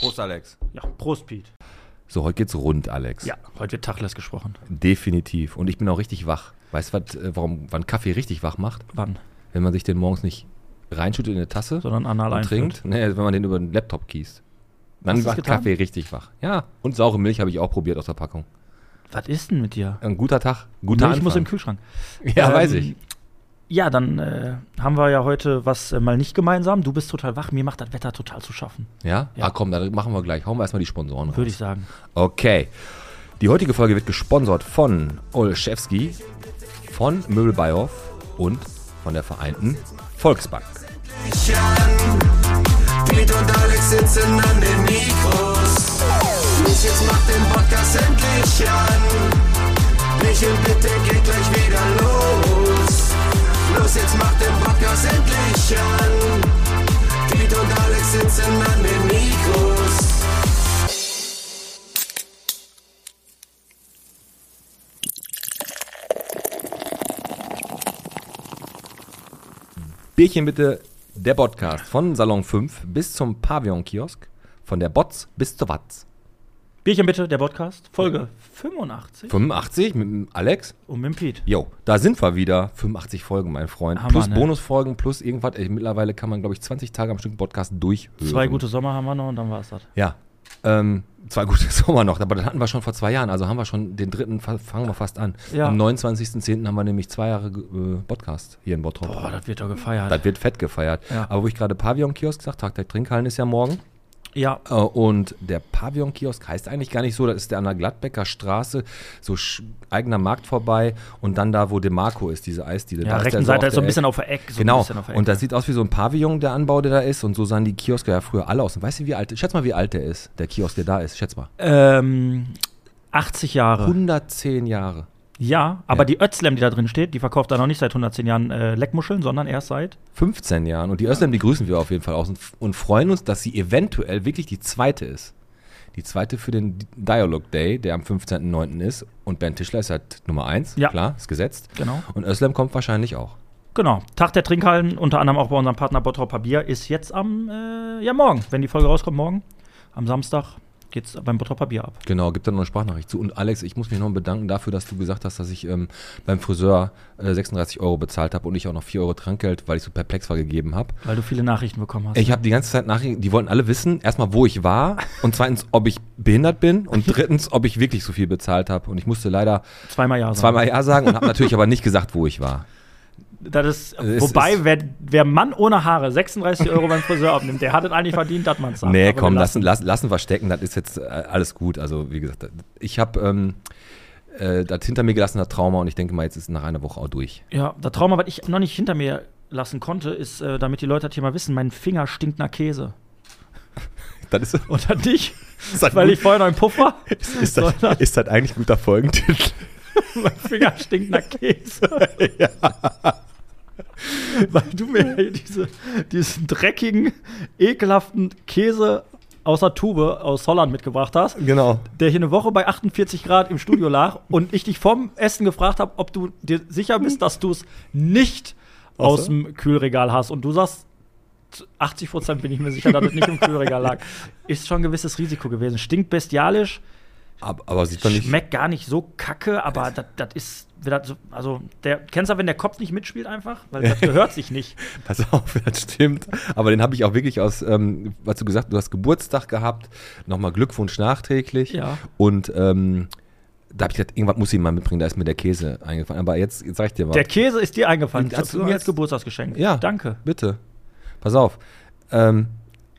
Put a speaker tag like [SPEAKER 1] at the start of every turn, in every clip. [SPEAKER 1] Prost, Alex.
[SPEAKER 2] Ja, Prost, Piet.
[SPEAKER 1] So, heute geht's rund, Alex.
[SPEAKER 2] Ja, heute wird Tachless gesprochen.
[SPEAKER 1] Definitiv. Und ich bin auch richtig wach. Weißt du, was, äh, warum, wann Kaffee richtig wach macht?
[SPEAKER 2] Wann?
[SPEAKER 1] Wenn man sich den morgens nicht reinschüttet in eine Tasse
[SPEAKER 2] Sondern anal
[SPEAKER 1] und
[SPEAKER 2] einführt.
[SPEAKER 1] trinkt. Nee, wenn man den über den Laptop gießt. Dann
[SPEAKER 2] Hast du's
[SPEAKER 1] macht
[SPEAKER 2] getan?
[SPEAKER 1] Kaffee richtig wach. Ja, und saure Milch habe ich auch probiert aus der Packung.
[SPEAKER 2] Was ist denn mit dir?
[SPEAKER 1] Ein guter Tag, guter
[SPEAKER 2] ich muss im
[SPEAKER 1] Anfang.
[SPEAKER 2] Kühlschrank.
[SPEAKER 1] Ja,
[SPEAKER 2] Ähm,
[SPEAKER 1] weiß ich.
[SPEAKER 2] Ja, dann äh, haben wir ja heute was äh, mal nicht gemeinsam. Du bist total wach, mir macht das Wetter total zu schaffen,
[SPEAKER 1] Ja?
[SPEAKER 2] ja.
[SPEAKER 1] Ah, komm, dann machen wir gleich. Hauen wir erstmal die Sponsoren
[SPEAKER 2] würde
[SPEAKER 1] raus.
[SPEAKER 2] ich sagen.
[SPEAKER 1] Okay. Die heutige Folge wird gesponsert von Olszewski, von Möbelbeihoff und von der Vereinten Volksbank.
[SPEAKER 3] mich an. Piet und Alex sitzen an den Mikros. Mich jetzt macht den Podcast endlich an. Michel, bitte geht gleich wieder los. Los, jetzt macht den Podcast endlich an. Piet und Alex sitzen an den Mikros.
[SPEAKER 1] Bierchen bitte, der Podcast von Salon 5 bis zum Pavillon-Kiosk, von der Bots bis zur Watz.
[SPEAKER 2] Bierchen bitte, der Podcast, Folge 85
[SPEAKER 1] 85 mit dem Alex?
[SPEAKER 2] und mit dem Piet.
[SPEAKER 1] Jo, da sind wir wieder. 85 Folgen, mein Freund.
[SPEAKER 2] Hammer,
[SPEAKER 1] plus
[SPEAKER 2] ne?
[SPEAKER 1] Bonusfolgen, plus irgendwas. Ey, mittlerweile kann man, glaube ich, 20 Tage am Stück einen Podcast durchhören.
[SPEAKER 2] Zwei gute Sommer haben wir noch und dann war es das.
[SPEAKER 1] Ja. Ähm, zwei gute Sommer noch, aber das hatten wir schon vor zwei Jahren, also haben wir schon den dritten, fa- fangen wir fast an.
[SPEAKER 2] Ja.
[SPEAKER 1] Am 29.10. haben wir nämlich zwei Jahre äh, Podcast hier in Bottrop.
[SPEAKER 2] Boah, das wird doch gefeiert.
[SPEAKER 1] das wird fett gefeiert.
[SPEAKER 2] Ja.
[SPEAKER 1] Aber wo ich gerade Pavillon-Kiosk gesagt Tag der Trinkhallen ist ja morgen.
[SPEAKER 2] ja,
[SPEAKER 1] Äh, und der Pavillon-Kiosk heißt eigentlich gar nicht so, das ist der an der Gladbecker Straße, so sch- eigener Markt vorbei und dann da, wo DeMarco ist, diese Eisdiele. Da
[SPEAKER 2] ja rechten
[SPEAKER 1] der
[SPEAKER 2] Seite ist so ein
[SPEAKER 1] der
[SPEAKER 2] bisschen
[SPEAKER 1] Ecke.
[SPEAKER 2] auf der Eck. So ein
[SPEAKER 1] Genau,
[SPEAKER 2] bisschen auf der Eck.
[SPEAKER 1] und das sieht aus wie so ein Pavillon, der Anbau, der da ist. Und so sahen die Kioske ja früher alle aus. Und weißt du, wie alt, schätz mal, wie alt der ist, der Kiosk, der da ist. Schätz mal.
[SPEAKER 2] ähm, 80 Jahre.
[SPEAKER 1] 110 Jahre.
[SPEAKER 2] Ja, aber
[SPEAKER 1] Ja.
[SPEAKER 2] die Özlem, die da drin steht, die verkauft da noch nicht seit 110 Jahren äh, Leckmuscheln, sondern erst seit
[SPEAKER 1] 15 Jahren. Und die Özlem, die grüßen wir auf jeden Fall aus und, und freuen uns, dass sie eventuell wirklich die zweite ist. Die zweite für den Dialogue Day, der am 15.09. ist. Und Bernd Tischler ist halt Nummer 1,
[SPEAKER 2] Ja.
[SPEAKER 1] klar, ist gesetzt.
[SPEAKER 2] Genau.
[SPEAKER 1] Und Özlem kommt wahrscheinlich auch.
[SPEAKER 2] Genau. Tag der Trinkhallen, unter anderem auch bei unserem Partner Bottroper Bier, ist jetzt am, äh, ja, morgen. Wenn die Folge rauskommt, morgen, am Samstag, geht's beim Bottroper Bier ab.
[SPEAKER 1] Genau, gibt dann noch eine Sprachnachricht zu. Und Alex, ich muss mich noch bedanken dafür, dass du gesagt hast, dass ich ähm, beim Friseur äh, 36 Euro bezahlt habe und ich auch noch 4 Euro Trinkgeld, weil ich so perplex war, gegeben habe.
[SPEAKER 2] Weil du viele Nachrichten bekommen hast.
[SPEAKER 1] Ich habe die ganze Zeit Nachrichten, die wollten alle wissen, erstmal, wo ich war und zweitens, ob ich behindert bin und drittens, ob ich wirklich so viel bezahlt habe. Und ich musste leider
[SPEAKER 2] zweimal ja. sagen.
[SPEAKER 1] zweimal Ja sagen und habe natürlich aber nicht gesagt, wo ich war.
[SPEAKER 2] Das ist,
[SPEAKER 1] Es
[SPEAKER 2] wobei,
[SPEAKER 1] ist-
[SPEAKER 2] wer, wer Mann ohne Haare 36 Euro beim Friseur abnimmt, der hat es eigentlich verdient, dass man es sagt.
[SPEAKER 1] nee,
[SPEAKER 2] Aber
[SPEAKER 1] komm,
[SPEAKER 2] wir
[SPEAKER 1] lassen, lassen, lassen wir stecken, das ist jetzt äh, alles gut. Also, wie gesagt, ich habe ähm, äh, das hinter mir gelassen, das Trauma und ich denke mal, jetzt ist nach einer Woche auch durch.
[SPEAKER 2] Ja, das Trauma, was ich noch nicht hinter mir lassen konnte, ist, äh, damit die Leute das hier mal wissen, mein Finger stinkt nach Käse.
[SPEAKER 1] Das ist,
[SPEAKER 2] Und an dich,
[SPEAKER 1] ist, das
[SPEAKER 2] weil
[SPEAKER 1] gut-
[SPEAKER 2] ich vorher noch im Puff war.
[SPEAKER 1] ist, ist, das, ist das eigentlich ein guter Folgentitel?
[SPEAKER 2] mein Finger stinkt nach Käse. Weil du mir hier diese, diesen dreckigen, ekelhaften Käse aus der Tube aus Holland mitgebracht hast,
[SPEAKER 1] Genau.
[SPEAKER 2] der hier eine Woche bei 48 Grad im Studio lag und ich dich vorm Essen gefragt habe, ob du dir sicher bist, dass du es nicht aus
[SPEAKER 1] so?
[SPEAKER 2] dem Kühlregal hast. Und du sagst, zu 80 Prozent bin ich mir sicher, dass es nicht im Kühlregal lag. Ist schon ein gewisses Risiko gewesen. Stinkt bestialisch.
[SPEAKER 1] Aber, aber sieht man nicht.
[SPEAKER 2] Schmeckt gar nicht so kacke, aber das das ist, wenn das so- also der kennst du, wenn der Kopf nicht mitspielt einfach, weil das gehört sich nicht.
[SPEAKER 1] Pass auf, das stimmt. Aber den habe ich auch wirklich aus, ähm, was du gesagt hast, du hast Geburtstag gehabt. Nochmal Glückwunsch nachträglich.
[SPEAKER 2] Ja.
[SPEAKER 1] Und ähm, da habe ich gedacht, irgendwas muss ich mal mitbringen, da ist mir der Käse eingefallen. Aber jetzt, jetzt sag ich dir was.
[SPEAKER 2] Der Käse ist dir eingefallen,
[SPEAKER 1] Als-
[SPEAKER 2] als, mir als
[SPEAKER 1] als-
[SPEAKER 2] Geburtstagsgeschenk.
[SPEAKER 1] ja,
[SPEAKER 2] danke.
[SPEAKER 1] Bitte. Pass auf. Ähm,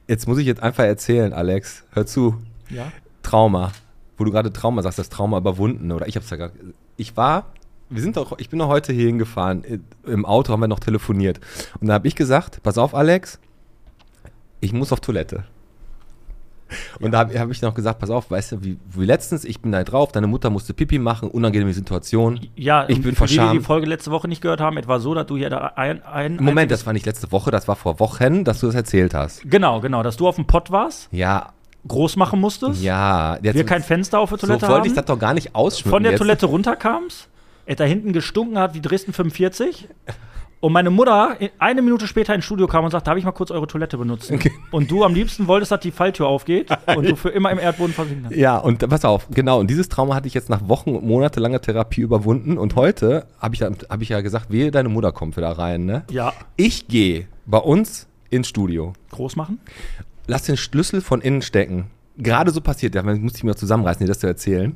[SPEAKER 1] jetzt muss ich jetzt einfach erzählen, Alex. Hör zu.
[SPEAKER 2] Ja.
[SPEAKER 1] Trauma, wo du gerade Trauma sagst, das Trauma überwunden oder ich hab's ja gerade. Ich war, wir sind doch, ich bin doch heute hierhin gefahren. I- Im Auto haben wir noch telefoniert und da habe ich gesagt, pass auf, Alex, ich muss auf Toilette. Und da habe hab ich noch gesagt, pass auf, weißt du, wie, wie letztens, ich bin da drauf, deine Mutter musste Pipi machen, unangenehme Situation.
[SPEAKER 2] Ja,
[SPEAKER 1] Ich
[SPEAKER 2] und
[SPEAKER 1] bin
[SPEAKER 2] für die, die die
[SPEAKER 1] verschamt.
[SPEAKER 2] Folge letzte Woche nicht gehört haben, etwa so, dass du hier da ein, ein
[SPEAKER 1] Moment, das war nicht letzte Woche, das war vor Wochen, dass du das erzählt hast.
[SPEAKER 2] genau, genau, dass du auf dem Pott warst,
[SPEAKER 1] Ja,
[SPEAKER 2] groß machen musstest,
[SPEAKER 1] ja. Jetzt
[SPEAKER 2] wir kein Fenster auf der
[SPEAKER 1] so
[SPEAKER 2] Toilette
[SPEAKER 1] wollte ich
[SPEAKER 2] haben,
[SPEAKER 1] das doch gar nicht ausschmücken.
[SPEAKER 2] von der
[SPEAKER 1] jetzt.
[SPEAKER 2] Toilette runterkamst, es da hinten gestunken hat wie Dresden 45 Und meine Mutter eine Minute später ins Studio kam und sagte, darf ich mal kurz eure Toilette benutzen? Und du am liebsten wolltest, dass die Falltür aufgeht und du für immer im Erdboden versinkst.
[SPEAKER 1] Ja, und pass auf, genau. Und dieses Trauma hatte ich jetzt nach Wochen und monatelanger Therapie überwunden. Und heute habe ich, ja- hab ich ja gesagt, wehe, deine Mutter kommt wieder rein, ne?
[SPEAKER 2] Ja,
[SPEAKER 1] Ich gehe bei uns ins Studio,
[SPEAKER 2] groß machen.
[SPEAKER 1] lass den Schlüssel von innen stecken. Gerade so passiert, ja, muss ich mir zusammenreißen, dir das zu erzählen.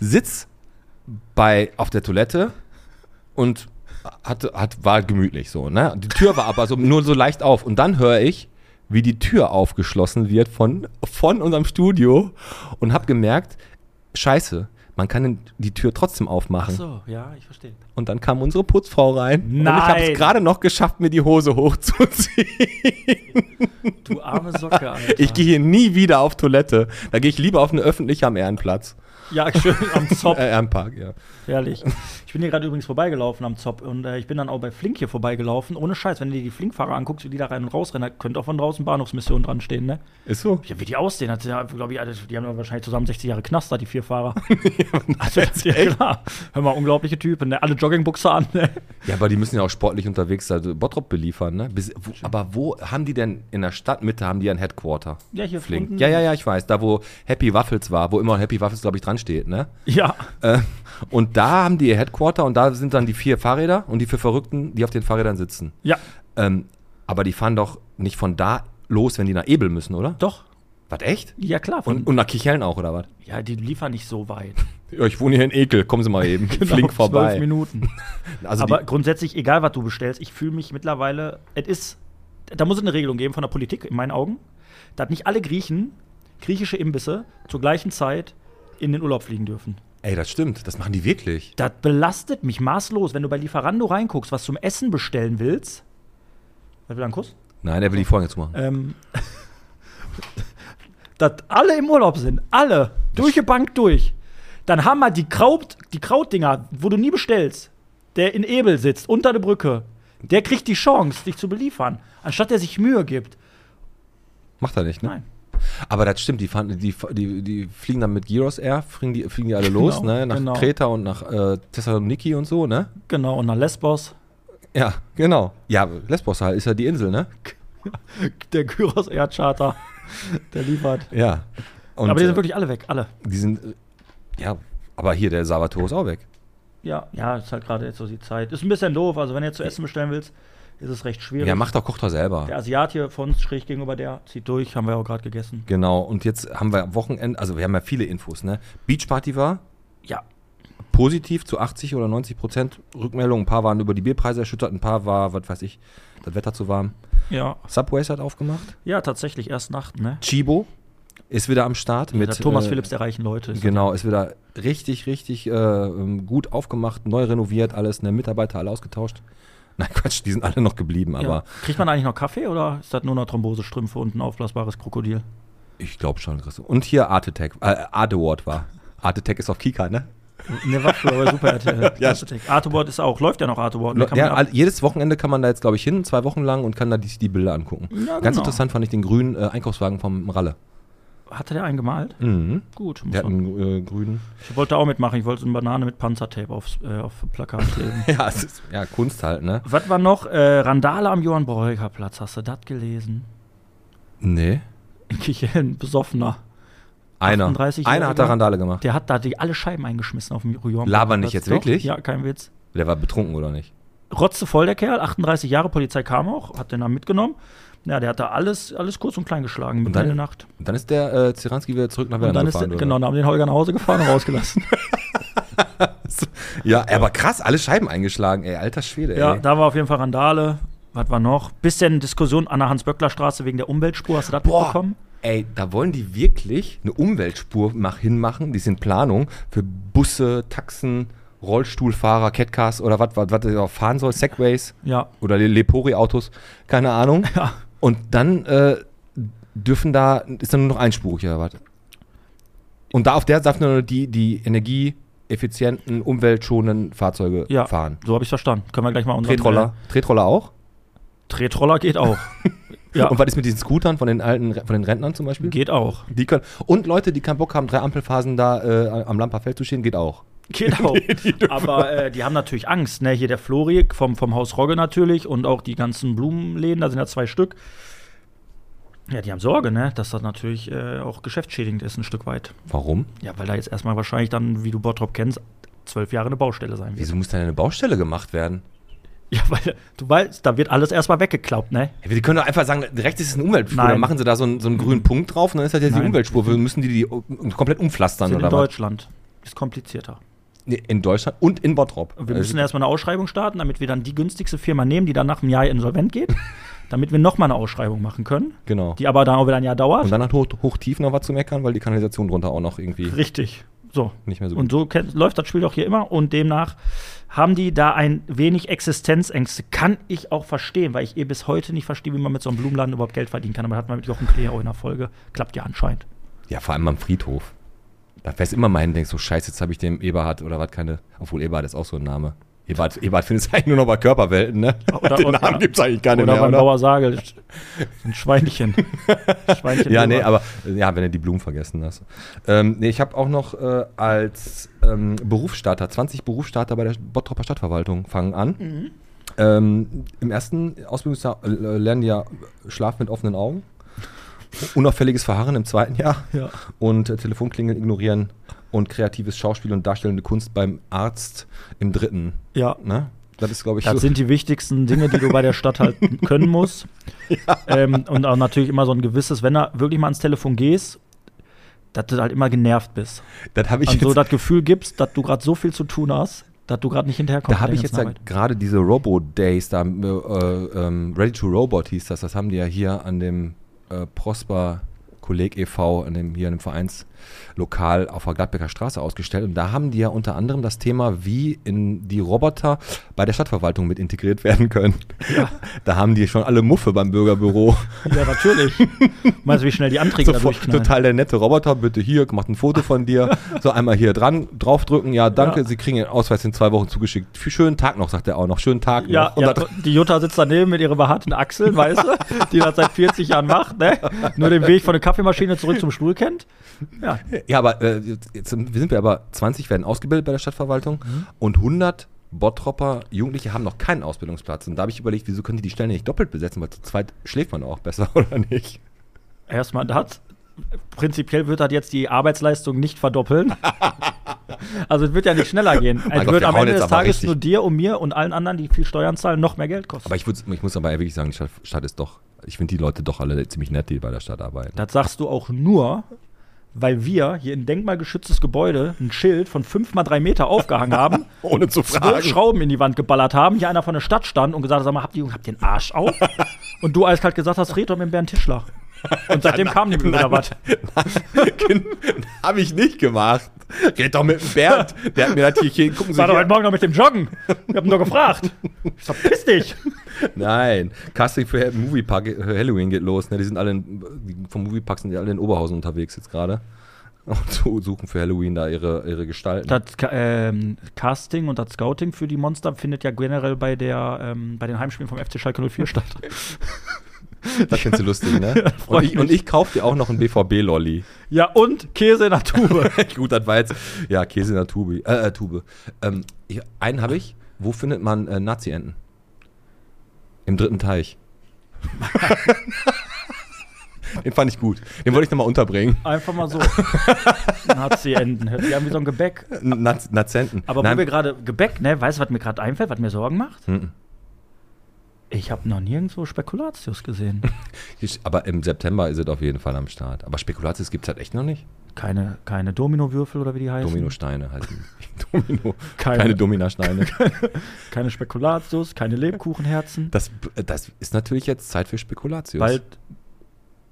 [SPEAKER 1] Sitz bei, auf der Toilette und hat, hat, war gemütlich so, ne? Die Tür war aber so, nur so leicht auf. Und dann höre ich, wie die Tür aufgeschlossen wird von, von unserem Studio und habe gemerkt, scheiße, man kann den- die Tür trotzdem aufmachen.
[SPEAKER 2] So, ja, ich verstehe.
[SPEAKER 1] Und dann kam unsere Putzfrau rein. Und ich habe
[SPEAKER 2] Nein.
[SPEAKER 1] es gerade noch geschafft, mir die Hose hochzuziehen.
[SPEAKER 2] Du arme Socke, Alter.
[SPEAKER 1] Ich gehe hier nie wieder auf Toilette. Da gehe ich lieber auf eine öffentliche am Ehrenplatz.
[SPEAKER 2] Ja, schön am Zopf.
[SPEAKER 1] Äh, Ehrenpark, ja.
[SPEAKER 2] Ehrlich. Ich bin hier gerade übrigens vorbeigelaufen am Zopf und äh, ich bin dann auch bei Flink hier vorbeigelaufen. Ohne Scheiß, wenn du dir die Flink-Fahrer anguckst, wie die da rein und raus rennen, da könnte auch von draußen Bahnhofsmission dran stehen, ne?
[SPEAKER 1] Ist so.
[SPEAKER 2] Ja, wie die aussehen, hat, ja, glaub ich, alles- die haben ja wahrscheinlich zusammen 60 Jahre Knast, da, die vier Fahrer. also, das, ja, klar. Hör mal, unglaubliche Typen, ne? alle Joggingbuchse an. Ne?
[SPEAKER 1] Ja, aber die müssen ja auch sportlich unterwegs sein, also Bottrop beliefern, ne? Bis, wo, aber wo haben die denn in der Stadtmitte haben die ein Headquarter?
[SPEAKER 2] Ja, hier unten.
[SPEAKER 1] Flink. Ja, ja, ja, ich weiß. Da, wo Happy Waffles war, wo immer Happy Waffles, glaube ich, dran steht, ne?
[SPEAKER 2] Ja,
[SPEAKER 1] Äh, und da haben die ihr Headquarter und da sind dann die vier Fahrräder und die vier Verrückten, die auf den Fahrrädern sitzen.
[SPEAKER 2] ja,
[SPEAKER 1] Ähm, aber die fahren doch nicht von da los, wenn die nach Ebel müssen, oder?
[SPEAKER 2] doch.
[SPEAKER 1] Was, echt?
[SPEAKER 2] Ja, klar. Von,
[SPEAKER 1] Und, und nach Kichellen auch, oder was?
[SPEAKER 2] ja, die liefern nicht so weit. Genau,
[SPEAKER 1] Ja, ich wohne hier in Ekel, kommen Sie mal eben. Flink
[SPEAKER 2] Zwölf
[SPEAKER 1] vorbei.
[SPEAKER 2] Minuten.
[SPEAKER 1] Also
[SPEAKER 2] Aber
[SPEAKER 1] die,
[SPEAKER 2] grundsätzlich, egal was du bestellst, ich fühle mich mittlerweile, es ist, da muss es eine Regelung geben von der Politik, in meinen Augen, dass nicht alle Griechen griechische Imbisse zur gleichen Zeit in den Urlaub fliegen dürfen.
[SPEAKER 1] ey, das stimmt, das machen die wirklich.
[SPEAKER 2] Das belastet mich maßlos, wenn du bei Lieferando reinguckst, was zum Essen bestellen willst. Was will ein Kuss?
[SPEAKER 1] Nein, er will die Vorhänge zumachen.
[SPEAKER 2] Ähm, dass alle im Urlaub sind, alle, durch die Bank durch. Dann haben wir die, Kraut, die Krautdinger, wo du nie bestellst, der in Ebel sitzt, unter der Brücke. Der kriegt die Chance, dich zu beliefern, anstatt der sich Mühe gibt.
[SPEAKER 1] Macht er nicht, ne?
[SPEAKER 2] Nein.
[SPEAKER 1] Aber das stimmt, die, fahren, die, die, die fliegen dann mit Gyros Air, fliegen die, fliegen die alle los,
[SPEAKER 2] Genau,
[SPEAKER 1] ne? Nach
[SPEAKER 2] genau.
[SPEAKER 1] Kreta und nach äh, Thessaloniki und so, ne?
[SPEAKER 2] Genau, und dann Lesbos.
[SPEAKER 1] Ja, genau. Ja, Lesbos halt ist ja die Insel, ne?
[SPEAKER 2] Der Kyros Air Charter, der liefert.
[SPEAKER 1] Ja. Und,
[SPEAKER 2] Aber die sind
[SPEAKER 1] äh,
[SPEAKER 2] wirklich alle weg, alle.
[SPEAKER 1] Die sind, äh, ja, aber hier, der Salvatore ist auch weg.
[SPEAKER 2] Ja, ja, ist halt gerade jetzt so die Zeit. Ist ein bisschen doof, also wenn du jetzt zu essen bestellen willst, ist es recht schwierig.
[SPEAKER 1] Ja, macht doch, kocht doch selber.
[SPEAKER 2] der Asiat hier von uns, schräg gegenüber der, zieht durch, haben wir auch gerade gegessen.
[SPEAKER 1] Genau, und jetzt haben wir am Wochenende, also wir haben ja viele Infos, ne? Beachparty war
[SPEAKER 2] Ja,
[SPEAKER 1] positiv zu 80 oder 90 Prozent Rückmeldungen. Ein paar waren über die Bierpreise erschüttert, ein paar war, was weiß ich, das Wetter zu warm.
[SPEAKER 2] ja.
[SPEAKER 1] Subways hat aufgemacht.
[SPEAKER 2] Ja, tatsächlich, erst Nacht, ne?
[SPEAKER 1] Chibo ist wieder am Start mit
[SPEAKER 2] Mit Thomas
[SPEAKER 1] äh,
[SPEAKER 2] Phillips der reichen Leute. Ist
[SPEAKER 1] Genau, ist wieder richtig, richtig äh, ähm, gut aufgemacht, neu renoviert, alles, ne? Mitarbeiter alle ausgetauscht. Nein, Quatsch, die sind alle noch geblieben,
[SPEAKER 2] das- ja.
[SPEAKER 1] aber
[SPEAKER 2] Kriegt man eigentlich noch Kaffee oder ist das nur noch Thrombosestrümpfe und ein aufblasbares Krokodil?
[SPEAKER 1] ich glaube schon, Chris. Und hier Art Attack, äh, Art Award war. Art Attack ist auf Kika, ne?
[SPEAKER 2] Never Flower Super RTL.
[SPEAKER 1] Ja.
[SPEAKER 2] Arteboard ist auch, läuft ja noch Arteboard.
[SPEAKER 1] Le- Ja, all- jedes Wochenende kann man da jetzt, glaube ich, hin, zwei Wochen lang und kann da die, die Bilder angucken.
[SPEAKER 2] Ja,
[SPEAKER 1] Ganz
[SPEAKER 2] genau.
[SPEAKER 1] interessant fand ich den grünen äh, Einkaufswagen vom Ralle.
[SPEAKER 2] Hatte der einen gemalt?
[SPEAKER 1] Mhm.
[SPEAKER 2] Gut. Muss
[SPEAKER 1] Der hat
[SPEAKER 2] man.
[SPEAKER 1] einen äh, grünen.
[SPEAKER 2] Ich wollte auch mitmachen. Ich wollte so eine Banane mit Panzertape aufs, äh, auf Plakat kleben.
[SPEAKER 1] Ja, es ist, ja, Kunst halt, ne?
[SPEAKER 2] Was war noch? Äh, Randale am Johann Breuker Platz. Hast du das gelesen?
[SPEAKER 1] Nee.
[SPEAKER 2] In Kicheln, besoffener.
[SPEAKER 1] Einer.
[SPEAKER 2] 38-Jähriger.
[SPEAKER 1] Einer hat da Randale gemacht.
[SPEAKER 2] Der hat da die, alle Scheiben eingeschmissen auf dem Johann
[SPEAKER 1] Laber nicht
[SPEAKER 2] Breuer-Platz.
[SPEAKER 1] jetzt
[SPEAKER 2] Doch,
[SPEAKER 1] wirklich?
[SPEAKER 2] Ja, kein Witz.
[SPEAKER 1] Der war betrunken, oder nicht?
[SPEAKER 2] Rotze voll der Kerl, 38 Jahre, Polizei kam auch, hat den dann mitgenommen. Ja, der hat da alles, alles kurz und klein geschlagen, mitten
[SPEAKER 1] dann-
[SPEAKER 2] in der Nacht.
[SPEAKER 1] Und dann ist der äh, Ziranski wieder zurück nach
[SPEAKER 2] Und
[SPEAKER 1] Werder
[SPEAKER 2] dann ist der,
[SPEAKER 1] gefahren,
[SPEAKER 2] genau, dann haben die den Holger nach Hause gefahren und rausgelassen.
[SPEAKER 1] oder? Ja, aber krass, alle Scheiben eingeschlagen, ey. Alter Schwede,
[SPEAKER 2] ja,
[SPEAKER 1] ey.
[SPEAKER 2] da war auf jeden Fall Randale. Was war noch? Bisschen Diskussion an der Hans-Böckler-Straße wegen der Umweltspur. Hast du das
[SPEAKER 1] Boah,
[SPEAKER 2] mitbekommen?
[SPEAKER 1] ey, da wollen die wirklich eine Umweltspur mach, hinmachen, die sind Planung für Busse, Taxen, Rollstuhlfahrer, Catcars oder was, was, was du auch fahren soll, Segways
[SPEAKER 2] Ja.
[SPEAKER 1] oder Le- Lepori-Autos, keine Ahnung.
[SPEAKER 2] Ja.
[SPEAKER 1] Und dann äh, dürfen da, ist dann nur noch einspurig oder was? Und da auf der darf nur die, die energieeffizienten, umweltschonenden Fahrzeuge
[SPEAKER 2] Ja.
[SPEAKER 1] fahren.
[SPEAKER 2] So habe ich verstanden. Können wir gleich mal unseren.
[SPEAKER 1] Tretroller, Tretroller auch?
[SPEAKER 2] Äh, Tretroller geht auch. ja,
[SPEAKER 1] Und was ist mit diesen Scootern von den alten, Re- von den Rentnern zum Beispiel?
[SPEAKER 2] geht auch.
[SPEAKER 1] Die können, und Leute, die keinen Bock haben, drei Ampelphasen da äh, am Lamperfeld zu stehen, geht auch.
[SPEAKER 2] Genau. Aber äh, die haben natürlich Angst, ne? Hier der Flori vom, vom Haus Rogge natürlich und auch die ganzen Blumenläden, da sind ja zwei Stück. Ja, die haben Sorge, ne? Dass das natürlich äh, auch geschäftsschädigend ist, ein Stück weit.
[SPEAKER 1] Warum?
[SPEAKER 2] Ja, weil da jetzt erstmal wahrscheinlich dann, wie du Bottrop kennst, zwölf Jahre eine Baustelle sein wird.
[SPEAKER 1] Wieso muss da eine Baustelle gemacht werden?
[SPEAKER 2] Ja, weil du weißt, da wird alles erstmal weggeklappt, ne?
[SPEAKER 1] Ja, wir können doch einfach sagen, direkt ist es eine Umweltspur.
[SPEAKER 2] Nein. Mhm.
[SPEAKER 1] Dann machen sie da so einen, so einen grünen Punkt drauf und dann ist das jetzt
[SPEAKER 2] Nein.
[SPEAKER 1] die Umweltspur. Wir müssen die, die um- komplett umpflastern
[SPEAKER 2] Sind in
[SPEAKER 1] oder was?
[SPEAKER 2] Deutschland. Ist komplizierter.
[SPEAKER 1] Nee, in Deutschland und in Bottrop.
[SPEAKER 2] Wir
[SPEAKER 1] Äh,
[SPEAKER 2] müssen erstmal eine Ausschreibung starten, damit wir dann die günstigste Firma nehmen, die dann nach einem Jahr insolvent geht, damit wir nochmal eine Ausschreibung machen können,
[SPEAKER 1] genau.
[SPEAKER 2] die aber dann auch wieder ein Jahr dauert.
[SPEAKER 1] Und dann hat hoch, hoch tief noch was zu meckern, weil die Kanalisation drunter auch noch irgendwie
[SPEAKER 2] Richtig. So.
[SPEAKER 1] nicht mehr so
[SPEAKER 2] Und so kennt, läuft das Spiel auch hier immer und demnach haben die da ein wenig Existenzängste. Kann ich auch verstehen, weil ich eh bis heute nicht verstehe, wie man mit so einem Blumenladen überhaupt Geld verdienen kann. Aber das hat man mit Jochen Klee auch in der Folge. Klappt ja anscheinend.
[SPEAKER 1] Ja, vor allem am Friedhof. Da fährst du immer mal hin und denkst, so scheiße, jetzt habe ich dem Eberhard oder was keine. Obwohl Eberhard ist auch so ein Name. Eberhard, Eberhard findest du eigentlich nur noch bei Körperwelten, ne?
[SPEAKER 2] Oder-
[SPEAKER 1] Den
[SPEAKER 2] oder-
[SPEAKER 1] Namen gibt's eigentlich keine
[SPEAKER 2] Oder
[SPEAKER 1] mehr,
[SPEAKER 2] beim
[SPEAKER 1] oder?
[SPEAKER 2] Bauer Sagel. Ein Schweinchen. Schweinchen
[SPEAKER 1] Ja,
[SPEAKER 2] drüber.
[SPEAKER 1] nee, aber äh, ja, wenn du die Blumen vergessen hast. Ähm, nee, ich habe auch noch äh, als ähm, Berufsstarter, 20 Berufsstarter bei der Bottroper Stadtverwaltung fangen an.
[SPEAKER 2] Mhm.
[SPEAKER 1] Ähm, Im ersten Ausbildungsjahr äh, lernen die ja Schlaf mit offenen Augen, unauffälliges Verharren im zweiten Jahr
[SPEAKER 2] Ja.
[SPEAKER 1] und äh, Telefonklingeln ignorieren und kreatives Schauspiel und darstellende Kunst beim Arzt im dritten.
[SPEAKER 2] Ja.
[SPEAKER 1] Ne? Das ist, glaube ich,
[SPEAKER 2] Das
[SPEAKER 1] so.
[SPEAKER 2] sind die wichtigsten Dinge, die du bei der Stadt halt können musst. Ähm, und auch natürlich immer so ein gewisses, wenn du wirklich mal ans Telefon gehst, dass du halt immer genervt bist.
[SPEAKER 1] das habe ich
[SPEAKER 2] Und
[SPEAKER 1] jetzt,
[SPEAKER 2] so das Gefühl gibst, dass du gerade so viel zu tun hast, dass du gerade nicht hinterherkommst.
[SPEAKER 1] Da habe
[SPEAKER 2] mit
[SPEAKER 1] ich
[SPEAKER 2] der
[SPEAKER 1] jetzt ja
[SPEAKER 2] ganzen Arbeit.
[SPEAKER 1] gerade diese Robo-Days, da, äh, äh, ähm, Ready to Robot hieß das, das haben die ja hier an dem äh, Prosper Kolleg e.V., an dem, hier an dem Vereinslokal auf der Gladbecker Straße ausgestellt. Und da haben die ja unter anderem das Thema, wie in die Roboter bei der Stadtverwaltung mit integriert werden können. Da haben die schon alle Muffe beim Bürgerbüro.
[SPEAKER 2] Ja, natürlich. Meinst du, wie schnell die Anträge da
[SPEAKER 1] Sofort,
[SPEAKER 2] durchknallen?
[SPEAKER 1] total der nette Roboter, bitte hier, macht ein Foto von dir. So einmal hier dran, draufdrücken, ja, danke,
[SPEAKER 2] Ja.
[SPEAKER 1] Sie kriegen Ihren Ausweis in zwei Wochen zugeschickt. Für schönen Tag noch, sagt er auch noch. Schönen Tag
[SPEAKER 2] Ja,
[SPEAKER 1] noch. Und
[SPEAKER 2] ja,
[SPEAKER 1] da
[SPEAKER 2] to- die Jutta sitzt daneben mit ihren behaarten Achseln, weißt du, die das seit 40 Jahren macht, ne? Nur den Weg von der Kaffeemaschine zurück zum Stuhl kennt. Ja,
[SPEAKER 1] Ja, aber äh, jetzt jetzt sind wir sind wir aber 20 werden ausgebildet bei der Stadtverwaltung
[SPEAKER 2] Mhm.
[SPEAKER 1] und 100 Bottropper Jugendliche haben noch keinen Ausbildungsplatz. Und da habe ich überlegt, wieso können die die Stellen nicht doppelt besetzen, weil zu zweit schläft man auch besser, oder nicht?
[SPEAKER 2] Erstmal das. Prinzipiell wird das jetzt die Arbeitsleistung nicht verdoppeln. also es wird ja nicht schneller gehen. Es
[SPEAKER 1] Oh Gott,
[SPEAKER 2] wird
[SPEAKER 1] wir
[SPEAKER 2] am
[SPEAKER 1] hauen
[SPEAKER 2] Ende
[SPEAKER 1] jetzt
[SPEAKER 2] des
[SPEAKER 1] aber
[SPEAKER 2] Tages
[SPEAKER 1] richtig.
[SPEAKER 2] nur dir und mir und allen anderen, die viel Steuern zahlen, noch mehr Geld kosten.
[SPEAKER 1] Aber ich, würd's- ich muss aber wirklich sagen, die Stadt, Stadt ist doch, ich finde die Leute doch alle ziemlich nett, die bei der Stadt arbeiten.
[SPEAKER 2] das sagst du auch nur, weil wir hier ein denkmalgeschütztes Gebäude ein Schild von 5 mal 3 Meter aufgehangen haben,
[SPEAKER 1] Ohne zu
[SPEAKER 2] zwölf Schrauben in die Wand geballert haben, hier einer von der Stadt stand und gesagt hat, sag mal, habt ihr habt ihr den Arsch auf? und du eiskalt gesagt hast, red doch mit Bernd Tischler. Und seitdem kam die
[SPEAKER 1] Nein,
[SPEAKER 2] oder was?
[SPEAKER 1] habe ich nicht gemacht. Red doch mit dem Bernd. Der hat mir das hier, hier gucken Sie
[SPEAKER 2] War doch
[SPEAKER 1] hier.
[SPEAKER 2] heute Morgen noch mit dem Joggen. Ich hab ihn doch gefragt. Ich sag, piss dich.
[SPEAKER 1] Nein, Casting für Moviepark äh, Halloween geht los. Ne? Die sind alle in, die vom Moviepark sind ja alle in Oberhausen unterwegs jetzt gerade. Und so suchen für Halloween da ihre, ihre Gestalten.
[SPEAKER 2] Das Ka- ähm, Casting und das Scouting für die Monster findet ja generell bei, der, ähm, bei den Heimspielen vom FC Schalke 04 statt.
[SPEAKER 1] das findest du lustig, ne?
[SPEAKER 2] freu
[SPEAKER 1] und,
[SPEAKER 2] ich
[SPEAKER 1] ich, und
[SPEAKER 2] mich.
[SPEAKER 1] ich kauf dir auch noch einen BVB-Lolli.
[SPEAKER 2] Ja, und Käse in der Tube.
[SPEAKER 1] Gut, das war jetzt. Ja, Käse in der Tube. Äh, äh, Tube. Ähm, ich, einen habe ich. Wo findet man äh, Nazi-Enten? Im dritten Teich. Den fand ich gut. Den wollte ich nochmal unterbringen.
[SPEAKER 2] Einfach mal so. Nazi-Enden. Hört sich an wie so ein Gebäck.
[SPEAKER 1] Naz Nazenten.
[SPEAKER 2] Aber
[SPEAKER 1] Nein,
[SPEAKER 2] wo wir gerade Gebäck, ne, weißt du, was mir gerade einfällt, was mir Sorgen macht?
[SPEAKER 1] Mhm.
[SPEAKER 2] Ich habe noch nirgendwo Spekulatius gesehen.
[SPEAKER 1] Ich- Aber im September ist es auf jeden Fall am Start. Aber Spekulatius gibt es halt echt noch nicht.
[SPEAKER 2] Keine, keine Dominowürfel oder wie die heißen.
[SPEAKER 1] Dominosteine heißen. die. Domino.
[SPEAKER 2] Keine.
[SPEAKER 1] Keine, Dominasteine.
[SPEAKER 2] keine Spekulatius, keine Lebkuchenherzen.
[SPEAKER 1] Das, äh, das ist natürlich jetzt Zeit für Spekulatius.
[SPEAKER 2] Bald.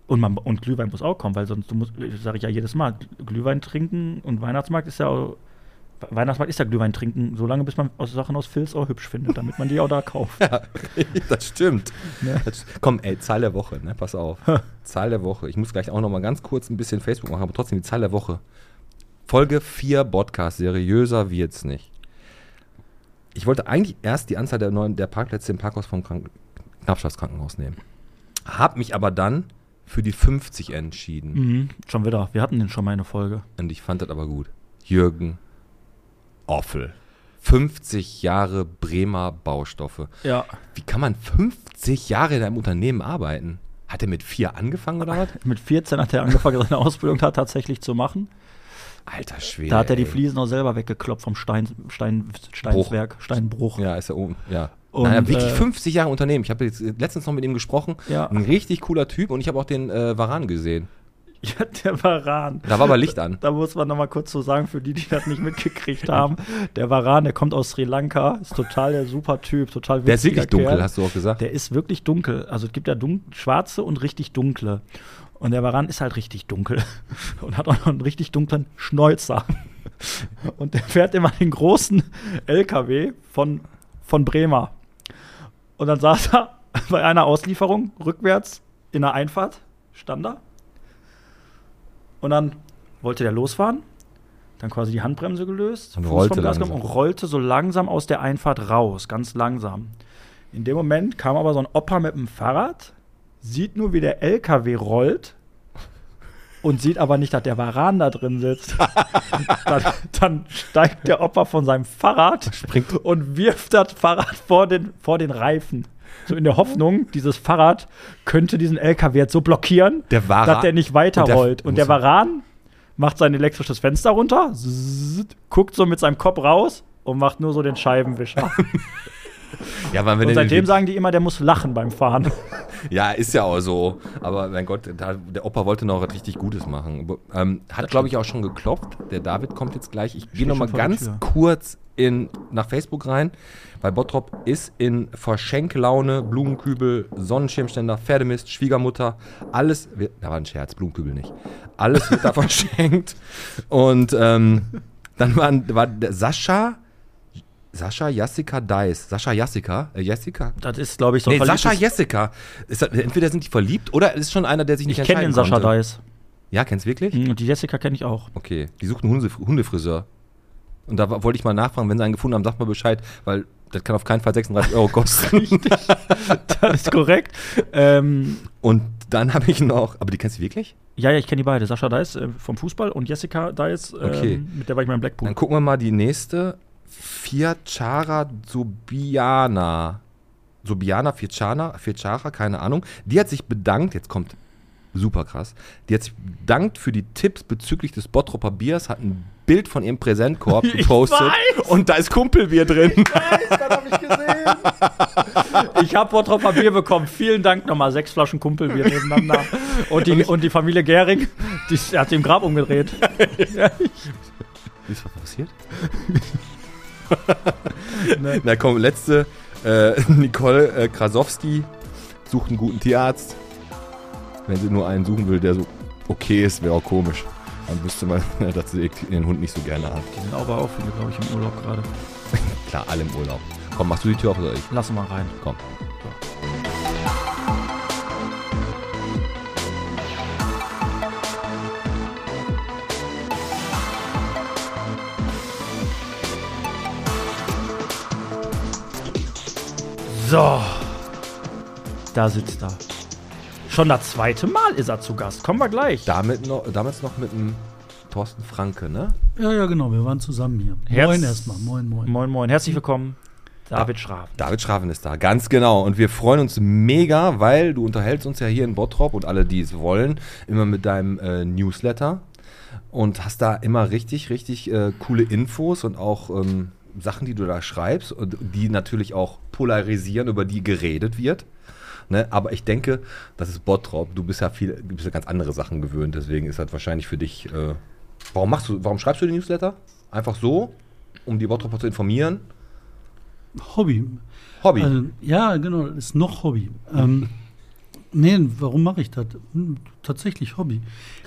[SPEAKER 2] Und, man, und Glühwein muss auch kommen, weil sonst du musst, sage ich ja jedes Mal, Glühwein trinken und Weihnachtsmarkt ist ja auch, Weihnachtsmarkt ist ja Glühwein trinken, solange bis man aus Sachen aus Filz auch hübsch findet, damit man die auch da kauft.
[SPEAKER 1] das stimmt. Das, komm, ey, Zahl der Woche, ne? Pass auf. Zahl der Woche. Ich muss gleich auch noch mal ganz kurz ein bisschen Facebook machen, aber trotzdem die Zahl der Woche. Folge 4 Podcast. Seriöser wird's nicht. Ich wollte eigentlich erst die Anzahl der neuen der Parkplätze im Parkhaus vom Kranken Knappschaftskrankenhaus nehmen. Hab mich aber dann für die 50 entschieden.
[SPEAKER 2] Hm. Mhm, schon wieder. Wir hatten den schon mal in der Folge.
[SPEAKER 1] Und ich fand das aber gut. Jürgen Offel. 50 Jahre Bremer Baustoffe.
[SPEAKER 2] Ja.
[SPEAKER 1] Wie kann man 50 Jahre in einem Unternehmen arbeiten? Hat er mit vier angefangen oder was?
[SPEAKER 2] Mit 14 hat er angefangen, seine Ausbildung da tatsächlich zu machen.
[SPEAKER 1] Alter Schwede.
[SPEAKER 2] Da hat er die
[SPEAKER 1] ey.
[SPEAKER 2] Fliesen auch selber weggeklopft vom Stein, Stein, Steinswerk, Steinbruch.
[SPEAKER 1] Ja, ist ja oben. Ja.
[SPEAKER 2] Und,
[SPEAKER 1] naja, wirklich
[SPEAKER 2] äh,
[SPEAKER 1] 50 Jahre Unternehmen. Ich habe jetzt letztens noch mit ihm gesprochen.
[SPEAKER 2] Ja.
[SPEAKER 1] Ein richtig cooler Typ und ich habe auch den äh, Varan gesehen.
[SPEAKER 2] Ja, der Varan.
[SPEAKER 1] Da war aber Licht an.
[SPEAKER 2] Da muss man nochmal kurz so sagen, für die, die das nicht mitgekriegt haben. Der Varan, der kommt aus Sri Lanka, ist total der super Typ, total
[SPEAKER 1] Der ist wirklich
[SPEAKER 2] witziger
[SPEAKER 1] dunkel,
[SPEAKER 2] Kerl.
[SPEAKER 1] hast du auch gesagt.
[SPEAKER 2] Der ist wirklich dunkel. Also es gibt ja dun- schwarze und richtig dunkle. Und der Varan ist halt richtig dunkel und hat auch noch einen richtig dunklen Schnäuzer. Und der fährt immer den großen LKW von, von Bremer. Und dann saß er bei einer Auslieferung rückwärts in der Einfahrt, stand da. Und dann wollte der losfahren, dann quasi die Handbremse gelöst,
[SPEAKER 1] Und
[SPEAKER 2] Fuß
[SPEAKER 1] rollte
[SPEAKER 2] vom Gas genommen
[SPEAKER 1] langsam.
[SPEAKER 2] und rollte so langsam aus der Einfahrt raus, ganz langsam. In dem Moment kam aber so ein Opa mit dem Fahrrad, sieht nur, wie der LKW rollt und sieht aber nicht, dass der Varan da drin sitzt. dann, dann steigt der Opa von seinem Fahrrad
[SPEAKER 1] Springt.
[SPEAKER 2] und wirft das Fahrrad vor den, vor den Reifen. So in der Hoffnung, dieses Fahrrad könnte diesen LKW jetzt so blockieren,
[SPEAKER 1] Der Varan-
[SPEAKER 2] dass der nicht weiterrollt.
[SPEAKER 1] Und
[SPEAKER 2] Und
[SPEAKER 1] der-
[SPEAKER 2] der Varan macht sein elektrisches Fenster runter, zzzzt, guckt so mit seinem Kopf raus und macht nur so den Scheibenwischer.
[SPEAKER 1] Ja, weil wenn
[SPEAKER 2] Und
[SPEAKER 1] der-
[SPEAKER 2] seitdem sagen die immer, der muss lachen beim Fahren.
[SPEAKER 1] Ja, ist ja auch so. Aber mein Gott, da, der Opa wollte noch was richtig Gutes machen. Aber, Ähm, hat, glaube ich, auch schon geklopft. Der David kommt jetzt gleich. Ich gehe nochmal
[SPEAKER 2] schon vor der
[SPEAKER 1] ganz
[SPEAKER 2] Tür.
[SPEAKER 1] kurz in, nach Facebook rein, weil Bottrop ist in Verschenklaune, Blumenkübel, Sonnenschirmständer, Pferdemist, Schwiegermutter, alles, wird, da war ein Scherz, Blumenkübel nicht, alles wird da verschenkt. Und ähm, dann waren, war der Sascha, Sascha Jessica Dice, Sascha Jessica, äh, Jessica,
[SPEAKER 2] Das ist, glaube ich, so
[SPEAKER 1] Nee,
[SPEAKER 2] verliebtes-
[SPEAKER 1] Sascha Jessica. Ist das, entweder sind die verliebt oder ist schon einer, der sich nicht
[SPEAKER 2] Ich kenne den
[SPEAKER 1] entscheiden
[SPEAKER 2] Sascha
[SPEAKER 1] konnte.
[SPEAKER 2] Dice.
[SPEAKER 1] Ja, kennst wirklich?
[SPEAKER 2] Mhm, Und die Jessica kenne ich auch.
[SPEAKER 1] Okay, die suchen einen Hunde, Hundefriseur. Und da wa- wollte ich mal nachfragen, wenn sie einen gefunden haben, sag mal Bescheid, weil das kann auf keinen Fall 36 Euro kosten.
[SPEAKER 2] Das ist korrekt. ähm,
[SPEAKER 1] Und dann habe ich noch, aber die kennst du wirklich?
[SPEAKER 2] ja, ja, ich kenne die beide. Sascha Dice äh, vom Fußball und Jessica Dice, ähm,
[SPEAKER 1] Okay.
[SPEAKER 2] mit der war ich mal im Blackpool.
[SPEAKER 1] Dann gucken wir mal die nächste. Fiachara Zubiana. Subiana Fiachana, Fiachara, keine Ahnung. Die hat sich bedankt, jetzt kommt super krass, die hat sich bedankt für die Tipps bezüglich des Bottroper Biers, hat ein Bild von ihrem Präsentkorb
[SPEAKER 2] Ich
[SPEAKER 1] gepostet
[SPEAKER 2] weiß!
[SPEAKER 1] und da ist Kumpelbier drin.
[SPEAKER 2] Ich habe Bottrop Papier bekommen. Vielen Dank nochmal. Sechs Flaschen Kumpelbier nebeneinander. Und die, und die Familie Gehring, die s- hat sie im Grab umgedreht.
[SPEAKER 1] Ist was passiert?
[SPEAKER 2] Ne?
[SPEAKER 1] Na komm, letzte. Äh, Nicole äh, Krasowski sucht einen guten Tierarzt. Wenn sie nur einen suchen will, der so okay ist, wäre auch komisch. Dann wüsste man, dass sie den Hund nicht so gerne hat.
[SPEAKER 2] Die sind aber auch viele, glaube ich, im Urlaub gerade.
[SPEAKER 1] Klar, alle im Urlaub. Komm, machst du die Tür auf oder ich?
[SPEAKER 2] Lass uns mal rein.
[SPEAKER 1] Komm.
[SPEAKER 2] So. Da sitzt er. Schon das zweite Mal ist er zu Gast. Kommen wir gleich.
[SPEAKER 1] Damit noch, damals noch mit dem Thorsten Franke, ne?
[SPEAKER 4] Ja, ja, genau, wir waren zusammen hier.
[SPEAKER 2] Herz-
[SPEAKER 4] Moin erstmal, moin, moin.
[SPEAKER 2] Moin, moin. Herzlich willkommen, David Schraven.
[SPEAKER 1] David Schraven ist da, ganz genau. Und wir freuen uns mega, weil du unterhältst uns ja hier in Bottrop und alle, die es wollen, immer mit deinem äh, Newsletter und hast da immer richtig, richtig äh, coole Infos und auch ähm, Sachen, die du da schreibst und die natürlich auch polarisieren, über die geredet wird. Ne? Aber ich denke, das ist Bottrop. Du bist ja viel, du bist ja ganz andere Sachen gewöhnt, deswegen ist das wahrscheinlich für dich. Äh, warum machst du, warum schreibst du den Newsletter? Einfach so, um die Bottroper zu informieren?
[SPEAKER 4] Hobby.
[SPEAKER 1] Hobby.
[SPEAKER 4] Also, ja, genau, das ist noch Hobby. Ähm, nee, warum mache ich das? Hm, tatsächlich Hobby.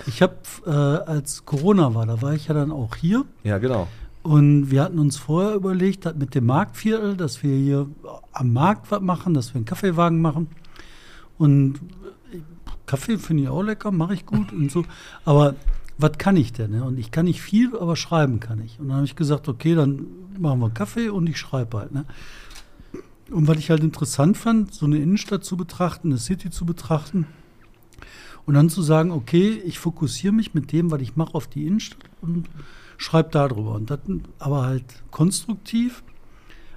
[SPEAKER 4] Ich habe, äh, als Corona war, da war ich ja dann auch hier
[SPEAKER 1] ja, genau.
[SPEAKER 4] und wir hatten uns vorher überlegt, dass mit dem Marktviertel, dass wir hier am Markt was machen, dass wir einen Kaffeewagen machen. Und äh, Kaffee finde ich auch lecker, mache ich gut und so. Aber was kann ich denn? Ne? Und ich kann nicht viel, aber schreiben kann ich. Und dann habe ich gesagt, okay, dann machen wir Kaffee und ich schreibe halt. Ne? Und weil ich halt interessant fand, so eine Innenstadt zu betrachten, eine City zu betrachten Und dann zu sagen, okay, ich fokussiere mich mit dem, was ich mache, auf die Innenstadt und schreibe darüber. Und das, aber halt konstruktiv,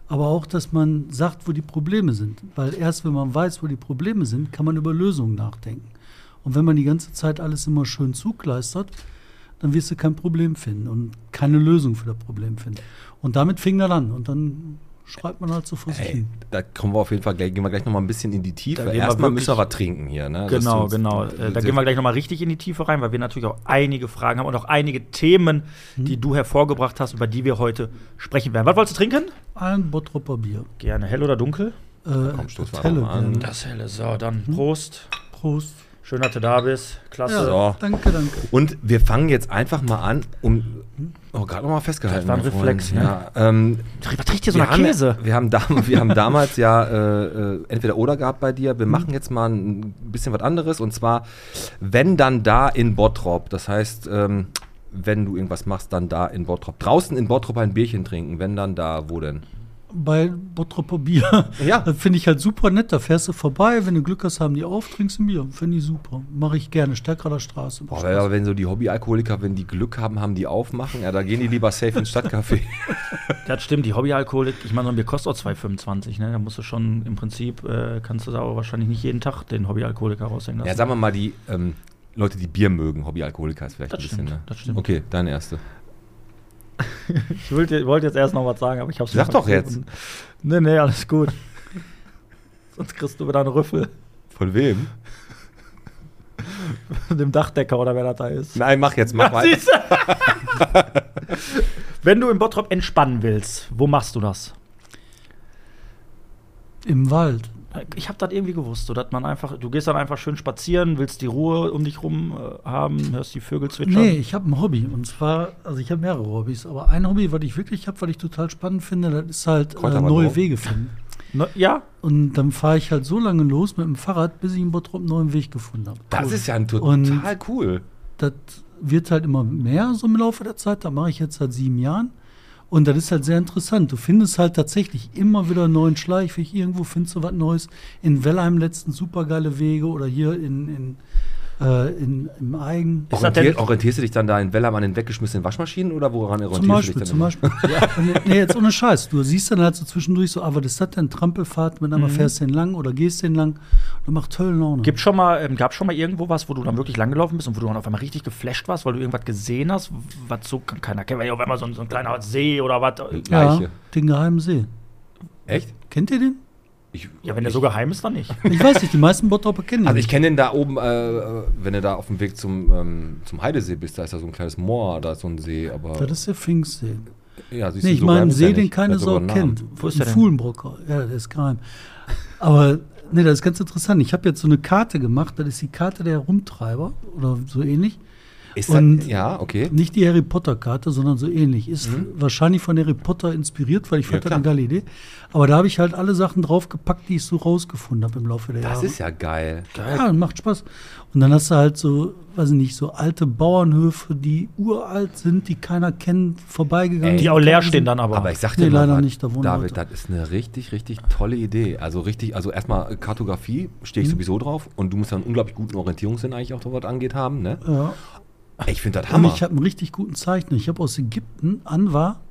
[SPEAKER 4] aber auch, dass man sagt, wo die Probleme sind. Weil erst wenn man weiß, wo die Probleme sind, kann man über Lösungen nachdenken. Und wenn man die ganze Zeit alles immer schön zugleistert, dann wirst du kein Problem finden und keine Lösung für das Problem finden. Und damit fing er an. Und dann schreibt man halt so vor sich
[SPEAKER 1] Ey,
[SPEAKER 4] hin.
[SPEAKER 1] da kommen wir auf jeden Fall gleich, gehen wir gleich nochmal ein bisschen in die Tiefe.
[SPEAKER 2] gehen wir
[SPEAKER 1] Erstmal
[SPEAKER 2] wirklich-
[SPEAKER 1] müssen wir was trinken hier, ne? Das
[SPEAKER 2] Genau,
[SPEAKER 1] tut's-
[SPEAKER 2] genau. Äh, da gehen wir gleich nochmal richtig in die Tiefe rein, weil wir natürlich auch einige Fragen haben und auch einige Themen, die du hervorgebracht hast, über die wir heute sprechen werden. Was wolltest du trinken?
[SPEAKER 4] Ein Bottropper Bier.
[SPEAKER 2] Gerne. Hell oder dunkel?
[SPEAKER 4] Äh,
[SPEAKER 1] komm, stoß mal
[SPEAKER 4] Helle
[SPEAKER 1] an.
[SPEAKER 4] gerne.
[SPEAKER 2] Das helle. So, dann Prost.
[SPEAKER 4] Prost.
[SPEAKER 2] Schön, dass du da bist.
[SPEAKER 4] Ja,
[SPEAKER 2] Klasse.
[SPEAKER 1] So.
[SPEAKER 4] danke, danke.
[SPEAKER 1] Und wir fangen jetzt einfach mal an, um. Oh, gerade nochmal festgehalten.
[SPEAKER 2] Das war ein
[SPEAKER 1] mein Freund.
[SPEAKER 2] Reflex, ne?
[SPEAKER 1] ja. Ähm,
[SPEAKER 2] Was riecht hier so
[SPEAKER 1] wir,
[SPEAKER 2] nach
[SPEAKER 1] haben,
[SPEAKER 2] Käse?
[SPEAKER 1] ja- wir, haben dam wir haben damals ja äh, äh, entweder oder gehabt bei dir. Wir
[SPEAKER 2] Mhm.
[SPEAKER 1] machen jetzt mal ein bisschen was anderes und zwar, wenn dann da in Bottrop. Das heißt, ähm, wenn du irgendwas machst, dann da in Bottrop. Draußen in Bottrop ein Bierchen trinken. Wenn dann da, wo denn?
[SPEAKER 4] Bei Bottroper Bier.
[SPEAKER 1] Ja.
[SPEAKER 4] Das finde ich halt super nett. Da fährst du vorbei. Wenn du Glück hast, haben die auf, trinkst ein Bier. Finde ich super. Mache ich gerne. Stärkerer Straße.
[SPEAKER 1] Boah, aber wenn so die Hobbyalkoholiker, wenn die Glück haben, haben die aufmachen. Ja, da gehen die lieber safe ins Stadtcafé.
[SPEAKER 2] Das stimmt, die Hobbyalkoholik, ich meine, so ein Bier kostet auch 2,25, ne? Da musst du schon im Prinzip, äh, kannst du da aber wahrscheinlich nicht jeden Tag den Hobbyalkoholiker raushängen lassen.
[SPEAKER 1] Ja, sagen wir mal, die ähm, Leute, die Bier mögen, Hobbyalkoholiker ist vielleicht
[SPEAKER 2] Das
[SPEAKER 1] ein bisschen,
[SPEAKER 2] stimmt,
[SPEAKER 1] ne?
[SPEAKER 2] das stimmt.
[SPEAKER 1] Okay, deine erste.
[SPEAKER 2] ich wollte wollte jetzt erst noch was sagen, aber ich hab's
[SPEAKER 1] Sag
[SPEAKER 2] mir
[SPEAKER 1] doch
[SPEAKER 2] verkniffen. Nee, nee, alles gut. Sonst kriegst du wieder einen Rüffel
[SPEAKER 1] Von wem?
[SPEAKER 2] mit dem Dachdecker oder wer das da ist.
[SPEAKER 1] Nein, mach jetzt, mach weiter.
[SPEAKER 2] Siehst du? Wenn du im Bottrop entspannen willst, wo machst du das?
[SPEAKER 4] Im Wald.
[SPEAKER 2] Ich habe das irgendwie gewusst, so dass man einfach, du gehst dann einfach schön spazieren, willst die Ruhe um dich rum äh, haben, hörst die Vögel zwitschern.
[SPEAKER 4] Nee, ich habe ein Hobby. Und zwar, also ich habe mehrere Hobbys. Aber ein Hobby, was ich wirklich habe, was ich total spannend finde, das ist halt äh,
[SPEAKER 1] Kräuterwanderung.
[SPEAKER 4] neue Wege finden.
[SPEAKER 2] Ne, ja,
[SPEAKER 4] Und dann fahre ich halt so lange los mit dem Fahrrad, bis ich in Bottrop einen neuen Weg gefunden habe.
[SPEAKER 1] Das ist ja ein total
[SPEAKER 4] Und-
[SPEAKER 1] cool.
[SPEAKER 4] das wird halt immer mehr so im Laufe der Zeit. Da mache ich jetzt seit sieben Jahren. Und das ist halt sehr interessant. Du findest halt tatsächlich immer wieder einen neuen Schleichweg. Irgendwo findest du was Neues. In Wellheim letzten supergeile Wege oder hier in, in, äh, in, im Eigen.
[SPEAKER 2] Ist das denn-
[SPEAKER 1] Orientier, orientierst du dich dann da in Wellheim an den weggeschmissenen Waschmaschinen oder woran orientierst
[SPEAKER 4] Zum Beispiel,
[SPEAKER 1] du dich
[SPEAKER 4] zum
[SPEAKER 1] dann? immer?
[SPEAKER 4] Beispiel. Nee, jetzt ohne Scheiß. Du siehst dann halt so zwischendurch so, aber das ist das denn Trampelfahrt, mit
[SPEAKER 1] Mhm.
[SPEAKER 4] einmal fährst den lang oder gehst den lang. Du macht Höllenlaune.
[SPEAKER 2] Gibt schon mal, ähm, gab schon mal irgendwo was, wo du dann wirklich langgelaufen bist und wo du dann auf einmal richtig geflasht warst, weil du irgendwas gesehen hast, was so kann keiner kennt, weil auf einmal so ein, so ein kleiner See oder was. äh,
[SPEAKER 4] ja,
[SPEAKER 1] Leiche.
[SPEAKER 4] den geheimen See.
[SPEAKER 1] Echt?
[SPEAKER 4] Kennt ihr den?
[SPEAKER 1] Ich,
[SPEAKER 2] Ja, wenn der so geheim ist, dann nicht.
[SPEAKER 4] Ich weiß nicht, die meisten Bottroper kennen den.
[SPEAKER 1] also ich
[SPEAKER 4] nicht.
[SPEAKER 1] kenne den da oben, äh, wenn du da auf dem Weg zum, ähm, zum Heidesee bist, da ist ja so ein kleines Moor, da ist so ein See, aber
[SPEAKER 4] das ist der Pfingstsee.
[SPEAKER 1] ja, siehst
[SPEAKER 4] Nee,
[SPEAKER 1] du,
[SPEAKER 4] ich
[SPEAKER 1] so
[SPEAKER 4] meine,
[SPEAKER 1] geheim
[SPEAKER 4] einen
[SPEAKER 1] ist der
[SPEAKER 4] See, den
[SPEAKER 1] nicht. Der
[SPEAKER 4] keine
[SPEAKER 1] hat sogar
[SPEAKER 4] Sau
[SPEAKER 1] einen Namen.
[SPEAKER 4] kennt.
[SPEAKER 2] Wo ist der
[SPEAKER 4] Ein
[SPEAKER 2] denn?
[SPEAKER 4] Fuhlenbrocker. Ja, der ist geheim. Aber, nee, das ist ganz interessant. Ich habe jetzt so eine Karte gemacht. Das ist die Karte der Rumtreiber oder so ähnlich.
[SPEAKER 1] Ist
[SPEAKER 4] Und-
[SPEAKER 1] das, ja, okay.
[SPEAKER 4] Nicht die Harry Potter-Karte, sondern so ähnlich. Ist wahrscheinlich von Harry Potter inspiriert, weil ich fand das
[SPEAKER 1] Mhm. klar.
[SPEAKER 4] eine geile Idee. Aber da habe ich halt alle Sachen draufgepackt, die ich so rausgefunden habe im Laufe der
[SPEAKER 1] Das
[SPEAKER 4] Jahre.
[SPEAKER 1] ist ja geil.
[SPEAKER 4] Ja, und macht Spaß. Und dann hast du halt so, weiß ich nicht, so alte Bauernhöfe, die uralt sind, die keiner kennt, vorbeigegangen
[SPEAKER 1] Ey.
[SPEAKER 2] Die auch leer stehen dann aber.
[SPEAKER 1] Aber ich sag
[SPEAKER 4] Nee,
[SPEAKER 1] dir mal,
[SPEAKER 4] leider
[SPEAKER 1] was,
[SPEAKER 4] nicht, da wohnen
[SPEAKER 1] David,
[SPEAKER 4] Leute.
[SPEAKER 1] das ist eine richtig, richtig tolle Idee. Also richtig, also erstmal Kartografie stehe
[SPEAKER 4] Mhm.
[SPEAKER 1] ich sowieso drauf und du musst ja einen unglaublich guten Orientierungssinn eigentlich auch, was angeht, haben. Ne?
[SPEAKER 4] Ja.
[SPEAKER 1] Ich finde das
[SPEAKER 4] Und
[SPEAKER 1] Hammer.
[SPEAKER 4] ich habe einen richtig guten Zeichner. Ich habe aus Ägypten Anwar.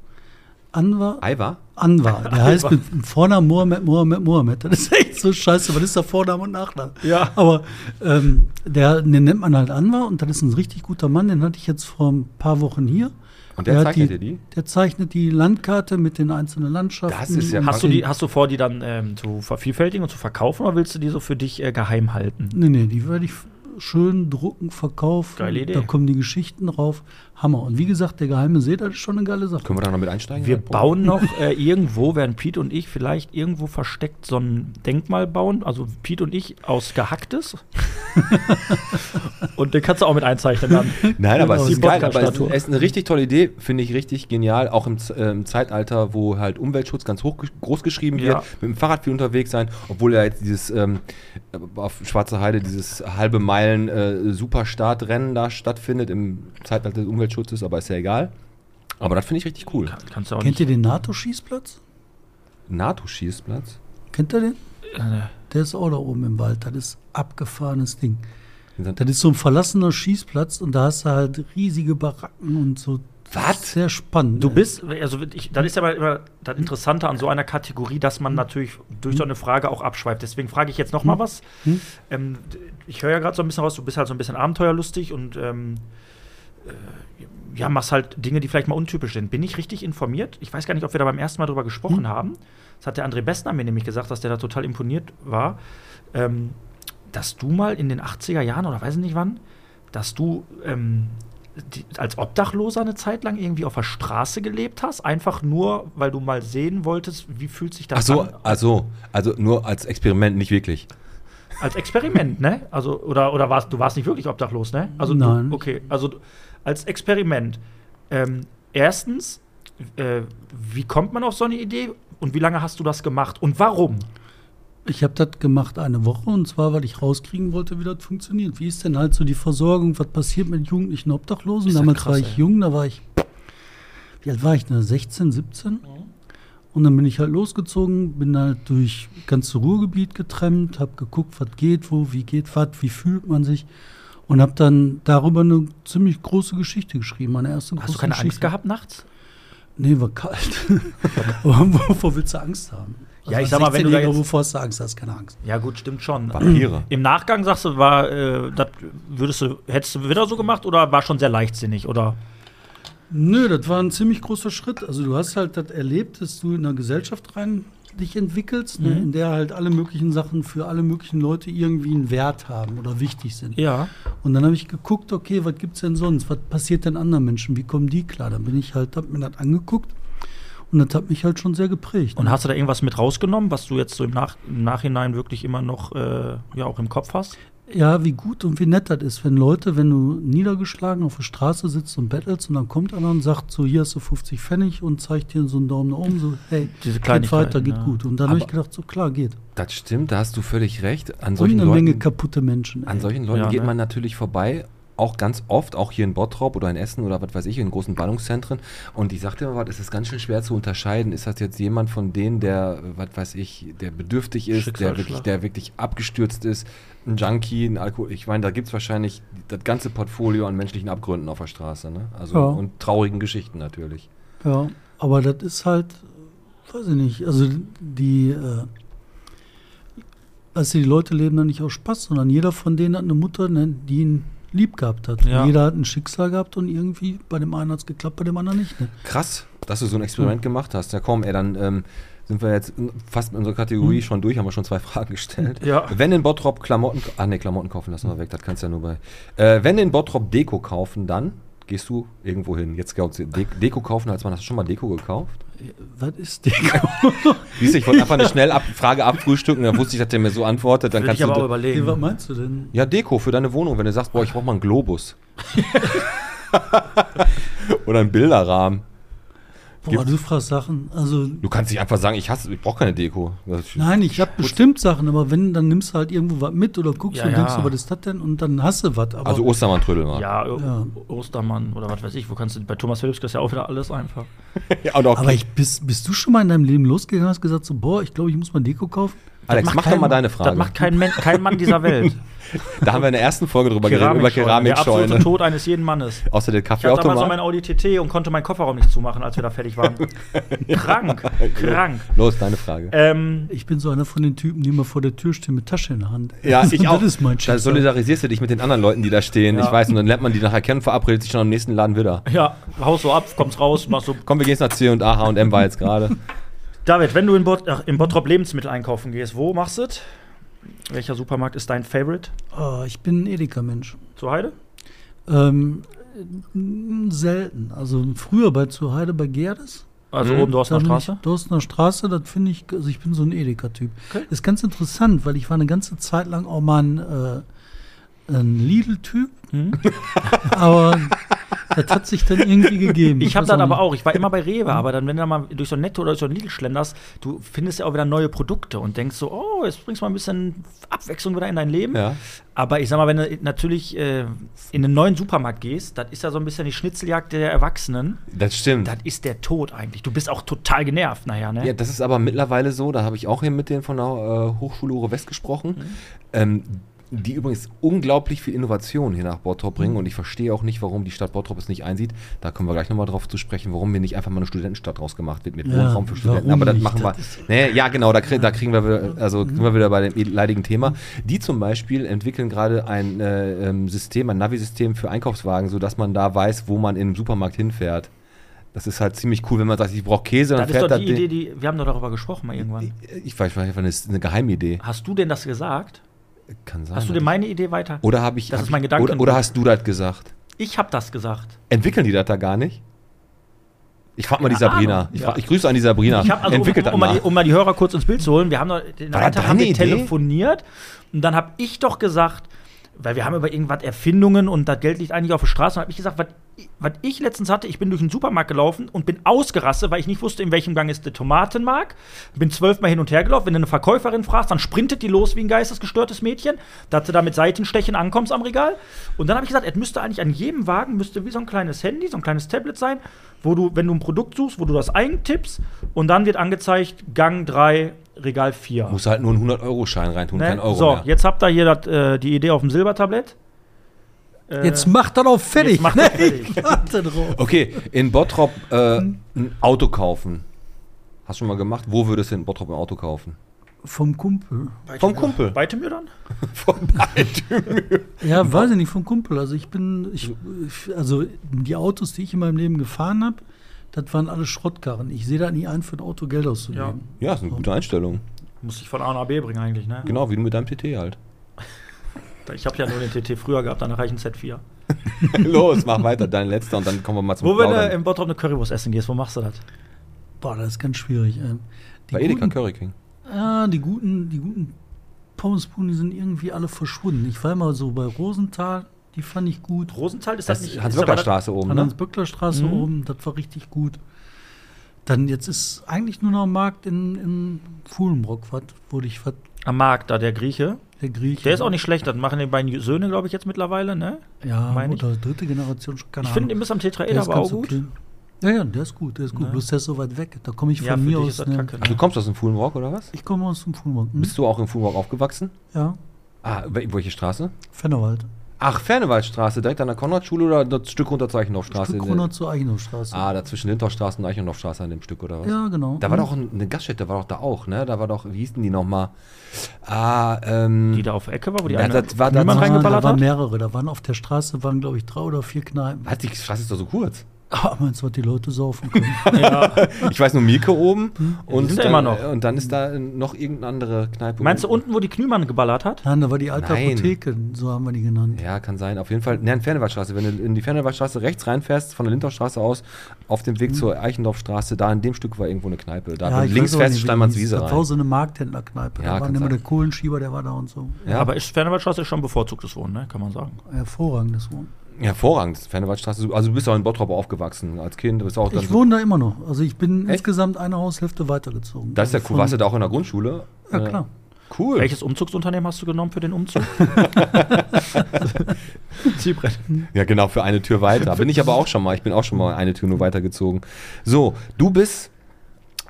[SPEAKER 4] Anwar?
[SPEAKER 1] Aiwa?
[SPEAKER 4] Anwar. Der heißt mit dem Vornamen Mohammed, Mohammed, Mohammed. Das ist echt so scheiße. Was ist da Vorname und Nachname?
[SPEAKER 2] Ja.
[SPEAKER 4] Aber ähm, der, den nennt man halt Anwar und das ist ein richtig guter Mann. Den hatte ich jetzt vor ein paar Wochen hier.
[SPEAKER 1] Und der
[SPEAKER 4] hat
[SPEAKER 1] zeichnet dir die?
[SPEAKER 4] Der zeichnet die Landkarte mit den einzelnen Landschaften.
[SPEAKER 1] Das ist ja
[SPEAKER 4] und
[SPEAKER 2] hast, du
[SPEAKER 4] den-
[SPEAKER 2] die, hast du vor, die dann ähm, zu vervielfältigen und zu verkaufen oder willst du die so für dich äh, geheim halten?
[SPEAKER 4] Nee, nee, die werde ich f- schön drucken, verkaufen.
[SPEAKER 2] Geile Idee.
[SPEAKER 4] Da kommen die Geschichten drauf. Hammer. Und wie gesagt, der geheime See, das ist schon eine geile Sache.
[SPEAKER 1] Können wir da noch mit einsteigen?
[SPEAKER 2] Wir
[SPEAKER 1] Oder?
[SPEAKER 2] bauen noch äh, irgendwo, werden Pete und ich vielleicht irgendwo versteckt so ein Denkmal bauen. Also Pete und ich aus Gehacktes. und den kannst du auch mit einzeichnen dann.
[SPEAKER 1] Nein, aber es
[SPEAKER 4] Die
[SPEAKER 1] ist geil. Aber es
[SPEAKER 2] Podcast-Statue.
[SPEAKER 1] es ist eine richtig tolle Idee, finde ich richtig genial. Auch im, Z- äh, im Zeitalter, wo halt Umweltschutz ganz hoch groß geschrieben wird,
[SPEAKER 2] Ja.
[SPEAKER 1] mit dem Fahrrad viel unterwegs sein, obwohl ja jetzt dieses ähm, auf Schwarze Heide dieses halbe Meilen äh, Superstartrennen da stattfindet im Zeitalter des Umweltschutzes, aber ist ja egal. Aber das finde ich richtig cool.
[SPEAKER 2] Kannst du auch
[SPEAKER 4] Kennt ihr den NATO-Schießplatz?
[SPEAKER 1] NATO-Schießplatz.
[SPEAKER 4] Kennt ihr den? Der ist auch da oben im Wald. Das ist abgefahrenes Ding. Das ist so ein verlassener Schießplatz und da hast du halt riesige Baracken und so.
[SPEAKER 1] Was?
[SPEAKER 4] Sehr spannend.
[SPEAKER 2] Du
[SPEAKER 4] ey.
[SPEAKER 2] bist, also ich, das ist ja immer das Interessante an so einer Kategorie, dass man natürlich durch so eine Frage auch abschweift. Deswegen frage ich jetzt noch mal was. Ähm, d- ich höre ja gerade so ein bisschen raus, du bist halt so ein bisschen abenteuerlustig und ähm, äh, ja, machst halt Dinge, die vielleicht mal untypisch sind. Bin ich richtig informiert? Ich weiß gar nicht, ob wir da beim ersten Mal drüber gesprochen haben. Das hat der André Bessner mir nämlich gesagt, dass der da total imponiert war. Ähm, dass du mal in den 80er Jahren oder weiß ich nicht wann, dass du ähm, die, als Obdachloser eine Zeit lang irgendwie auf der Straße gelebt hast, einfach nur, weil du mal sehen wolltest, wie fühlt sich das
[SPEAKER 1] Ach so,
[SPEAKER 2] an?
[SPEAKER 1] also, also nur als Experiment, nicht wirklich.
[SPEAKER 2] Als Experiment, ne? Also, oder, oder warst du warst nicht wirklich obdachlos, ne? Also,
[SPEAKER 4] Nein.
[SPEAKER 2] Du, okay, also du- als Experiment. Ähm, erstens, äh, wie kommt man auf so eine Idee und wie lange hast du das gemacht und warum?
[SPEAKER 4] Ich habe das gemacht eine Woche und zwar, weil ich rauskriegen wollte, wie das funktioniert. Wie ist denn halt so die Versorgung? Was passiert mit jugendlichen Obdachlosen?
[SPEAKER 2] Ist das
[SPEAKER 4] Damals
[SPEAKER 2] krass,
[SPEAKER 4] war ich
[SPEAKER 2] ey.
[SPEAKER 4] jung, da war ich, wie alt war ich? Ne? 16, 17?
[SPEAKER 2] Mhm.
[SPEAKER 4] Und dann bin ich halt losgezogen, bin halt durch ganze Ruhrgebiet getrennt, habe geguckt, was geht wo, wie geht was, wie fühlt man sich und habe dann darüber eine ziemlich große Geschichte geschrieben, meine erste große
[SPEAKER 2] Hast du keine
[SPEAKER 4] Geschichte.
[SPEAKER 2] Angst gehabt nachts?
[SPEAKER 4] Nee, war kalt. Aber Wovor willst du Angst haben?
[SPEAKER 2] Ja, ich sag mal, wenn du da
[SPEAKER 4] 16-Jähriger,
[SPEAKER 2] jetzt-
[SPEAKER 4] wovor hast du Angst? Hast keine Angst.
[SPEAKER 2] Ja, gut, stimmt schon.
[SPEAKER 1] Vampire.
[SPEAKER 2] Im Nachgang sagst du, war, äh, das würdest du, hättest du wieder so gemacht oder war schon sehr leichtsinnig oder?
[SPEAKER 4] Nö, das war ein ziemlich großer Schritt. Also du hast halt das erlebt, dass du in einer Gesellschaft rein dich entwickelst,
[SPEAKER 2] Mhm.
[SPEAKER 4] ne, in der halt alle möglichen Sachen für alle möglichen Leute irgendwie einen Wert haben oder wichtig sind.
[SPEAKER 2] Ja.
[SPEAKER 4] Und dann habe ich geguckt, okay, was gibt's denn sonst? Was passiert denn anderen Menschen? Wie kommen die klar? Dann bin ich halt, hab mir das angeguckt und das hat mich halt schon sehr geprägt.
[SPEAKER 2] Und hast du da irgendwas mit rausgenommen, was du jetzt so im, Nach im Nachhinein wirklich immer noch äh, ja auch im Kopf hast?
[SPEAKER 4] Ja, wie gut und wie nett das ist, wenn Leute, wenn du niedergeschlagen auf der Straße sitzt und bettelst und dann kommt einer und sagt so, hier hast du 50 Pfennig und zeigt dir so einen Daumen nach oben, so, hey,
[SPEAKER 2] Diese
[SPEAKER 4] geht weiter,
[SPEAKER 2] Kleinigkeiten,
[SPEAKER 4] geht
[SPEAKER 2] ja.
[SPEAKER 4] gut. Und dann habe ich
[SPEAKER 1] Aber-
[SPEAKER 4] gedacht, so klar, geht.
[SPEAKER 1] Das stimmt, da hast du völlig recht. An
[SPEAKER 4] Und
[SPEAKER 1] solchen
[SPEAKER 4] eine
[SPEAKER 1] Leuten,
[SPEAKER 4] Menge kaputte Menschen. ey.
[SPEAKER 1] an solchen Leuten
[SPEAKER 2] Ja,
[SPEAKER 1] geht
[SPEAKER 2] ne?
[SPEAKER 1] man natürlich vorbei, auch ganz oft, auch hier in Bottrop oder in Essen oder was weiß ich, in großen Ballungszentren. Und ich sagte immer, was, es ist ganz schön schwer zu unterscheiden. Ist das jetzt jemand von denen, der, äh, was weiß ich, der bedürftig ist, der
[SPEAKER 2] Schicksalsschlag.
[SPEAKER 1] wirklich, der wirklich abgestürzt ist, ein Junkie, ein Alkohol. Ich meine, da gibt es wahrscheinlich das ganze Portfolio an menschlichen Abgründen auf der Straße, ne? Also
[SPEAKER 4] Ja.
[SPEAKER 1] und traurigen Geschichten natürlich.
[SPEAKER 4] Ja, aber das ist halt, weiß ich nicht, also die, äh, weißt du, die Leute leben da nicht aus Spaß, sondern jeder von denen hat eine Mutter, ne, die ihn lieb gehabt hat.
[SPEAKER 2] Ja.
[SPEAKER 4] Und jeder hat ein Schicksal gehabt und irgendwie bei dem einen hat es geklappt, bei dem anderen nicht. Ne?
[SPEAKER 1] Krass, dass du so ein
[SPEAKER 2] Hm.
[SPEAKER 1] Experiment gemacht hast. Ja komm, ey, dann ähm, sind wir jetzt fast mit unserer Kategorie schon durch, haben wir schon zwei Fragen gestellt.
[SPEAKER 2] Hm. Ja.
[SPEAKER 1] Wenn in Bottrop Klamotten, ah ne, Klamotten kaufen lassen wir weg, das kannst du ja nur bei. Äh, wenn in Bottrop Deko kaufen, dann gehst du irgendwo hin. Jetzt glaubst du, De Deko kaufen, als man hast du schon mal Deko gekauft?
[SPEAKER 4] Was ist Deko?
[SPEAKER 1] Siehst du, ich wollte einfach eine schnell ab Frage abfrühstücken, dann wusste ich, dass der mir so antwortet, dann
[SPEAKER 2] Würde
[SPEAKER 1] kannst
[SPEAKER 2] ich aber auch
[SPEAKER 1] du.
[SPEAKER 4] Nee, was
[SPEAKER 2] überlegen.
[SPEAKER 4] meinst du denn?
[SPEAKER 1] Ja, Deko für deine Wohnung, wenn du sagst, boah, ich brauch mal einen Globus. Oder einen Bilderrahmen.
[SPEAKER 4] Boah,
[SPEAKER 1] Gibt's-
[SPEAKER 4] du fragst Sachen. Also,
[SPEAKER 1] Du kannst nicht einfach sagen, ich hasse, ich brauche keine Deko. Das-
[SPEAKER 4] nein, ich habe bestimmt Sachen, aber wenn, dann nimmst du halt irgendwo was mit oder guckst
[SPEAKER 2] Ja,
[SPEAKER 4] und
[SPEAKER 2] ja.
[SPEAKER 4] denkst, du, was ist das denn? Und dann hast du was. aber-
[SPEAKER 1] Also Ostermann-Trödel mal.
[SPEAKER 2] Ja, O-
[SPEAKER 4] Ja.
[SPEAKER 2] Ostermann oder was weiß ich, wo kannst du bei Thomas Philips kriegst du ja auch wieder alles einfach.
[SPEAKER 1] Ja, und auch
[SPEAKER 4] Aber ich, bist, bist du schon mal in deinem Leben losgegangen und hast gesagt, so, boah, ich glaube, ich muss mal Deko kaufen?
[SPEAKER 1] Alex,
[SPEAKER 2] macht
[SPEAKER 1] mach doch
[SPEAKER 2] kein-
[SPEAKER 1] mal deine Frage.
[SPEAKER 2] Das macht kein, Men kein Mann dieser Welt.
[SPEAKER 1] da haben wir in der ersten Folge drüber geredet, über
[SPEAKER 2] Der absolute
[SPEAKER 1] Keramikscheune.
[SPEAKER 2] Tod eines jeden Mannes.
[SPEAKER 1] Außer der
[SPEAKER 2] Ich hatte damals noch
[SPEAKER 1] Kaffeeautomat.
[SPEAKER 2] mein Audi TT und konnte meinen Kofferraum nicht zumachen, als wir da fertig waren. krank, krank.
[SPEAKER 1] Los, deine Frage.
[SPEAKER 2] Ähm,
[SPEAKER 4] Ich bin so einer von den Typen, die immer vor der Tür stehen mit Tasche in der Hand.
[SPEAKER 1] Äh,
[SPEAKER 4] Das ist mein
[SPEAKER 1] da
[SPEAKER 4] Schicksal.
[SPEAKER 1] solidarisierst du dich mit den anderen Leuten, die da stehen.
[SPEAKER 2] Ja.
[SPEAKER 1] Ich weiß, und dann lernt man die nachher kennen, verabredet sich schon am nächsten Laden wieder.
[SPEAKER 2] ja, haust so ab, kommst raus, machst so.
[SPEAKER 1] Komm, wir gehen jetzt nach C&A, H&M war jetzt gerade.
[SPEAKER 2] David, wenn du in, Bot ach, in Bottrop Lebensmittel einkaufen gehst, wo machst du es? Welcher Supermarkt ist dein Favorite?
[SPEAKER 4] Ah, ich bin ein Edeka-Mensch.
[SPEAKER 2] Zur Heide?
[SPEAKER 4] Ähm, m, selten. Also früher bei Zuheide bei Gerdes.
[SPEAKER 2] Also
[SPEAKER 1] Mhm.
[SPEAKER 2] oben Dorstener
[SPEAKER 4] Da bin ich-
[SPEAKER 2] Straße?
[SPEAKER 4] Dorstener Straße, das finde ich, also ich bin so ein Edeka-Typ.
[SPEAKER 2] Okay.
[SPEAKER 4] Ist ganz interessant, weil ich war eine ganze Zeit lang auch mal ein, äh, ein Lidl-Typ.
[SPEAKER 2] Mhm.
[SPEAKER 4] aber das hat sich dann irgendwie gegeben.
[SPEAKER 2] Ich habe
[SPEAKER 4] weiß
[SPEAKER 2] das aber
[SPEAKER 4] nicht.
[SPEAKER 2] auch. Ich war immer bei Rewe, aber dann, wenn du da mal durch so ein Netto oder durch so ein Lidl schlenderst, du findest ja auch wieder neue Produkte und denkst so, oh, jetzt bringst du mal ein bisschen Abwechslung wieder in dein Leben.
[SPEAKER 1] Ja.
[SPEAKER 2] Aber ich sag mal, wenn du natürlich äh, in einen neuen Supermarkt gehst, das ist ja so ein bisschen die Schnitzeljagd der Erwachsenen.
[SPEAKER 1] Das stimmt.
[SPEAKER 2] Das ist der Tod eigentlich. Du bist auch total genervt nachher, ne?
[SPEAKER 1] Ja, das
[SPEAKER 2] Mhm.
[SPEAKER 1] ist aber mittlerweile so, da habe ich auch hier mit denen von der äh, Hochschule Ure West gesprochen. Ähm, die übrigens unglaublich viel Innovation hier nach Bottrop
[SPEAKER 2] Mhm.
[SPEAKER 1] bringen und ich verstehe auch nicht, warum die Stadt Bottrop es nicht einsieht. Da kommen wir gleich nochmal drauf zu sprechen, warum mir nicht einfach mal eine Studentenstadt draus gemacht wird mit
[SPEAKER 4] Ja,
[SPEAKER 1] Wohnraum für Studenten.
[SPEAKER 4] warum
[SPEAKER 1] Aber das
[SPEAKER 4] nicht?
[SPEAKER 1] machen wir.
[SPEAKER 4] Das ist-
[SPEAKER 1] Nee, ja, genau, da, krie- da kriegen wir wieder, also kriegen wir wieder bei
[SPEAKER 2] Mhm.
[SPEAKER 1] dem leidigen Thema. Die zum Beispiel entwickeln gerade ein äh, ähm, System, ein Navi-System für Einkaufswagen, sodass man da weiß, wo man im Supermarkt hinfährt. Das ist halt ziemlich cool, wenn man sagt, ich brauche Käse, dann
[SPEAKER 2] Das ist
[SPEAKER 1] fährt
[SPEAKER 2] doch
[SPEAKER 1] das
[SPEAKER 2] die
[SPEAKER 1] Ding-
[SPEAKER 2] Idee, die. Wir haben doch darüber gesprochen mal irgendwann.
[SPEAKER 1] Ich weiß, vielleicht war das eine Geheimidee.
[SPEAKER 2] Hast du denn das gesagt?
[SPEAKER 1] Kann sein.
[SPEAKER 2] Hast du denn meine Idee weiter?
[SPEAKER 1] oder habe ich.
[SPEAKER 2] Das
[SPEAKER 1] hab
[SPEAKER 2] ist mein
[SPEAKER 1] ich-
[SPEAKER 2] Gedankengut.
[SPEAKER 1] Oder, oder hast du das gesagt?
[SPEAKER 2] Ich habe das gesagt.
[SPEAKER 1] Entwickeln die das da gar nicht? Ich frag mal die
[SPEAKER 2] Keine
[SPEAKER 1] Sabrina.
[SPEAKER 2] Ahnung.
[SPEAKER 1] Ich,
[SPEAKER 2] Ja.
[SPEAKER 1] frag, ich grüße an die Sabrina.
[SPEAKER 2] Ich hab, also, um,
[SPEAKER 1] Entwickelt
[SPEAKER 2] um,
[SPEAKER 1] das
[SPEAKER 2] um,
[SPEAKER 1] mal.
[SPEAKER 2] mal die, um mal die Hörer kurz ins Bild zu holen, wir haben noch, den
[SPEAKER 1] War das
[SPEAKER 2] einen Tag haben
[SPEAKER 1] deine
[SPEAKER 2] wir
[SPEAKER 1] Idee?
[SPEAKER 2] telefoniert und dann habe ich doch gesagt, weil wir haben über irgendwas Erfindungen und das Geld liegt eigentlich auf der Straße und habe ich gesagt, was ich- was ich letztens hatte, ich bin durch den Supermarkt gelaufen und bin ausgerastet, weil ich nicht wusste, in welchem Gang ist der Tomatenmark. Bin zwölfmal hin und her gelaufen. Wenn du eine Verkäuferin fragst, dann sprintet die los wie ein geistesgestörtes Mädchen, dass du da mit Seitenstechen ankommst am Regal. Und dann habe ich gesagt, es müsste eigentlich an jedem Wagen müsste wie so ein kleines Handy, so ein kleines Tablet sein, wo du, wenn du ein Produkt suchst, wo du das eintippst und dann wird angezeigt Gang 3, Regal 4.
[SPEAKER 1] Muss halt nur einen 100-Euro-Schein reintun,
[SPEAKER 2] Ne?
[SPEAKER 1] kein Euro.
[SPEAKER 2] so,
[SPEAKER 1] mehr.
[SPEAKER 2] jetzt habt ihr hier dat, äh, die Idee auf dem Silbertablett. Äh,
[SPEAKER 4] Jetzt mach das auch fertig.
[SPEAKER 2] jetzt mach das fertig.
[SPEAKER 4] Ich warte drauf.
[SPEAKER 1] Okay, in Bottrop äh,
[SPEAKER 2] Hm?
[SPEAKER 1] ein Auto kaufen. Hast du schon mal gemacht? Wo würdest du in Bottrop ein Auto kaufen?
[SPEAKER 4] Vom Kumpel.
[SPEAKER 1] Vom Kumpel.
[SPEAKER 2] Weite mir dann?
[SPEAKER 1] Vom
[SPEAKER 4] Ja, weiß ich nicht, vom Kumpel. Also ich bin, ich, ich- also die Autos, die ich in meinem Leben gefahren habe, das waren alle Schrottkarren. Ich sehe da nie ein, für ein Auto Geld
[SPEAKER 2] Ja.
[SPEAKER 4] auszugeben.
[SPEAKER 1] ja, ist eine gute Einstellung.
[SPEAKER 2] Muss ich von A nach B bringen eigentlich, ne?
[SPEAKER 1] Genau, wie du mit deinem TT halt.
[SPEAKER 2] Genau. Ich habe ja nur den TT früher gehabt, danach reichen Z4.
[SPEAKER 1] Los, mach weiter, dein letzter und dann kommen wir mal zum
[SPEAKER 2] Wo, wenn du
[SPEAKER 1] Plaudern.
[SPEAKER 2] im Bottrop eine Currywurst essen gehst, wo machst du das?
[SPEAKER 4] Boah, das ist ganz schwierig. ey. Die
[SPEAKER 1] Bei Edeka
[SPEAKER 4] guten-
[SPEAKER 1] Curry King.
[SPEAKER 4] Ja, Ah, die guten, die guten Pommesbuden, die sind irgendwie alle verschwunden. Ich war mal so bei Rosenthal, die fand ich gut.
[SPEAKER 2] Rosenthal ist das,
[SPEAKER 1] Das ist
[SPEAKER 2] nicht. ist aber das-
[SPEAKER 1] Hans-Wöckler-Straße oben,
[SPEAKER 4] An
[SPEAKER 1] ne?
[SPEAKER 4] Hans-Böckler-Straße
[SPEAKER 2] Mhm.
[SPEAKER 4] oben, das war richtig gut. Dann jetzt ist eigentlich nur noch ein Markt in, in Fuhlenbrock, was wurde ich, was
[SPEAKER 2] Am Markt da, der Grieche.
[SPEAKER 4] der Grieche.
[SPEAKER 2] Der ist auch nicht schlecht, das machen die beiden Söhne, glaube ich, jetzt mittlerweile, ne?
[SPEAKER 4] Ja,
[SPEAKER 2] meine
[SPEAKER 4] oder dritte Generation schon, keine
[SPEAKER 2] Ich finde,
[SPEAKER 4] Ahnung.
[SPEAKER 2] ihr müsst am
[SPEAKER 4] Der
[SPEAKER 2] Tetraeder
[SPEAKER 4] ist
[SPEAKER 2] aber auch
[SPEAKER 4] ganz
[SPEAKER 2] gut.
[SPEAKER 4] okay. Ja, ja, der ist gut, der ist gut.
[SPEAKER 2] Ne?
[SPEAKER 4] Bloß der ist so weit weg. Da komme ich von
[SPEAKER 2] Ja, für
[SPEAKER 4] mir
[SPEAKER 2] dich
[SPEAKER 4] aus.
[SPEAKER 2] ist das
[SPEAKER 4] ne?
[SPEAKER 2] kacke.
[SPEAKER 1] Ach, du kommst aus Also dem Fuhlenrock oder was?
[SPEAKER 4] Ich komme aus dem Fuhlenbrock. Hm?
[SPEAKER 1] Bist du auch in Fuhlenrock aufgewachsen?
[SPEAKER 4] Ja,
[SPEAKER 1] Ah, wel- welche Straße?
[SPEAKER 4] Fennerwald.
[SPEAKER 1] Ach, Fernewaldstraße, direkt an der Konradschule oder das Stück unter Zeichenhofstraße?
[SPEAKER 4] Stück 100 zur Eichenhofstraße.
[SPEAKER 1] Ah, da zwischen Lindorfstraße und Eichenhofstraße an dem Stück oder was?
[SPEAKER 4] ja, genau.
[SPEAKER 1] Da war
[SPEAKER 4] Hm.
[SPEAKER 1] doch ein- eine Gaststätte, war doch da auch, ne? Da war doch, wie hießen die nochmal? Ah, ähm.
[SPEAKER 2] Die da auf der Ecke war, wo die
[SPEAKER 1] Ja,
[SPEAKER 2] eine
[SPEAKER 1] das war-
[SPEAKER 2] Niemand
[SPEAKER 1] das-
[SPEAKER 4] Nein,
[SPEAKER 2] reingeballert
[SPEAKER 4] Da waren
[SPEAKER 2] hat.
[SPEAKER 4] mehrere. Da waren auf der Straße, waren glaube ich drei oder vier Kneipen.
[SPEAKER 1] was, die Straße ist doch so kurz.
[SPEAKER 4] Ah, meinst du, was die Leute saufen können?
[SPEAKER 1] Ich weiß nur Mielke oben und,
[SPEAKER 2] Hm? sind
[SPEAKER 1] dann, äh,
[SPEAKER 2] immer noch.
[SPEAKER 1] und dann ist da noch irgendeine andere Kneipe.
[SPEAKER 2] Meinst du
[SPEAKER 1] oben.
[SPEAKER 2] unten, wo die Knümann geballert hat?
[SPEAKER 4] Nein, da war die alte
[SPEAKER 1] Nein.
[SPEAKER 4] Apotheke, so haben wir die genannt.
[SPEAKER 1] Ja, kann sein. Auf jeden Fall. Nein, Fernewaldstraße. Wenn du in die Fernewaldstraße rechts reinfährst, von der Lindorfstraße aus, auf dem Weg zur Eichendorfstraße, da in dem Stück war irgendwo eine Kneipe. Da
[SPEAKER 4] Mhm. Ja, ich
[SPEAKER 1] also links
[SPEAKER 4] weiß
[SPEAKER 1] fährst
[SPEAKER 4] aber
[SPEAKER 1] du
[SPEAKER 4] nicht, wie die
[SPEAKER 1] Steinmanns
[SPEAKER 4] hieß.
[SPEAKER 1] Wiese
[SPEAKER 4] Das war
[SPEAKER 1] rein.
[SPEAKER 4] so eine Markthändlerkneipe.
[SPEAKER 1] Ja,
[SPEAKER 4] da war
[SPEAKER 1] kann
[SPEAKER 4] immer
[SPEAKER 1] sein.
[SPEAKER 4] der Kohlenschieber, der war da und so.
[SPEAKER 1] Ja,
[SPEAKER 2] Aber ist Fernwaldstraße ist schon bevorzugtes Wohnen, ne? Kann man sagen.
[SPEAKER 4] Hervorragendes Wohnen.
[SPEAKER 1] hervorragend. Fernewaldstraße. Also du bist auch in Bottrop aufgewachsen als Kind. Du bist auch
[SPEAKER 4] Ich wohne da immer noch. Also ich bin
[SPEAKER 1] Echt?
[SPEAKER 4] insgesamt eine Haushälfte weitergezogen.
[SPEAKER 1] Das ist ja
[SPEAKER 4] Also
[SPEAKER 1] cool. Warst du
[SPEAKER 4] von-
[SPEAKER 1] da auch in der Grundschule?
[SPEAKER 4] Ja, klar.
[SPEAKER 1] Cool.
[SPEAKER 2] Welches Umzugsunternehmen hast du genommen für den Umzug? Zielbrett.
[SPEAKER 1] Ja, genau, für eine Tür weiter. Bin ich aber auch schon mal. Ich bin auch schon mal eine Tür nur weitergezogen. So, du bist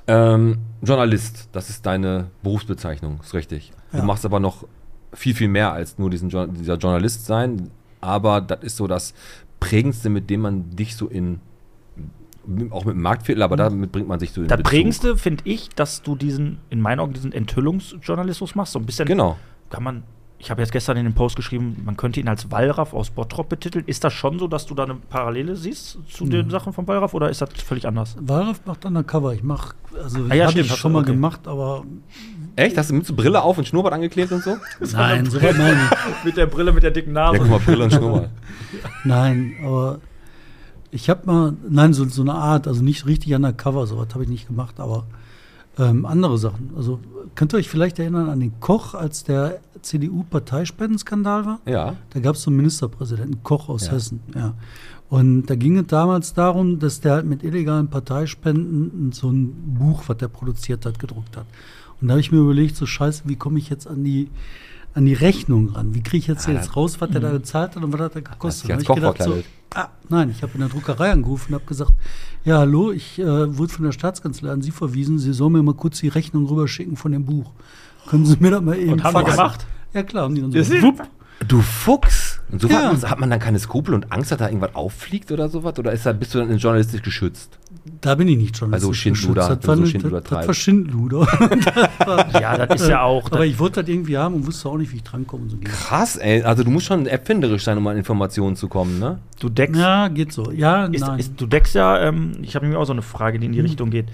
[SPEAKER 1] ähm, Journalist. Das ist deine Berufsbezeichnung, ist richtig.
[SPEAKER 4] Ja.
[SPEAKER 1] Du machst aber noch viel, viel mehr als nur diesen, Jour- dieser Journalist sein. Aber das ist so das Prägendste, mit dem man dich so in. Auch mit dem Marktviertel, aber damit bringt man sich so in.
[SPEAKER 2] Das
[SPEAKER 1] Bezug.
[SPEAKER 2] Prägendste finde ich, dass du diesen, in meinen Augen, diesen Enthüllungsjournalismus machst. So ein bisschen
[SPEAKER 1] Genau.
[SPEAKER 2] kann man, ich habe jetzt gestern in dem Post geschrieben, man könnte ihn als Wallraff aus Bottrop betiteln. Ist das schon so, dass du da eine Parallele siehst zu
[SPEAKER 1] Hm.
[SPEAKER 2] den Sachen von Wallraff oder ist das völlig anders?
[SPEAKER 4] Wallraff macht Undercover. Ich mache, also
[SPEAKER 2] Ah ja,
[SPEAKER 4] hab
[SPEAKER 2] stimmt,
[SPEAKER 4] ich
[SPEAKER 2] hast du-
[SPEAKER 4] schon mal
[SPEAKER 2] okay.
[SPEAKER 4] gemacht, aber
[SPEAKER 1] Echt? Hast du mit so Brille auf und Schnurrbart angeklebt und so?
[SPEAKER 4] nein, so weit meine ich.
[SPEAKER 2] mit der Brille, mit der dicken
[SPEAKER 1] Ja,
[SPEAKER 2] Nase.
[SPEAKER 1] guck mal, Brille und Schnurrbart.
[SPEAKER 4] Nein, aber ich habe mal, nein, so, so eine Art, also nicht richtig undercover, sowas habe ich nicht gemacht, aber ähm, andere Sachen. Also könnt ihr euch vielleicht erinnern an den Koch, als der CDU-Parteispendenskandal war?
[SPEAKER 1] Ja.
[SPEAKER 4] Da gab es so einen Ministerpräsidenten, Koch aus
[SPEAKER 1] Ja.
[SPEAKER 4] Hessen, ja. Und da ging es damals darum, dass der halt mit illegalen Parteispenden so ein Buch, was der produziert hat, gedruckt hat. Und da habe ich mir überlegt, so scheiße, wie komme ich jetzt an die, an die Rechnung ran? Wie kriege ich jetzt,
[SPEAKER 1] Ah,
[SPEAKER 4] jetzt raus, was der
[SPEAKER 2] Mhm.
[SPEAKER 4] da gezahlt hat und was hat er gekostet?
[SPEAKER 1] Hat sich
[SPEAKER 4] Und
[SPEAKER 1] als
[SPEAKER 4] da hab
[SPEAKER 1] Koch verkleidet.
[SPEAKER 2] halt.
[SPEAKER 4] ah, nein, ich habe in der Druckerei angerufen und habe gesagt, ja, hallo, ich äh, wurde von der Staatskanzlei an Sie verwiesen, Sie sollen mir mal kurz die Rechnung rüberschicken von dem Buch. Können Sie mir das mal eben
[SPEAKER 2] Und haben wir
[SPEAKER 4] faxen?
[SPEAKER 2] gemacht?
[SPEAKER 4] Ja klar, haben die dann so
[SPEAKER 2] Das ist-
[SPEAKER 4] wupp,
[SPEAKER 1] Du Fuchs! Und so
[SPEAKER 4] Ja.
[SPEAKER 1] hat, man, hat man dann keine Skrupel und Angst, dass da irgendwas auffliegt oder sowas? Oder ist da, bist du dann journalistisch geschützt?
[SPEAKER 4] Da bin ich nicht schon.
[SPEAKER 1] Also Schindluder,
[SPEAKER 4] Das war,
[SPEAKER 1] wenn du so
[SPEAKER 4] ne-
[SPEAKER 1] Schindluder
[SPEAKER 4] das, das war
[SPEAKER 1] treibst.
[SPEAKER 4] Schindluder. äh,
[SPEAKER 2] Ja, das ist ja auch.
[SPEAKER 4] Aber ich wollte das irgendwie haben und wusste auch nicht, wie ich drankomme. und So geht.
[SPEAKER 1] Krass, ey. Also du musst schon erfinderisch sein, um an Informationen zu kommen, ne?
[SPEAKER 2] du deckst
[SPEAKER 4] Ja, geht so. Ja,
[SPEAKER 2] Ist,
[SPEAKER 4] nein. Mhm.
[SPEAKER 2] ist, du deckst ja, ähm, ich habe nämlich auch so eine Frage, die in die Richtung geht.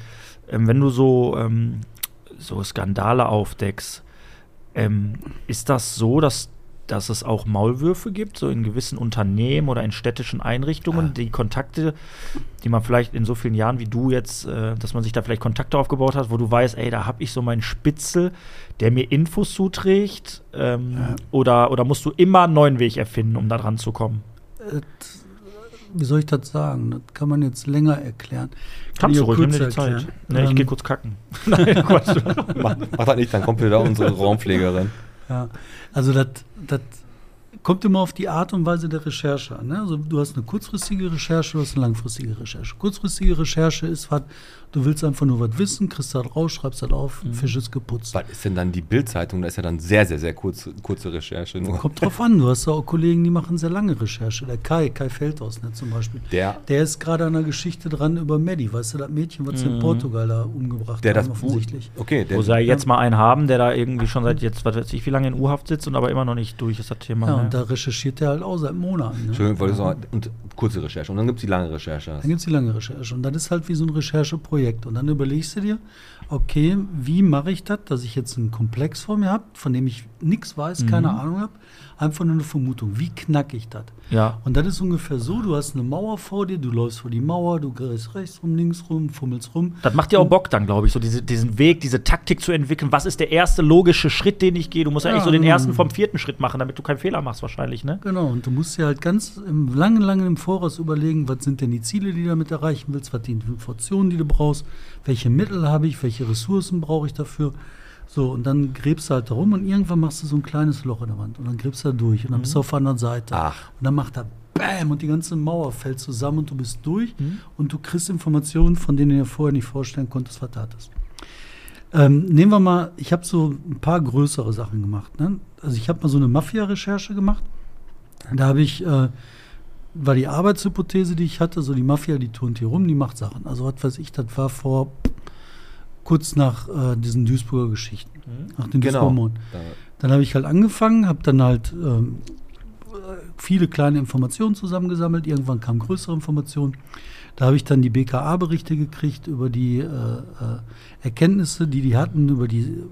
[SPEAKER 2] Ähm, wenn du so, ähm, so Skandale aufdeckst, ähm, ist das so, dass, dass es auch Maulwürfe gibt, so in gewissen Unternehmen oder in städtischen Einrichtungen, die Kontakte, die man vielleicht in so vielen Jahren wie du jetzt, äh, dass man sich da vielleicht Kontakte aufgebaut hat, wo du weißt, ey, da habe ich so meinen Spitzel, der mir Infos zuträgt, ähm, oder, oder musst du immer einen neuen Weg erfinden, um da dran zu kommen?
[SPEAKER 4] wie soll ich das sagen? Das kann man jetzt länger erklären. Kann
[SPEAKER 2] Kannst
[SPEAKER 4] ich
[SPEAKER 2] du
[SPEAKER 4] auch
[SPEAKER 2] ruhig, nimm dir die
[SPEAKER 4] kurz
[SPEAKER 2] Zeit.
[SPEAKER 4] erklären.
[SPEAKER 2] Nee, ich
[SPEAKER 4] Ähm,
[SPEAKER 2] gehe kurz kacken. Nein, Quatsch.
[SPEAKER 1] Mach, mach das nicht, dann kommt wieder unsere Raumpflegerin.
[SPEAKER 4] Ja, also das, das kommt immer auf die Art und Weise der Recherche an. Ne? Also du hast eine kurzfristige Recherche, du hast eine langfristige Recherche. Kurzfristige Recherche ist, was, du willst einfach nur was wissen, kriegst das raus, schreibst das auf,
[SPEAKER 2] Mhm.
[SPEAKER 4] Fisch ist geputzt.
[SPEAKER 1] Was ist denn dann die Bildzeitung? Da ist ja dann sehr, sehr, sehr kurz, kurze Recherche nur.
[SPEAKER 4] Kommt drauf an, du hast ja auch Kollegen, die machen sehr lange Recherche. Der Kai, Kai Feldhaus ne, zum Beispiel.
[SPEAKER 1] Der-
[SPEAKER 4] der ist gerade an einer Geschichte dran über Maddie, weißt du, das Mädchen, was sie in Portugal da umgebracht
[SPEAKER 1] Der
[SPEAKER 4] haben,
[SPEAKER 1] das Buch.
[SPEAKER 4] offensichtlich.
[SPEAKER 1] Okay, der,
[SPEAKER 2] Wo soll jetzt mal einen haben, der da irgendwie schon seit jetzt, was weiß ich, wie lange in U-Haft sitzt und aber immer noch nicht durch ist, das Thema.
[SPEAKER 4] Ja,
[SPEAKER 2] ne?
[SPEAKER 4] und da recherchiert der halt auch seit Monaten. Ne?
[SPEAKER 1] Entschuldigung, wollte ich sagen, und kurze Recherche. Und dann gibt es die lange Recherche.
[SPEAKER 4] Dann gibt es die lange Recherche. Und das ist halt wie so ein Rechercheprojekt. Und dann überlegst du dir, okay, wie mache ich das, dass ich jetzt einen Komplex vor mir habe, von dem ich nichts
[SPEAKER 2] Mhm.
[SPEAKER 4] weiß, keine Ahnung habe, einfach nur eine Vermutung. Wie knacke ich das?
[SPEAKER 2] Ja.
[SPEAKER 4] Und das ist ungefähr so, du hast eine Mauer vor dir, du läufst vor die Mauer, du gehst rechts rum, links rum, fummelst rum.
[SPEAKER 2] Das macht dir auch Bock dann, glaube ich, so diese, diesen Weg, diese Taktik zu entwickeln. Was ist der erste logische Schritt, den ich gehe? Du musst ja eigentlich so den
[SPEAKER 4] Ja.
[SPEAKER 2] ersten vom vierten Schritt machen, damit du keinen Fehler machst wahrscheinlich, ne?
[SPEAKER 4] Genau, und du musst dir halt ganz im langen, langen im Voraus überlegen, was sind denn die Ziele, die du damit erreichen willst, was die Informationen, die du brauchst, welche Mittel habe ich, welche Ressourcen brauche ich dafür. So, und dann gräbst du halt da rum und irgendwann machst du so ein kleines Loch in der Wand und dann gräbst du da durch und dann bist du auf der anderen Seite.
[SPEAKER 1] Ach.
[SPEAKER 4] Und dann macht er BÄM und die ganze Mauer fällt zusammen und du bist durch und du kriegst Informationen, von denen du dir vorher nicht vorstellen konntest, was du hattest. Ähm, nehmen wir mal, ich habe so ein paar größere Sachen gemacht. Ne? Also ich habe mal so eine Mafia-Recherche gemacht. Da habe ich, äh, war die Arbeitshypothese, die ich hatte, so die Mafia, die turnt hier rum, die macht Sachen. Also was weiß ich, das war vor kurz nach äh, diesen Duisburger Geschichten, nach den Duisburger
[SPEAKER 1] Genau.
[SPEAKER 4] Morden.
[SPEAKER 1] Da,
[SPEAKER 4] Dann habe ich halt angefangen, habe dann halt ähm, viele kleine Informationen zusammengesammelt. Irgendwann kamen größere Informationen. Da habe ich dann die BKA-Berichte gekriegt über die äh, äh, Erkenntnisse, die die hatten, über die,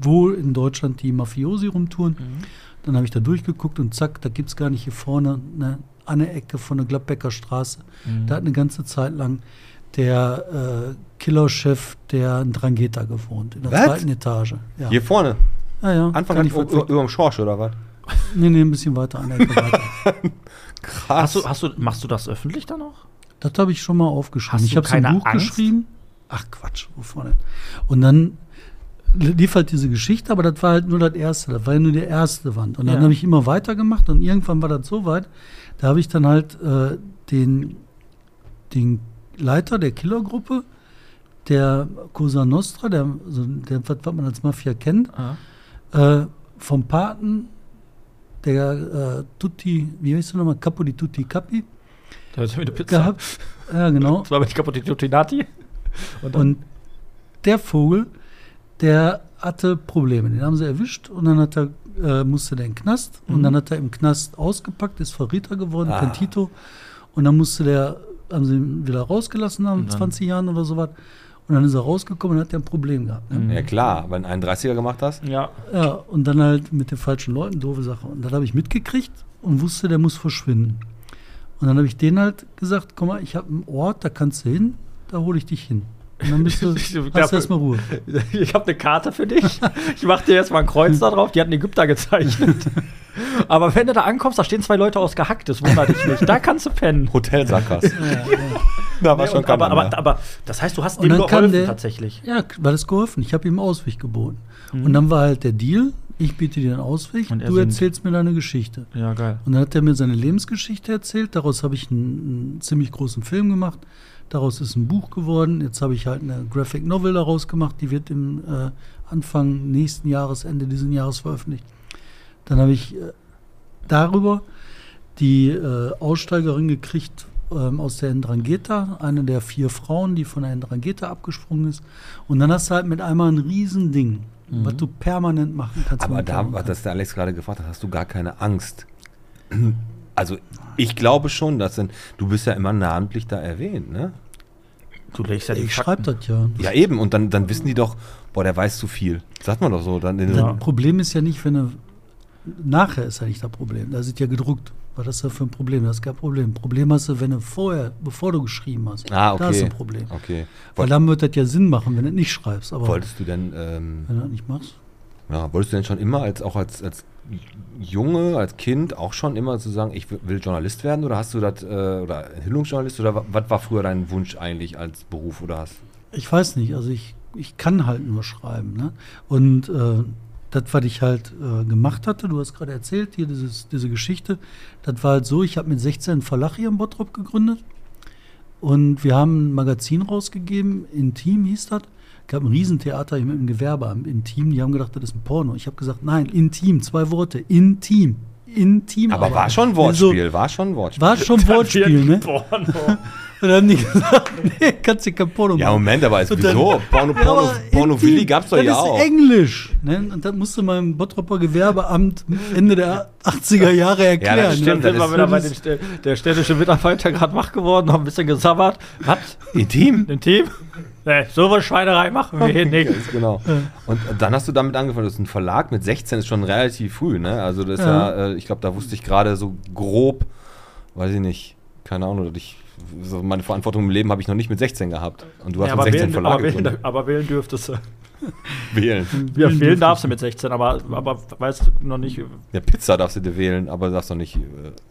[SPEAKER 4] wo in Deutschland die Mafiosi rumtouren.
[SPEAKER 1] Mhm.
[SPEAKER 4] Dann habe ich da durchgeguckt und zack, da gibt es gar nicht hier vorne ne, an der Ecke von der Gladbecker Straße.
[SPEAKER 1] Mhm.
[SPEAKER 4] Da hat eine ganze Zeit lang der äh, Killerchef der Drangheta gewohnt, in der
[SPEAKER 1] Was?
[SPEAKER 4] zweiten Etage. Ja.
[SPEAKER 1] hier vorne,
[SPEAKER 4] Ja, ja.
[SPEAKER 1] Anfang oh,
[SPEAKER 4] kann
[SPEAKER 1] an
[SPEAKER 4] ich
[SPEAKER 1] über,
[SPEAKER 4] verklicken.
[SPEAKER 1] über dem Schorsch oder was?
[SPEAKER 4] Nee, nee, ein bisschen weiter an der Ecke weiter.
[SPEAKER 1] Krass.
[SPEAKER 2] Hast du, hast du, machst du das öffentlich dann auch?
[SPEAKER 4] Das habe ich schon mal aufgeschrieben.
[SPEAKER 2] Hast
[SPEAKER 4] ich
[SPEAKER 2] du
[SPEAKER 4] habe so ein
[SPEAKER 2] keine
[SPEAKER 4] Buch
[SPEAKER 2] Angst?
[SPEAKER 4] geschrieben. Ach Quatsch, wovon denn? Und dann lief halt diese Geschichte, aber das war halt nur das erste, das war ja nur die erste Wand. Und dann
[SPEAKER 2] Ja.
[SPEAKER 4] habe ich immer weitergemacht und irgendwann war das so weit, da habe ich dann halt äh, den, den Leiter der Killergruppe, der Cosa Nostra, der, so der was was man als Mafia kennt, äh, vom Paten, der äh, Tutti, wie heißt der nochmal, Capo di Tutti Capi
[SPEAKER 2] Da hast du wieder Pizza.
[SPEAKER 4] gehabt. Ja, genau.
[SPEAKER 2] Das war aber die Capotinati.
[SPEAKER 4] Und der Vogel, der hatte Probleme. Den haben sie erwischt und dann hat er, äh, musste der in den Knast. Und dann hat er im Knast ausgepackt, ist Verräter geworden,
[SPEAKER 1] Ah.
[SPEAKER 4] Pentito. Und dann musste der, haben sie ihn wieder rausgelassen nach 20 Jahren oder sowas. Und dann ist er rausgekommen und hat er ein Problem gehabt. Ne?
[SPEAKER 1] ja klar, wenn du einen 30er gemacht hast.
[SPEAKER 2] Ja.
[SPEAKER 4] Ja, und dann halt mit den falschen Leuten, doofe Sache. Und dann habe ich mitgekriegt und wusste, der muss verschwinden. Und dann habe ich denen halt gesagt, komm mal, ich habe einen Ort, da kannst du hin, da hole ich dich hin. Und dann bist du,
[SPEAKER 2] Ich
[SPEAKER 4] hast
[SPEAKER 2] glaub-
[SPEAKER 4] du erstmal Ruhe.
[SPEAKER 2] Ich habe eine Karte für dich. Ich mache dir jetzt mal ein Kreuz da drauf. Die hat ein Ägypter gezeichnet. Aber wenn du da ankommst, da stehen zwei Leute aus Gehacktes. Wundert dich nicht. Da kannst du pennen.
[SPEAKER 1] Hotel Sackgasse. Da war
[SPEAKER 2] Nee,
[SPEAKER 1] schon ne?
[SPEAKER 2] und,
[SPEAKER 1] kein
[SPEAKER 2] aber,
[SPEAKER 1] anderer.
[SPEAKER 2] aber, aber das heißt, du hast
[SPEAKER 4] Und
[SPEAKER 2] dem
[SPEAKER 4] dann kam
[SPEAKER 2] geholfen
[SPEAKER 4] der-
[SPEAKER 2] tatsächlich.
[SPEAKER 4] Ja, war das geholfen. Ich habe ihm einen Ausweg geboten. Und dann war halt der Deal, ich biete dir einen Ausweg,
[SPEAKER 2] Mhm. Und er
[SPEAKER 4] du
[SPEAKER 2] singt.
[SPEAKER 4] erzählst mir deine Geschichte.
[SPEAKER 2] Ja, geil.
[SPEAKER 4] Und dann hat er mir seine Lebensgeschichte erzählt. Daraus habe ich einen, einen ziemlich großen Film gemacht. Daraus ist ein Buch geworden. Jetzt habe ich halt eine Graphic Novel daraus gemacht. Die wird im äh, Anfang nächsten Jahres, Ende dieses Jahres veröffentlicht. Dann habe ich äh, darüber die äh, Aussteigerin gekriegt ähm, aus der Ndrangheta, eine der vier Frauen, die von der Ndrangheta abgesprungen ist. Und dann hast du halt mit einmal ein Riesending, was du permanent machen kannst.
[SPEAKER 1] Mhm. Aber
[SPEAKER 4] wenn du
[SPEAKER 1] da,
[SPEAKER 4] kannst.
[SPEAKER 1] was das der Alex gerade gefragt hat, hast du gar keine Angst. Also ich glaube schon, dass denn, du bist ja immer namentlich da erwähnt, ne?
[SPEAKER 2] Du legst ja die
[SPEAKER 4] ich
[SPEAKER 2] Fakten.
[SPEAKER 4] schreibe das ja.
[SPEAKER 1] Ja eben, und dann, dann wissen die doch, boah, der weiß zu viel. Sagt man doch so. Dann in
[SPEAKER 4] Das Problem ist ja nicht, wenn er. Nachher ist ja nicht das Problem. Da ist ja gedruckt. Was ist das für ein Problem? Das ist kein Problem. Problem hast du, wenn du vorher, bevor du geschrieben hast.
[SPEAKER 1] Ah, okay.
[SPEAKER 4] Da ist ein Problem.
[SPEAKER 1] Okay.
[SPEAKER 4] Weil
[SPEAKER 1] Woll,
[SPEAKER 4] dann wird das ja Sinn machen, wenn du das nicht schreibst. Aber
[SPEAKER 1] wolltest du denn, ähm,
[SPEAKER 4] wenn du das nicht machst.
[SPEAKER 1] ja, wolltest du denn schon immer als auch als, als Junge, als Kind auch schon immer zu sagen, ich will- will Journalist werden oder hast du das, äh, oder Enthüllungsjournalist oder wa- was war früher dein Wunsch eigentlich als Beruf oder hast?
[SPEAKER 4] Ich weiß nicht. Also ich, ich kann halt nur schreiben. Ne? Und äh, das, was ich halt äh, gemacht hatte, du hast gerade erzählt, hier dieses, diese Geschichte, das war halt so, ich habe mit 16 einen Verlag hier in Bottrop gegründet. Und wir haben ein Magazin rausgegeben, Intim hieß das. gab ein Riesentheater hier mit dem Gewerbeamt, Intim. Die haben gedacht, das ist ein Porno. Ich habe gesagt, nein, Intim, zwei Worte, Intim, Intim.
[SPEAKER 1] Aber war schon ein Wortspiel, war schon ein Wortspiel.
[SPEAKER 4] war schon Wortspiel, ne?
[SPEAKER 2] Porno.
[SPEAKER 4] Und dann haben die gesagt, nee, kannst du kein Porno
[SPEAKER 1] Ja,
[SPEAKER 4] machen.
[SPEAKER 1] Moment, aber ist,
[SPEAKER 4] Und dann-
[SPEAKER 1] wieso? Porno,
[SPEAKER 4] Ja,
[SPEAKER 1] Porno,
[SPEAKER 4] aber
[SPEAKER 1] Porno
[SPEAKER 4] Intim,
[SPEAKER 1] Willi gab's doch
[SPEAKER 4] das
[SPEAKER 1] ja
[SPEAKER 4] ist
[SPEAKER 1] auch.
[SPEAKER 4] Englisch. Ne? Und das musste meinem Bottroper Gewerbeamt Ende der 80er Jahre erklären.
[SPEAKER 1] das stimmt.
[SPEAKER 4] ne?
[SPEAKER 2] Dann
[SPEAKER 1] Das
[SPEAKER 2] sind wir
[SPEAKER 1] ist-
[SPEAKER 2] wieder bei dem, Stä- der städtische Mitarbeiter gerade wach geworden, haben ein bisschen gesabbert. Was?
[SPEAKER 1] Intim?
[SPEAKER 2] Ein Team? Nee, so was Schweinerei machen wir hier nicht.
[SPEAKER 1] Ganz genau. Und dann hast du damit angefangen, das ist ein Verlag mit 16 ist schon relativ früh, ne? Also das ist ja,
[SPEAKER 4] Ja.
[SPEAKER 1] äh, ich glaube, da wusste ich gerade so grob, weiß ich nicht, keine Ahnung, oder ich, so meine Verantwortung im Leben habe ich noch nicht mit 16 gehabt. Und du hast
[SPEAKER 2] Ja,
[SPEAKER 1] mit
[SPEAKER 2] aber,
[SPEAKER 1] 16
[SPEAKER 2] wählen,
[SPEAKER 1] Verlag
[SPEAKER 2] aber,
[SPEAKER 1] gegründet.
[SPEAKER 2] wählen, Hm. aber wählen dürftest du.
[SPEAKER 1] Wählen.
[SPEAKER 2] Ja, wählen darfst du mit 16, aber, aber weißt du noch nicht.
[SPEAKER 1] Ja, Pizza darfst du dir wählen, aber darfst doch nicht äh,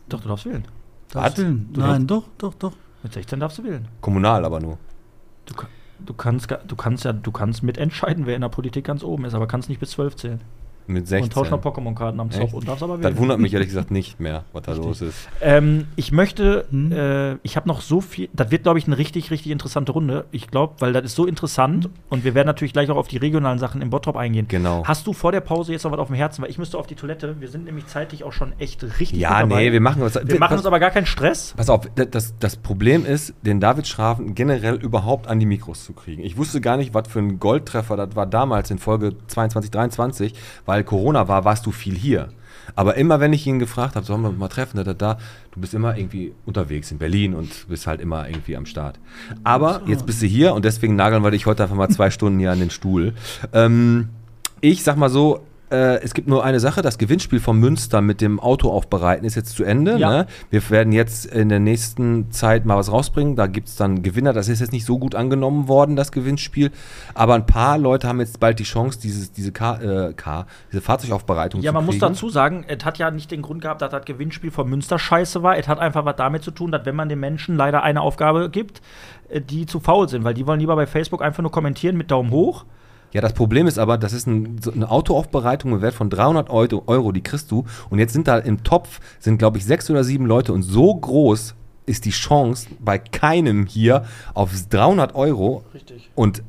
[SPEAKER 2] Doch, du darfst wählen.
[SPEAKER 4] Darfst
[SPEAKER 1] Was?
[SPEAKER 4] wählen. Nein, doch, doch, doch.
[SPEAKER 2] Mit 16 darfst du wählen.
[SPEAKER 1] kommunal, aber nur.
[SPEAKER 2] Du, ka- du, kannst, ga- du kannst ja, du kannst mitentscheiden, wer in der Politik ganz oben ist, aber kannst nicht bis 12 zählen.
[SPEAKER 1] Mit
[SPEAKER 2] Und
[SPEAKER 1] 16.
[SPEAKER 2] tausch noch Pokémon-Karten am Zopf
[SPEAKER 1] Echt?
[SPEAKER 2] und darfst aber
[SPEAKER 1] das
[SPEAKER 2] wählen.
[SPEAKER 1] wundert mich ehrlich gesagt nicht mehr, was da los ist.
[SPEAKER 2] Ähm, ich möchte,
[SPEAKER 4] Hm?
[SPEAKER 2] äh, ich habe noch so viel, das wird, glaube ich, eine richtig, richtig interessante Runde. Ich glaube, weil das ist so interessant und wir werden natürlich gleich auch auf die regionalen Sachen im Bottrop eingehen.
[SPEAKER 1] Hm? Genau.
[SPEAKER 2] Hast du vor der Pause jetzt noch was auf dem Herzen? Weil ich müsste auf die Toilette. Wir sind nämlich zeitlich auch schon echt richtig
[SPEAKER 1] Ja,
[SPEAKER 2] gut dabei.
[SPEAKER 1] nee, wir machen was.
[SPEAKER 2] Wir machen uns aber gar keinen Stress.
[SPEAKER 1] Pass auf, da- das, das Problem ist, den David Schraven generell überhaupt an die Mikros zu kriegen. Ich wusste gar nicht, was für ein Goldtreffer das war damals in Folge 22, 23, weil Corona war, warst du viel hier. Aber immer, wenn ich ihn gefragt habe, sollen wir uns mal treffen, da, da, da, du bist immer irgendwie unterwegs in Berlin und bist halt immer irgendwie am Start. Aber jetzt bist du hier und deswegen nageln wir dich heute einfach mal zwei Stunden hier an den Stuhl. Ähm, ich sag mal so, äh, es gibt nur eine Sache, das Gewinnspiel von Münster mit dem Auto aufbereiten ist jetzt zu Ende.
[SPEAKER 2] Ja.
[SPEAKER 1] Ne? Wir werden jetzt in der nächsten Zeit mal was rausbringen. Da gibt es dann Gewinner. Das ist jetzt nicht so gut angenommen worden, das Gewinnspiel. Aber ein paar Leute haben jetzt bald die Chance, dieses, diese, Car, äh, Car, diese Fahrzeugaufbereitung
[SPEAKER 2] Ja,
[SPEAKER 1] zu
[SPEAKER 2] man muss
[SPEAKER 1] kriegen.
[SPEAKER 2] dazu sagen, es hat ja nicht den Grund gehabt, dass das Gewinnspiel von Münster scheiße war. Es hat einfach was damit zu tun, dass wenn man den Menschen leider eine Aufgabe gibt, äh, die zu faul sind, weil die wollen lieber bei Facebook einfach nur kommentieren mit Daumen hoch.
[SPEAKER 1] Ja, das Problem ist aber, das ist ein, so eine Autoaufbereitung im Wert von 300 Euro, Euro, die kriegst du. Und jetzt sind da im Topf, sind glaube ich sechs oder sieben Leute und so groß ist die Chance bei keinem hier auf 300 Euro. Richtig. Und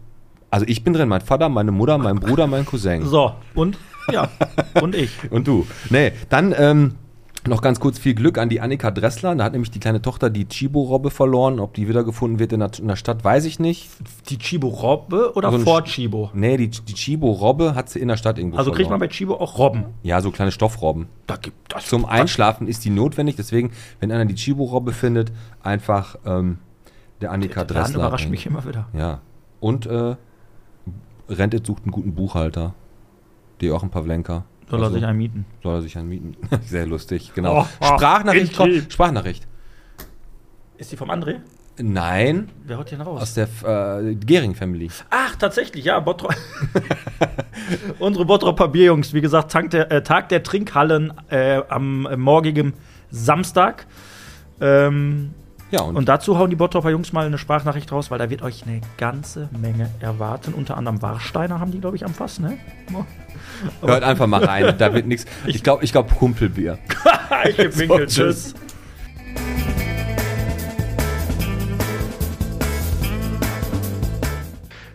[SPEAKER 1] also ich bin drin, mein Vater, meine Mutter, mein Bruder, mein Cousin.
[SPEAKER 2] So, und ja, und ich.
[SPEAKER 1] Und du. Nee, dann ähm, noch ganz kurz viel Glück an die Annika Dressler. Da hat nämlich die kleine Tochter die Chibo-Robbe verloren. Ob die wiedergefunden wird in der, in der Stadt, weiß ich nicht.
[SPEAKER 2] Die Chibo-Robbe oder
[SPEAKER 1] Also ein
[SPEAKER 2] vor
[SPEAKER 1] Sch-
[SPEAKER 2] Chibo?
[SPEAKER 1] Nee, die, die Chibo-Robbe hat sie in der Stadt irgendwo
[SPEAKER 2] Also kriegt man
[SPEAKER 1] verloren.
[SPEAKER 2] bei Chibo auch Robben.
[SPEAKER 1] Ja, so kleine Stoffrobben.
[SPEAKER 2] Da gibt das
[SPEAKER 1] Zum Einschlafen ist die notwendig, deswegen, wenn einer die Chibo-Robbe findet, einfach ähm, der Annika
[SPEAKER 2] Der Laden
[SPEAKER 1] Dressler.
[SPEAKER 2] überrascht
[SPEAKER 1] bringen.
[SPEAKER 2] mich immer wieder.
[SPEAKER 1] Ja. Und äh, Rentet sucht einen guten Buchhalter. Joachim Pavlenka.
[SPEAKER 2] Soll er
[SPEAKER 1] Also,
[SPEAKER 2] sich einmieten?
[SPEAKER 1] soll er sich anmieten? Sehr lustig, genau.
[SPEAKER 2] Oh, oh,
[SPEAKER 1] Sprachnachricht,
[SPEAKER 2] ich
[SPEAKER 1] komm,
[SPEAKER 2] lieb.
[SPEAKER 1] Sprachnachricht.
[SPEAKER 2] Ist die vom André?
[SPEAKER 1] Nein,
[SPEAKER 2] Wer haut den raus?
[SPEAKER 1] aus der F- äh, Gering-Family.
[SPEAKER 2] Ach, tatsächlich, ja, Bottrop. Unsere Bottroper Bierjungs, wie gesagt, Tag der, äh, Tag der Trinkhallen äh, am äh, morgigen Samstag. Ähm,
[SPEAKER 1] Ja, und,
[SPEAKER 2] und dazu hauen die Bottroper Jungs mal eine Sprachnachricht raus, weil da wird euch eine ganze Menge erwarten. Unter anderem Warsteiner haben die, glaube ich, am Fass, ne?
[SPEAKER 1] hört einfach mal rein, da wird nichts. Ich glaube, ich glaube Kumpelbier.
[SPEAKER 2] Ich geb Winkel,
[SPEAKER 1] So, tschüss.
[SPEAKER 2] tschüss.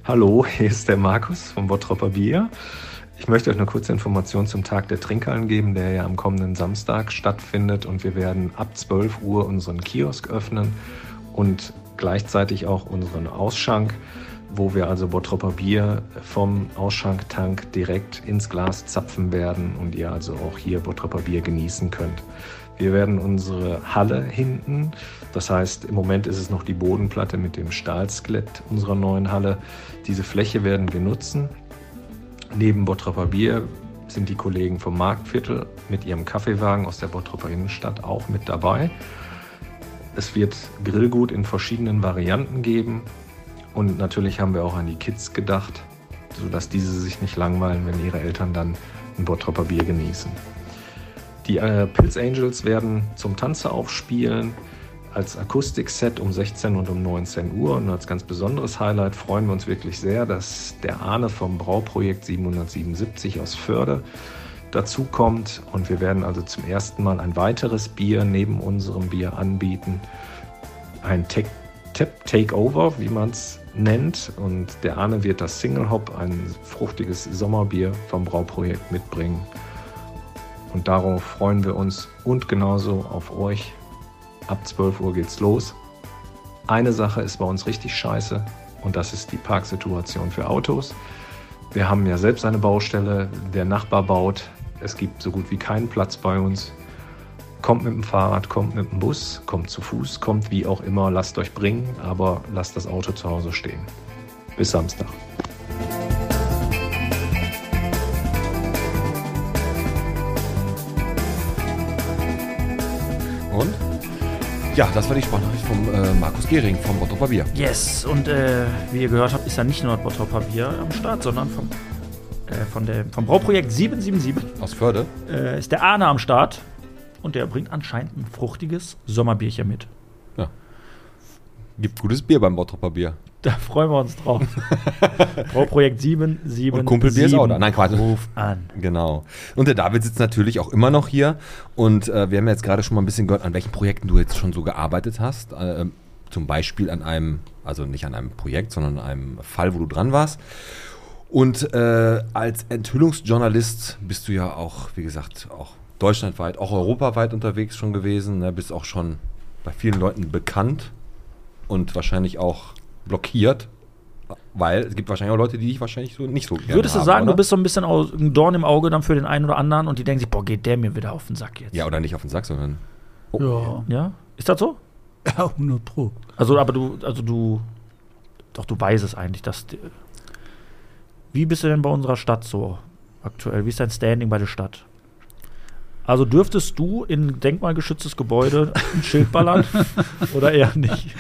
[SPEAKER 5] Hallo, hier ist der Markus vom Bottropper Bier. Ich möchte euch eine kurze Information zum Tag der Trinkhallen geben, der ja am kommenden Samstag stattfindet. Und wir werden ab 12 Uhr unseren Kiosk öffnen und gleichzeitig auch unseren Ausschank, wo wir also Bottropper Bier vom Ausschanktank direkt ins Glas zapfen werden und ihr also auch hier Bottropper Bier genießen könnt. Wir werden unsere Halle hinten, das heißt im Moment ist es noch die Bodenplatte mit dem Stahlskelett unserer neuen Halle, diese Fläche werden wir nutzen. Neben Bottropper Bier sind die Kollegen vom Marktviertel mit ihrem Kaffeewagen aus der Bottropper Innenstadt auch mit dabei. Es wird Grillgut in verschiedenen Varianten geben und natürlich haben wir auch an die Kids gedacht, sodass diese sich nicht langweilen, wenn ihre Eltern dann ein Bottropper Bier genießen. Die äh, Pilz Angels werden zum Tanze aufspielen als Akustikset um 16 und um 19 Uhr. Und als ganz besonderes Highlight freuen wir uns wirklich sehr, dass der Arne vom Brauprojekt 777 aus Förde dazu kommt. Und wir werden also zum ersten Mal ein weiteres Bier neben unserem Bier anbieten. Ein Tech Tap Takeover, wie man es nennt. Und der Arne wird das Single Hop, ein fruchtiges Sommerbier vom Brauprojekt mitbringen. Und darauf freuen wir uns und genauso auf euch. Ab 12 Uhr geht's los. Eine Sache ist bei uns richtig scheiße und das ist die Parksituation für Autos. Wir haben ja selbst eine Baustelle, der Nachbar baut. Es gibt so gut wie keinen Platz bei uns. Kommt mit dem Fahrrad, kommt mit dem Bus, kommt zu Fuß, kommt wie auch immer, lasst euch bringen, aber lasst das Auto zu Hause stehen. Bis Samstag.
[SPEAKER 1] Und? Ja, das war die Sprachnachricht vom äh, Markus Gehring vom Bottropper Bier.
[SPEAKER 2] Yes, und äh, wie ihr gehört habt, ist ja nicht nur das Bottropper Bier am Start, sondern vom, äh, von der, vom Brauprojekt 777
[SPEAKER 1] Aus Förde.
[SPEAKER 2] äh, ist der Arne am Start. Und der bringt anscheinend ein fruchtiges Sommerbierchen mit.
[SPEAKER 1] Gibt gutes Bier beim Bottropper Bier.
[SPEAKER 2] Da freuen wir uns drauf. Brauprojekt 777.
[SPEAKER 1] Und Kumpelbier ist auch da. Nein, Quatsch.
[SPEAKER 2] Ruf an.
[SPEAKER 1] Genau. Und der David sitzt natürlich auch immer noch hier. Und äh, wir haben ja jetzt gerade schon mal ein bisschen gehört, an welchen Projekten du jetzt schon so gearbeitet hast. Äh, ähm, zum Beispiel an einem, also nicht an einem Projekt, sondern an einem Fall, wo du dran warst. Und äh, als Enthüllungsjournalist bist du ja auch, wie gesagt, auch deutschlandweit, auch europaweit unterwegs schon gewesen. Ne? Bist auch schon bei vielen Leuten bekannt und wahrscheinlich auch blockiert. Weil es gibt wahrscheinlich auch Leute, die dich wahrscheinlich so nicht so gerne
[SPEAKER 2] Würdest du
[SPEAKER 1] haben,
[SPEAKER 2] sagen,
[SPEAKER 1] Genau, oder?
[SPEAKER 2] du bist so ein bisschen aus, ein Dorn im Auge dann für den einen oder anderen und die denken sich, boah, geht der mir wieder auf den Sack jetzt?
[SPEAKER 1] Ja, oder nicht auf den Sack, sondern Oh.
[SPEAKER 4] Ja,
[SPEAKER 2] Ja? Ist das so?
[SPEAKER 4] ja 100 Pro.
[SPEAKER 2] Also, aber du, also du, doch du weißt es eigentlich, dass. die- Wie bist du denn bei unserer Stadt so aktuell? Wie ist dein Standing bei der Stadt? Also dürftest du in ein denkmalgeschütztes Gebäude ein Schild ballern oder eher nicht?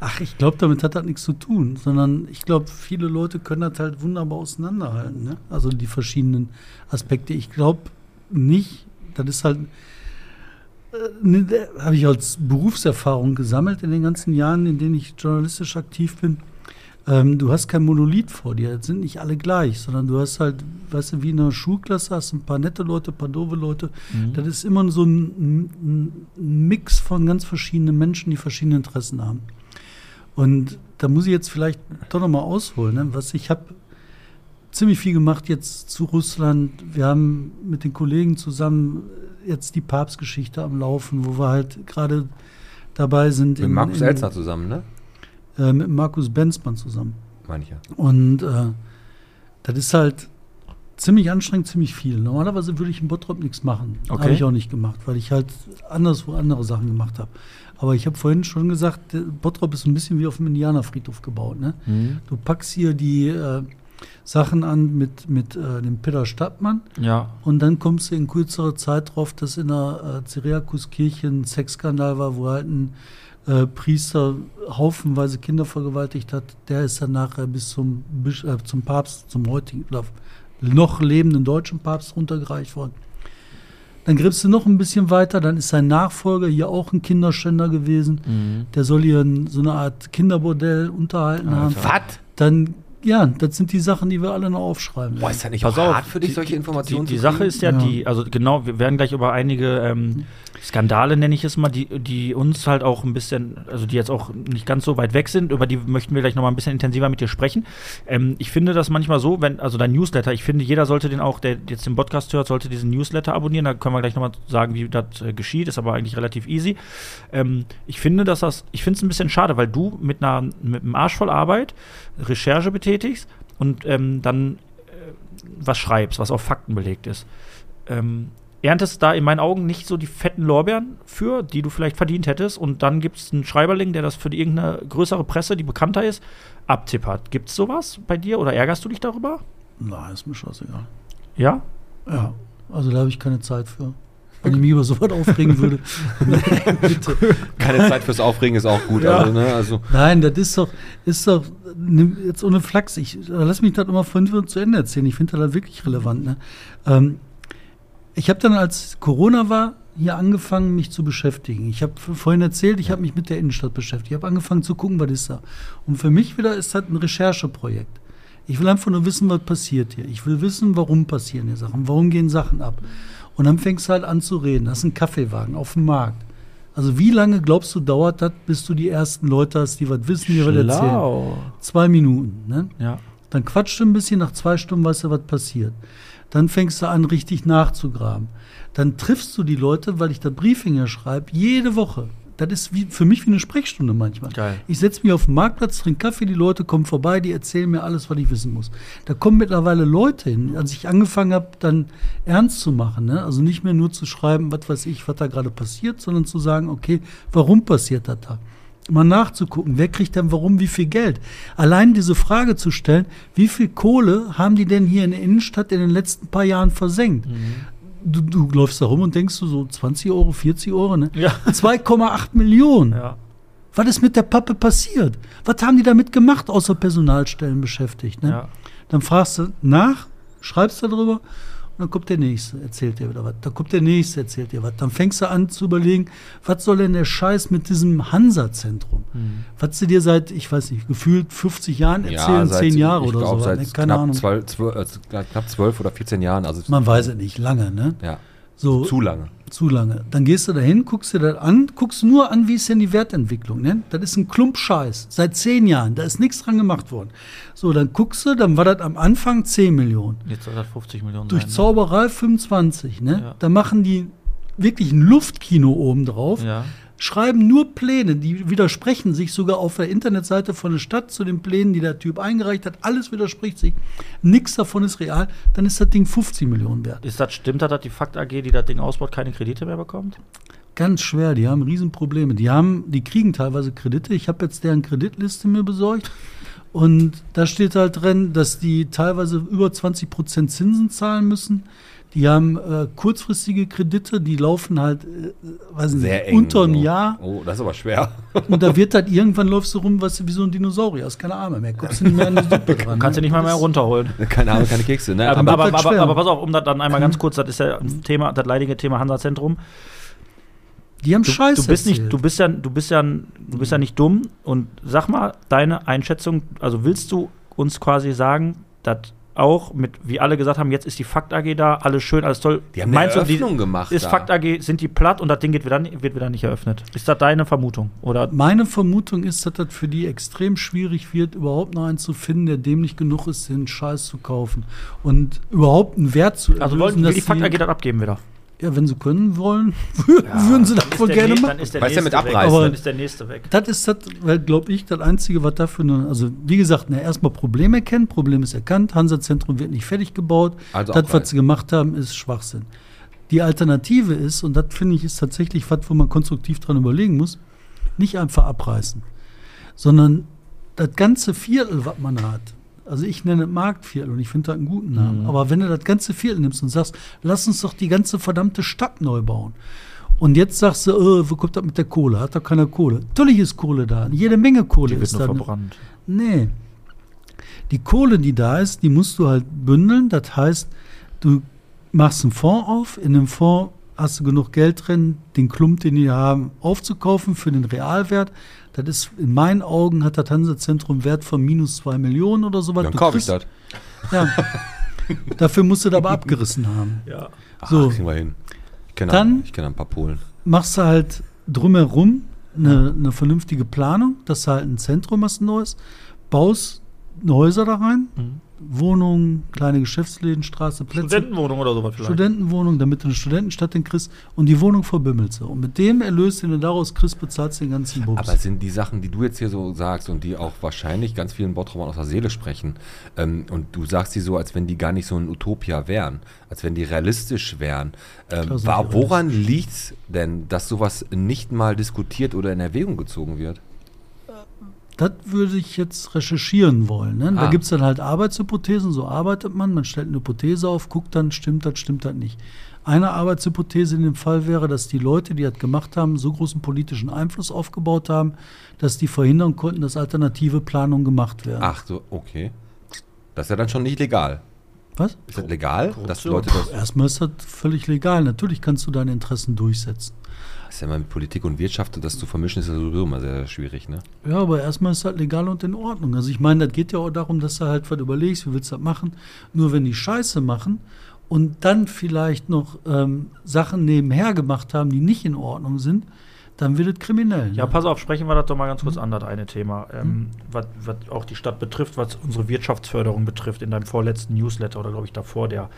[SPEAKER 4] Ach, ich glaube, damit hat das nichts zu tun, sondern ich glaube, viele Leute können das halt wunderbar auseinanderhalten. Ne? Also die verschiedenen Aspekte. Ich glaube nicht, das ist halt, äh, ne, habe ich als Berufserfahrung gesammelt in den ganzen Jahren, in denen ich journalistisch aktiv bin. Ähm, du hast kein Monolith vor dir, es sind nicht alle gleich, sondern du hast halt, weißt du, wie in einer Schulklasse hast du ein paar nette Leute, ein paar doofe Leute.
[SPEAKER 1] Mhm.
[SPEAKER 4] Das ist immer so ein, ein, ein Mix von ganz verschiedenen Menschen, die verschiedene Interessen haben. Und da muss ich jetzt vielleicht doch nochmal ausholen. Ne? Was ich habe ziemlich viel gemacht jetzt zu Russland. Wir haben mit den Kollegen zusammen jetzt die Papstgeschichte am Laufen, wo wir halt gerade dabei
[SPEAKER 1] Mit
[SPEAKER 4] sind. in-
[SPEAKER 1] Markus
[SPEAKER 4] in-
[SPEAKER 1] Elsner zusammen, ne?
[SPEAKER 4] Äh, mit Markus Benzmann zusammen.
[SPEAKER 1] Meine ich ja.
[SPEAKER 4] Und äh, das ist halt ziemlich anstrengend, ziemlich viel. Normalerweise würde ich in Bottrop nichts machen.
[SPEAKER 2] Okay.
[SPEAKER 4] Habe ich auch nicht gemacht, weil ich halt anderswo andere Sachen gemacht habe. Aber ich habe vorhin schon gesagt, äh, Bottrop ist ein bisschen wie auf dem Indianerfriedhof gebaut. Ne?
[SPEAKER 1] Hm,
[SPEAKER 4] Du packst hier die äh, Sachen an mit, mit äh, dem Peter Stadtmann
[SPEAKER 2] Ja.
[SPEAKER 4] und dann kommst du in kürzerer Zeit drauf, dass in der äh, Cyriakuskirche ein Sexskandal war, wo halt ein äh, Priester haufenweise Kinder vergewaltigt hat. Der ist dann nachher bis zum, Bisch äh, zum Papst, zum heutigen, oder noch lebenden deutschen Papst runtergereicht worden. Dann griffst du noch ein bisschen weiter, dann ist sein Nachfolger hier auch ein Kinderschänder gewesen. Der soll hier ein, so eine Art Kinderbordell unterhalten haben.
[SPEAKER 1] Was?
[SPEAKER 4] Dann, ja, das sind die Sachen, die wir alle noch aufschreiben.
[SPEAKER 1] Boah, ist das nicht
[SPEAKER 2] Pass
[SPEAKER 1] auch
[SPEAKER 2] auf,
[SPEAKER 1] hart für dich,
[SPEAKER 2] die-
[SPEAKER 1] solche Informationen
[SPEAKER 2] Die, die
[SPEAKER 1] zu
[SPEAKER 2] Sache
[SPEAKER 1] kriegen?
[SPEAKER 2] ist ja,
[SPEAKER 4] Ja.
[SPEAKER 2] die, also genau, wir werden gleich über einige ähm, Skandale nenne ich es mal, die, die uns halt auch ein bisschen, also die jetzt auch nicht ganz so weit weg sind, über die möchten wir gleich nochmal ein bisschen intensiver mit dir sprechen. Ähm, ich finde das manchmal so, wenn, also dein Newsletter, ich finde, jeder sollte den auch, der jetzt den Podcast hört, sollte diesen Newsletter abonnieren. Da können wir gleich nochmal sagen, wie das äh, geschieht, ist aber eigentlich relativ easy. Ähm, ich finde, dass das, ich finde es ein bisschen schade, weil du mit einer, mit einem Arsch voll Arbeit Recherche betätigst und ähm, dann was schreibst, was auf Fakten belegt ist. Ähm, erntest da in meinen Augen nicht so die fetten Lorbeeren für, die du vielleicht verdient hättest. Und dann gibt es einen Schreiberling, der das für die irgendeine größere Presse, die bekannter ist, abtippert. Gibt es sowas bei dir oder ärgerst du dich darüber?
[SPEAKER 4] Na, ist mir scheißegal.
[SPEAKER 2] Ja?
[SPEAKER 4] Ja, also da habe ich keine Zeit für. Wenn ich mich über so was aufregen würde.
[SPEAKER 1] Keine Zeit fürs Aufregen ist auch gut. Also, ne? also,
[SPEAKER 4] Nein, das ist doch, ist doch, nimm jetzt ohne Flachs, ich lass mich das immer von und zu Ende erzählen. Ich finde das wirklich relevant. Ne? Ähm, ich habe dann, als Corona war, hier angefangen, mich zu beschäftigen. Ich habe vorhin erzählt, ich habe mich mit der Innenstadt beschäftigt. Ich habe angefangen zu gucken, was ist da. Und für mich wieder ist das ein Rechercheprojekt. Ich will einfach nur wissen, was passiert hier. Ich will wissen, warum passieren hier Sachen, warum gehen Sachen ab. Und dann fängst du halt an zu reden. Hast einen Kaffeewagen auf dem Markt. Also wie lange glaubst du, dauert das, bis du die ersten Leute hast, die was wissen, die was erzählen? Zwei Minuten. Ne?
[SPEAKER 2] Ja.
[SPEAKER 4] Dann quatschst du ein bisschen, nach zwei Stunden weißt du, was passiert. Dann fängst du an, richtig nachzugraben. Dann triffst du die Leute, weil ich da Briefing ja schreibe, jede Woche. Das ist wie, für mich wie eine Sprechstunde manchmal.
[SPEAKER 2] Geil.
[SPEAKER 4] Ich setze mich auf den Marktplatz, trinke Kaffee, die Leute kommen vorbei, die erzählen mir alles, was ich wissen muss. Da kommen mittlerweile Leute hin, als ich angefangen habe, dann ernst zu machen. Ne? Also nicht mehr nur zu schreiben, was weiß ich, was da gerade passiert, sondern zu sagen, okay, warum passiert das da? Mal nachzugucken, wer kriegt denn warum wie viel Geld? Allein diese Frage zu stellen, wie viel Kohle haben die denn hier in der Innenstadt in den letzten paar Jahren versenkt?
[SPEAKER 2] Mhm.
[SPEAKER 4] Du, du läufst da rum und denkst du so 20 Euro, 40 Euro, ne?
[SPEAKER 2] Ja.
[SPEAKER 4] 2,8 Millionen.
[SPEAKER 2] Ja.
[SPEAKER 4] Was ist mit der Pappe passiert? Was haben die damit gemacht, außer Personalstellen beschäftigt? Ne?
[SPEAKER 2] Ja.
[SPEAKER 4] Dann fragst du nach, schreibst darüber und dann kommt der Nächste, erzählt dir wieder was. Dann kommt der Nächste, erzählt dir was. Dann fängst du an zu überlegen, was soll denn der Scheiß mit diesem Hansa-Zentrum?
[SPEAKER 1] Mhm.
[SPEAKER 4] Was sie dir seit, ich weiß nicht, gefühlt 50 Jahren erzählen, 10 Jahre
[SPEAKER 1] ich
[SPEAKER 4] oder
[SPEAKER 1] glaub,
[SPEAKER 4] so.
[SPEAKER 1] Seit
[SPEAKER 4] ne? Keine
[SPEAKER 1] knapp,
[SPEAKER 4] Ahnung.
[SPEAKER 1] zwölf, zwölf, äh, z- knapp zwölf oder 14 Jahren. Also,
[SPEAKER 4] Man weiß es nicht, lange, ne?
[SPEAKER 1] ja,
[SPEAKER 4] So,
[SPEAKER 1] zu lange.
[SPEAKER 4] zu lange. Dann gehst du dahin, guckst dir das an, guckst nur an, wie ist denn die Wertentwicklung. Ne? Das ist ein Klump Scheiß. Seit zehn Jahren, da ist nichts dran gemacht worden. So, dann guckst du, dann war das am Anfang 10 Millionen.
[SPEAKER 2] Jetzt soll das 50 Millionen
[SPEAKER 4] Durch
[SPEAKER 2] sein. ne?
[SPEAKER 4] Zauberei 25. Ne?
[SPEAKER 2] Ja.
[SPEAKER 4] Da machen die wirklich ein Luftkino obendrauf.
[SPEAKER 2] Ne? Ja.
[SPEAKER 4] Schreiben nur Pläne, die widersprechen sich sogar auf der Internetseite von der Stadt zu den Plänen, die der Typ eingereicht hat. Alles widerspricht sich. Nichts davon ist real. Dann ist das Ding 50 Millionen wert.
[SPEAKER 2] Ist das, stimmt das, dass die Fakt AG, die das Ding ausbaut, keine Kredite mehr bekommt?
[SPEAKER 4] Ganz schwer, die haben Riesenprobleme. Die haben, die kriegen teilweise Kredite. Ich habe jetzt deren Kreditliste mir besorgt. Und da steht halt drin, dass die teilweise über 20 Prozent Zinsen zahlen müssen. Die haben äh, kurzfristige Kredite, die laufen halt, äh, weiß nicht,
[SPEAKER 1] Sehr eng.
[SPEAKER 4] unter einem
[SPEAKER 1] so.
[SPEAKER 4] Jahr.
[SPEAKER 1] Oh, das ist aber schwer.
[SPEAKER 4] Und da wird halt irgendwann läufst du rum, weißt du, wie so ein Dinosaurier, hast keine Arme mehr, kommst du nicht mehr an die Suppe dran.
[SPEAKER 2] Kannst du
[SPEAKER 4] ne?
[SPEAKER 2] nicht mal mehr
[SPEAKER 4] Das-
[SPEAKER 2] runterholen.
[SPEAKER 1] Keine Ahnung, keine Kekse. Ne?
[SPEAKER 2] Aber, aber,
[SPEAKER 4] das
[SPEAKER 2] aber,
[SPEAKER 4] ist schwer.
[SPEAKER 2] aber, pass auf, um das dann einmal
[SPEAKER 4] Mhm.
[SPEAKER 2] ganz kurz, das ist ja ein Thema, das leidige Thema Hansa-Zentrum.
[SPEAKER 4] Die haben Scheiße.
[SPEAKER 2] Du bist nicht,
[SPEAKER 4] erzählt.
[SPEAKER 2] du bist ja, du bist ja, du
[SPEAKER 1] Mhm.
[SPEAKER 2] bist ja nicht dumm. Und sag mal deine Einschätzung. Also willst du uns quasi sagen, dass auch mit, wie alle gesagt haben, jetzt ist die Fakt AG da, alles schön, alles toll.
[SPEAKER 1] die haben eine Eröffnung gemacht.
[SPEAKER 2] die, ist
[SPEAKER 1] da.
[SPEAKER 2] Fakt AG, sind die platt und das Ding geht wieder, wird wieder nicht eröffnet? Ist das deine Vermutung? Oder
[SPEAKER 4] Meine Vermutung ist, dass das für die extrem schwierig wird, überhaupt noch einen zu finden, der dämlich genug ist, den Scheiß zu kaufen und überhaupt einen Wert zu
[SPEAKER 2] also
[SPEAKER 4] erlösen,
[SPEAKER 2] wollen die,
[SPEAKER 4] dass
[SPEAKER 2] die Fakt AG
[SPEAKER 4] die,
[SPEAKER 2] das abgeben wieder?
[SPEAKER 4] Ja, wenn sie können wollen, würden, würden sie das wohl gerne machen.
[SPEAKER 2] ist der
[SPEAKER 1] Weißt du, mit
[SPEAKER 2] nächste weg.
[SPEAKER 1] abreißen.
[SPEAKER 2] Dann ist der nächste weg.
[SPEAKER 4] Das ist das, glaube ich, das Einzige, was dafür, ne, also wie gesagt, ne, erstmal Problem erkennen, Problem ist erkannt, Hansa-Zentrum wird nicht fertig gebaut,
[SPEAKER 1] Also
[SPEAKER 4] das,
[SPEAKER 1] abreißen.
[SPEAKER 4] was sie gemacht haben, ist Schwachsinn. Die Alternative ist, und das finde ich, ist tatsächlich was, wo man konstruktiv dran überlegen muss, nicht einfach abreißen, sondern das ganze Viertel, was man hat, also ich nenne es Marktviertel und ich finde das einen guten Namen,
[SPEAKER 2] Mhm.
[SPEAKER 4] aber wenn du das ganze Viertel nimmst und sagst, lass uns doch die ganze verdammte Stadt neu bauen, und jetzt sagst du, äh, wo kommt das mit der Kohle? Hat doch keiner Kohle. Natürlich ist Kohle da. Jede Menge Kohle
[SPEAKER 2] Die wird
[SPEAKER 4] ist
[SPEAKER 2] nur
[SPEAKER 4] da. ne?
[SPEAKER 2] verbrannt.
[SPEAKER 4] Nee. Die Kohle, die da ist, die musst du halt bündeln. Das heißt, du machst einen Fonds auf. In dem Fonds hast du genug Geld drin, den Klump, den die haben, aufzukaufen für den Realwert. Das ist, in meinen Augen hat das Hansa-Zentrum Wert von minus zwei Millionen oder sowas.
[SPEAKER 1] Dann
[SPEAKER 4] Du
[SPEAKER 1] kaufe ich
[SPEAKER 4] kriegst-
[SPEAKER 1] das.
[SPEAKER 4] Ja. Dafür musst du das aber abgerissen haben.
[SPEAKER 2] Ja.
[SPEAKER 1] Ach,
[SPEAKER 4] So.
[SPEAKER 1] kriegen wir hin. Ich kenne
[SPEAKER 4] Dann-
[SPEAKER 1] ich kenn ein paar Polen.
[SPEAKER 4] machst du halt drumherum eine, eine vernünftige Planung, dass du halt ein Zentrum hast, ein neues, baust Häuser da rein, Wohnungen, kleine Geschäftsläden, Straße, Plätze.
[SPEAKER 2] Studentenwohnung oder sowas vielleicht.
[SPEAKER 4] Studentenwohnung, damit du eine Studentenstadt den kriegst und die Wohnung verbimmelst du. Und mit dem Erlös, den du daraus kriegst, bezahlst du den ganzen Bums.
[SPEAKER 1] Aber sind die Sachen, die du jetzt hier so sagst und die auch wahrscheinlich ganz vielen Bottromern aus der Seele sprechen, ähm, und du sagst sie so, als wenn die gar nicht so ein Utopia wären, als wenn die realistisch wären. Ähm,
[SPEAKER 4] Klar sind
[SPEAKER 1] wa-
[SPEAKER 4] die
[SPEAKER 1] woran liegt es denn, dass sowas nicht mal diskutiert oder in Erwägung gezogen wird?
[SPEAKER 4] Das würde ich jetzt recherchieren wollen. Ne?
[SPEAKER 1] Ah.
[SPEAKER 4] Da gibt es dann halt Arbeitshypothesen, so arbeitet man, man stellt eine Hypothese auf, guckt dann, stimmt das, stimmt das nicht. Eine Arbeitshypothese in dem Fall wäre, dass die Leute, die das gemacht haben, so großen politischen Einfluss aufgebaut haben, dass die verhindern konnten, dass alternative Planungen gemacht werden.
[SPEAKER 1] Ach so, okay. Das ist ja dann schon nicht legal.
[SPEAKER 4] Was?
[SPEAKER 1] Ist das legal, dass
[SPEAKER 2] Korruption.
[SPEAKER 1] Leute das.
[SPEAKER 4] Erstmal ist das völlig legal. Natürlich kannst du deine Interessen durchsetzen.
[SPEAKER 1] Das ist ja mal mit Politik und Wirtschaft, das zu vermischen, ist ja sowieso immer sehr, sehr schwierig, ne?
[SPEAKER 4] Ja, aber erstmal ist das legal und in Ordnung. Also ich meine, das geht ja auch darum, dass du halt was überlegst, wie willst du das machen. Nur wenn die Scheiße machen und dann vielleicht noch ähm, Sachen nebenher gemacht haben, die nicht in Ordnung sind, dann wird es kriminell. ne?
[SPEAKER 2] Ja, pass auf, sprechen wir das doch mal ganz kurz an, das eine Thema, ähm, was, was auch die Stadt betrifft, was unsere Wirtschaftsförderung betrifft, in deinem vorletzten Newsletter oder glaube ich davor, der,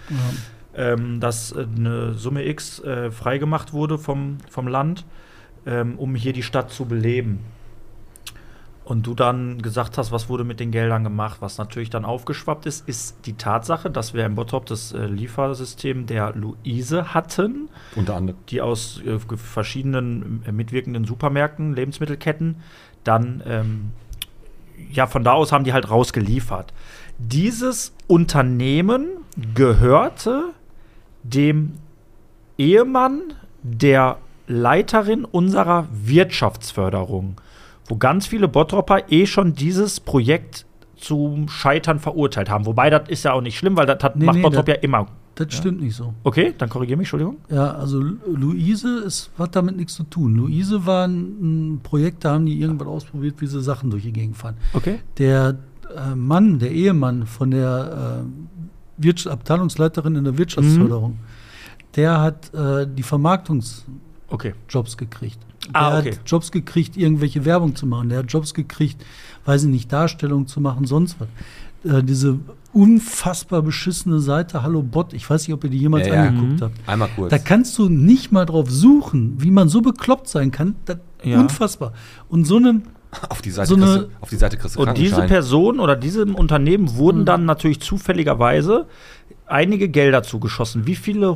[SPEAKER 2] ähm, dass äh, eine Summe X äh, freigemacht wurde vom, vom Land, ähm, um hier die Stadt zu beleben. Und du dann gesagt hast, was wurde mit den Geldern gemacht, was natürlich dann aufgeschwappt ist, ist die Tatsache, dass wir im Bottrop das äh, Liefersystem der Luise hatten
[SPEAKER 1] Unter anderem.
[SPEAKER 2] die aus äh, ge- verschiedenen äh, mitwirkenden Supermärkten, Lebensmittelketten, dann ähm, ja, von da aus haben die halt rausgeliefert. Dieses Unternehmen gehörte dem Ehemann der Leiterin unserer Wirtschaftsförderung, wo ganz viele Bottropper eh schon dieses Projekt zum Scheitern verurteilt haben. Wobei das ist ja auch nicht schlimm, weil das hat-
[SPEAKER 4] Nee,
[SPEAKER 2] macht
[SPEAKER 4] nee,
[SPEAKER 2] Bottrop
[SPEAKER 4] das-
[SPEAKER 2] ja immer.
[SPEAKER 4] Das stimmt nicht so.
[SPEAKER 2] Okay, dann korrigiere mich, Entschuldigung.
[SPEAKER 4] Ja, also Lu- Luise ist, hat damit nichts zu tun. Luise war ein, ein Projekt, da haben die irgendwas ausprobiert, wie sie Sachen durch die Gegend fahren.
[SPEAKER 2] Okay.
[SPEAKER 4] Der äh, Mann, der Ehemann von der äh, Wirtschaft- Abteilungsleiterin in der Wirtschaftsförderung,
[SPEAKER 2] Mhm.
[SPEAKER 4] der hat äh, die Vermarktungsjobs
[SPEAKER 2] Okay.
[SPEAKER 4] gekriegt. Der
[SPEAKER 2] Ah, okay.
[SPEAKER 4] hat Jobs gekriegt, irgendwelche Werbung zu machen. Der hat Jobs gekriegt, weiß ich nicht, Darstellung zu machen, sonst was. Äh, diese unfassbar beschissene Seite Hallo Bot, ich weiß nicht, ob ihr die jemals
[SPEAKER 1] Ja, ja.
[SPEAKER 2] Mhm.
[SPEAKER 4] angeguckt habt.
[SPEAKER 1] Einmal kurz.
[SPEAKER 4] Da kannst du nicht mal drauf suchen, wie man so bekloppt sein kann. Das,
[SPEAKER 2] Ja.
[SPEAKER 4] Unfassbar. Und so einem
[SPEAKER 1] auf, die Seite
[SPEAKER 4] so
[SPEAKER 1] kriegst
[SPEAKER 4] eine-
[SPEAKER 1] du- auf die Seite kriegst du
[SPEAKER 2] Und diese
[SPEAKER 1] Krankenschein.
[SPEAKER 2] Person oder diesem Unternehmen wurden dann natürlich zufälligerweise einige Gelder zugeschossen. Wie viele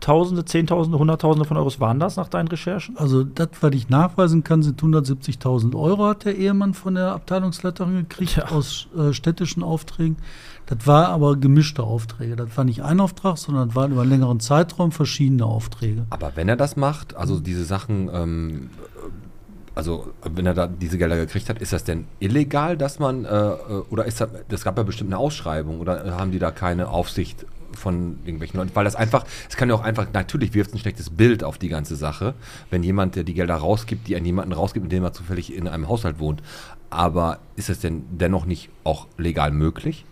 [SPEAKER 2] Tausende, Zehntausende, Hunderttausende von Euros waren das nach deinen Recherchen?
[SPEAKER 4] Also das, was ich nachweisen kann, sind 170.000 Euro, hat der Ehemann von der Abteilungsleiterin gekriegt
[SPEAKER 2] Ja.
[SPEAKER 4] aus äh, städtischen Aufträgen. Das war aber gemischte Aufträge. Das war nicht ein Auftrag, sondern das waren über einen längeren Zeitraum verschiedene Aufträge.
[SPEAKER 1] Aber wenn er das macht, also
[SPEAKER 4] Mhm.
[SPEAKER 1] diese Sachen, ähm, also wenn er da diese Gelder gekriegt hat, ist das denn illegal, dass man, äh, äh, oder ist das, das gab ja bestimmt eine Ausschreibung, oder haben die da keine Aufsicht von irgendwelchen Leuten? Weil das einfach, es kann ja auch einfach, natürlich wirft ein schlechtes Bild auf die ganze Sache, wenn jemand, der die Gelder rausgibt, die an jemanden rausgibt, mit dem er zufällig in einem Haushalt wohnt. Aber ist das denn dennoch nicht auch legal möglich?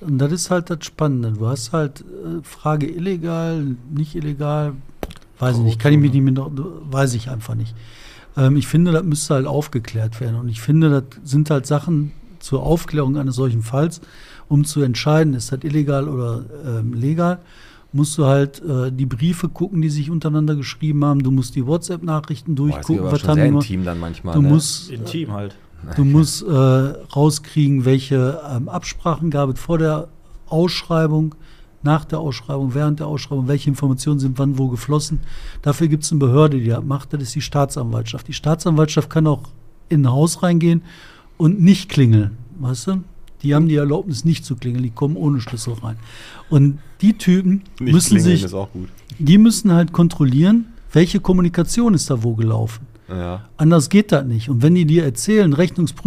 [SPEAKER 4] Und das ist halt das Spannende. Du hast halt äh, Frage illegal, nicht illegal, weiß ich nicht, kann ich mich nicht mehr, weiß ich einfach nicht. Ähm, ich finde, das müsste halt aufgeklärt werden. Und ich finde, das sind halt Sachen zur Aufklärung eines solchen Falls, um zu entscheiden, ist das illegal oder ähm, legal. Musst du halt äh, die Briefe gucken, die sich untereinander geschrieben haben. Du musst die WhatsApp-Nachrichten
[SPEAKER 1] das ist
[SPEAKER 4] durchgucken.
[SPEAKER 1] aber
[SPEAKER 4] was
[SPEAKER 1] schon
[SPEAKER 4] haben
[SPEAKER 1] sehr
[SPEAKER 4] die gemacht.
[SPEAKER 1] intim dann manchmal.
[SPEAKER 4] Du
[SPEAKER 1] ne?
[SPEAKER 4] musst
[SPEAKER 2] Intim halt.
[SPEAKER 4] Du musst äh, rauskriegen, welche ähm, Absprachen gab es vor der Ausschreibung, nach der Ausschreibung, während der Ausschreibung, welche Informationen sind wann wo geflossen. Dafür gibt es eine Behörde, die das macht, das ist die Staatsanwaltschaft. Die Staatsanwaltschaft kann auch in ein Haus reingehen und nicht klingeln, weißt du? Die haben die Erlaubnis, nicht zu klingeln, die kommen ohne Schlüssel rein. Und die Typen
[SPEAKER 1] Nicht
[SPEAKER 4] müssen
[SPEAKER 1] klingeln
[SPEAKER 4] sich,
[SPEAKER 1] ist auch gut.
[SPEAKER 4] die müssen halt kontrollieren, welche Kommunikation ist da wo gelaufen.
[SPEAKER 1] Ja.
[SPEAKER 4] Anders geht das nicht. Und wenn die dir erzählen,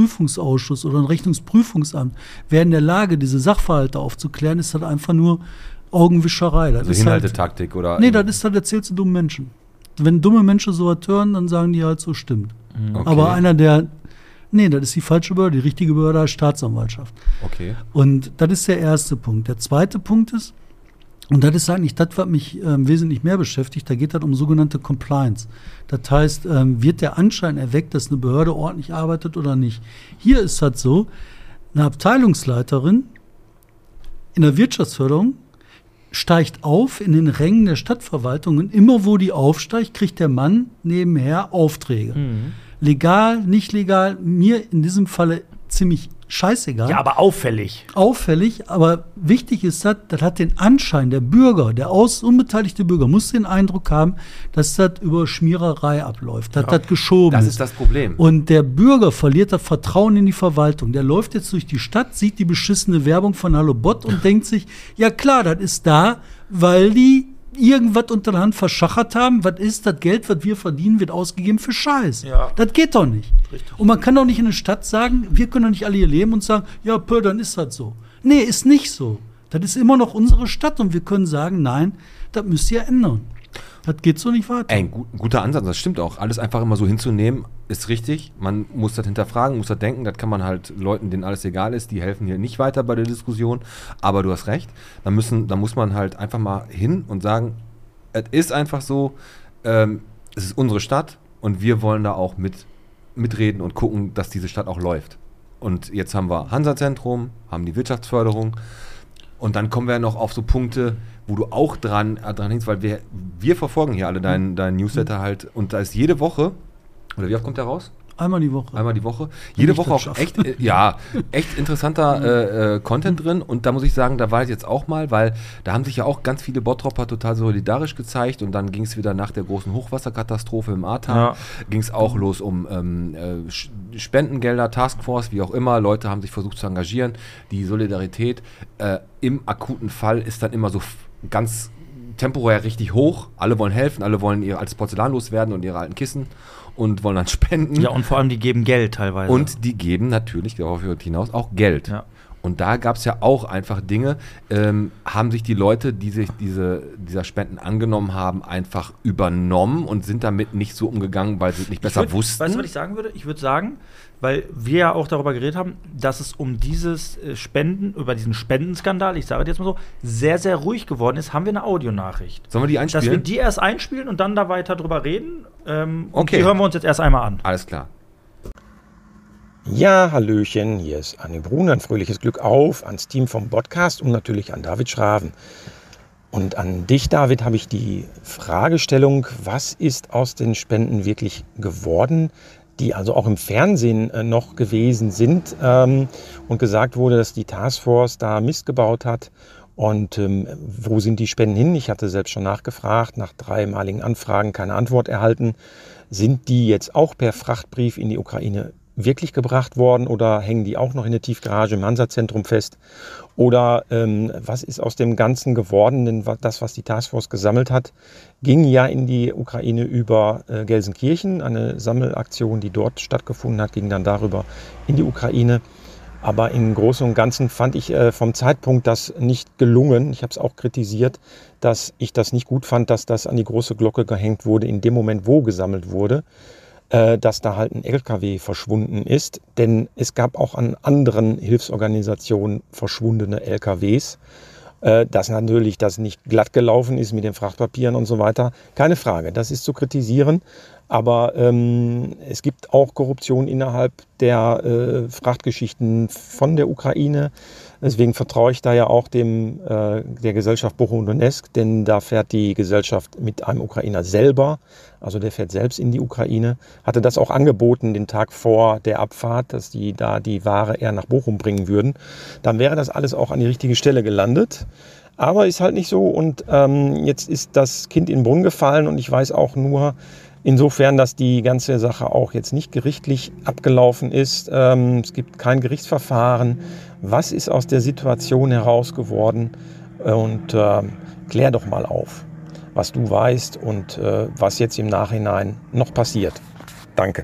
[SPEAKER 4] Rechnungsprüfungsausschuss oder ein Rechnungsprüfungsamt wäre in der Lage, diese Sachverhalte aufzuklären, ist das einfach nur Augenwischerei. Das
[SPEAKER 1] Also
[SPEAKER 4] ist
[SPEAKER 1] Hinhaltetaktik oder.
[SPEAKER 4] Halt, nee, das ist das erzählst du dummen Menschen. Wenn dumme Menschen sowas hören, dann sagen die halt, so stimmt.
[SPEAKER 1] Okay.
[SPEAKER 4] Aber einer, der. Nee, das ist die falsche Behörde. Die richtige Behörde heißt Staatsanwaltschaft.
[SPEAKER 1] Okay.
[SPEAKER 4] Und das ist der erste Punkt. Der zweite Punkt ist, Und das ist eigentlich das, was mich ähm, wesentlich mehr beschäftigt. Da geht es um sogenannte Compliance. Das heißt, ähm, wird der Anschein erweckt, dass eine Behörde ordentlich arbeitet oder nicht? Hier ist das so, eine Abteilungsleiterin in der Wirtschaftsförderung steigt auf in den Rängen der Stadtverwaltung und immer wo die aufsteigt, kriegt der Mann nebenher Aufträge. Legal, nicht legal, mir in diesem Falle ziemlich scheißegal
[SPEAKER 1] Hm?
[SPEAKER 2] Ja, aber auffällig.
[SPEAKER 4] auffällig, aber wichtig ist das, das hat den Anschein, der Bürger, der aus, unbeteiligte Bürger muss den Eindruck haben, dass das über Schmiererei abläuft, dass das geschoben
[SPEAKER 1] Das ist das Problem.
[SPEAKER 4] und der Bürger verliert das Vertrauen in die Verwaltung. Der läuft jetzt durch die Stadt, sieht die beschissene Werbung von Hallo Bot und denkt sich, ja klar, das ist da, weil die irgendwas unter der Hand verschachert haben. Was ist das Geld, was wir verdienen, wird ausgegeben für Scheiß.
[SPEAKER 2] Ja.
[SPEAKER 4] Das geht doch nicht. Und man kann doch nicht in eine Stadt sagen, wir können doch nicht alle hier leben und sagen, ja, pö, dann ist das so. Nee, ist nicht so. Das ist immer noch unsere Stadt und wir können sagen, nein, das müsst ihr ändern. Das geht so nicht weiter.
[SPEAKER 1] Ey, ein gut, guter Ansatz, das stimmt auch. Alles einfach immer so hinzunehmen, ist richtig. Man muss das hinterfragen, muss das denken. Das kann man halt Leuten, denen alles egal ist, die helfen hier nicht weiter bei der Diskussion. Aber du hast recht, da, müssen, da muss man halt einfach mal hin und sagen, es ist einfach so, ähm, es ist unsere Stadt und wir wollen da auch mit, mitreden und gucken, dass diese Stadt auch läuft. Und jetzt haben wir Hansa-Zentrum, haben die Wirtschaftsförderung, und dann kommen wir noch auf so Punkte, wo du auch dran, äh, dran hängst, weil wir, wir verfolgen hier alle deinen deinen Newsletter halt. Und da ist jede Woche, oder wie oft kommt der raus?
[SPEAKER 4] Einmal die Woche.
[SPEAKER 1] Einmal die Woche. Jede
[SPEAKER 4] ich
[SPEAKER 1] Woche
[SPEAKER 4] das
[SPEAKER 1] auch
[SPEAKER 4] schaff.
[SPEAKER 1] echt, äh, ja, echt interessanter äh, äh, Content drin. Und da muss ich sagen, da war ich jetzt auch mal, weil da haben sich ja auch ganz viele Bottropper total solidarisch gezeigt. Und dann ging es wieder nach der großen Hochwasserkatastrophe im Ahrtal,
[SPEAKER 2] Ja.
[SPEAKER 1] ging es auch los um ähm, äh, Sch- Spendengelder, Taskforce, wie auch immer. Leute haben sich versucht zu engagieren. Die Solidarität äh, im akuten Fall ist dann immer so f- ganz temporär richtig hoch. Alle wollen helfen, alle wollen ihr altes Porzellan loswerden und ihre alten Kissen und wollen dann spenden.
[SPEAKER 2] Ja, und vor allem, die geben Geld teilweise.
[SPEAKER 1] Und die geben natürlich, darauf wird hinaus, auch Geld.
[SPEAKER 2] Ja.
[SPEAKER 1] Und da gab es ja auch einfach Dinge, ähm, haben sich die Leute, die sich diese, dieser Spenden angenommen haben, einfach übernommen und sind damit nicht so umgegangen, weil sie es nicht
[SPEAKER 2] Ich
[SPEAKER 1] besser
[SPEAKER 2] würd-
[SPEAKER 1] wussten.
[SPEAKER 2] Weißt du, was ich sagen würde? Ich würde sagen, weil wir ja auch darüber geredet haben, dass es um dieses äh, Spenden, über diesen Spendenskandal, ich sage das jetzt mal so, sehr, sehr ruhig geworden ist, haben wir eine Audionachricht.
[SPEAKER 1] Sollen wir die
[SPEAKER 2] Dass wir
[SPEAKER 1] einspielen?
[SPEAKER 2] die erst einspielen und dann da weiter drüber reden. Ähm, und
[SPEAKER 1] Okay.
[SPEAKER 2] Die hören wir uns jetzt erst einmal an.
[SPEAKER 1] Alles klar.
[SPEAKER 6] Ja, Hallöchen, hier ist Anne Brun, ein fröhliches Glück auf ans Team vom Podcast und natürlich an David Schraven. Und an dich, David, habe ich die Fragestellung, was ist aus den Spenden wirklich geworden, die also auch im Fernsehen äh, noch gewesen sind ähm, und gesagt wurde, dass die Taskforce da Mist gebaut hat. Und ähm, wo sind die Spenden hin? Ich hatte selbst schon nachgefragt, nach dreimaligen Anfragen keine Antwort erhalten. Sind die jetzt auch per Frachtbrief in die Ukraine wirklich gebracht worden oder hängen die auch noch in der Tiefgarage im Hansa-Zentrum fest? Oder ähm, was ist aus dem Ganzen geworden? Denn wa- das, was die Taskforce gesammelt hat, ging ja in die Ukraine über äh, Gelsenkirchen. Eine Sammelaktion, die dort stattgefunden hat, ging dann darüber in die Ukraine. Aber im Großen und Ganzen fand ich äh, vom Zeitpunkt das nicht gelungen. Ich habe es auch kritisiert, dass ich das nicht gut fand, dass das an die große Glocke gehängt wurde, in dem Moment, wo gesammelt wurde äh, dass da halt ein LKW verschwunden ist. Denn es gab auch an anderen Hilfsorganisationen verschwundene LKWs. Äh, Dass natürlich das nicht glatt gelaufen ist mit den Frachtpapieren und so weiter, keine Frage, das ist zu kritisieren. Aber ähm, es gibt auch Korruption innerhalb der äh, Frachtgeschichten von der Ukraine. Deswegen vertraue ich da ja auch dem, äh, der Gesellschaft Bochum Donetsk, denn da fährt die Gesellschaft mit einem Ukrainer selber, also der fährt selbst in die Ukraine, hatte das auch angeboten den Tag vor der Abfahrt, dass die da die Ware eher nach Bochum bringen würden. Dann wäre das alles auch an die richtige Stelle gelandet. Aber ist halt nicht so und ähm, jetzt ist das Kind in den Brunnen gefallen und ich weiß auch nur, Insofern, dass die ganze Sache auch jetzt nicht gerichtlich abgelaufen ist. Ähm, es gibt kein Gerichtsverfahren. Was ist aus der Situation heraus geworden? Und ähm, klär doch mal auf, was du weißt und äh, was jetzt im Nachhinein noch passiert. Danke.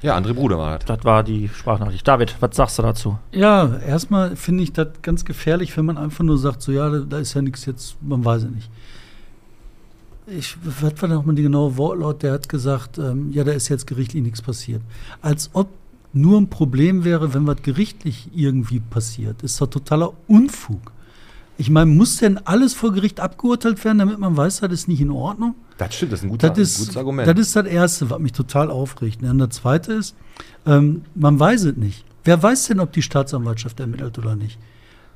[SPEAKER 1] Ja, André Bruder war halt.
[SPEAKER 2] Das war die Sprachnachricht. David, was sagst du dazu?
[SPEAKER 4] Ja, erstmal finde ich das ganz gefährlich, wenn man einfach nur sagt, so ja, da- da ist ja nichts jetzt, man weiß es nicht. Ich, was war nochmal die genaue Wortlaut? Der hat gesagt, ähm, ja, da ist jetzt gerichtlich nichts passiert. Als ob nur ein Problem wäre, wenn was gerichtlich irgendwie passiert. Ist doch totaler Unfug. Ich meine, muss denn alles vor Gericht abgeurteilt werden, damit man weiß, das ist nicht in Ordnung?
[SPEAKER 1] Das stimmt, das ist ein guter,
[SPEAKER 4] Das ist,
[SPEAKER 1] gutes Argument.
[SPEAKER 4] das ist das Erste, was mich total aufregt. Ne? Und das Zweite ist, ähm, man weiß es nicht. Wer weiß denn, ob die Staatsanwaltschaft ermittelt oder nicht?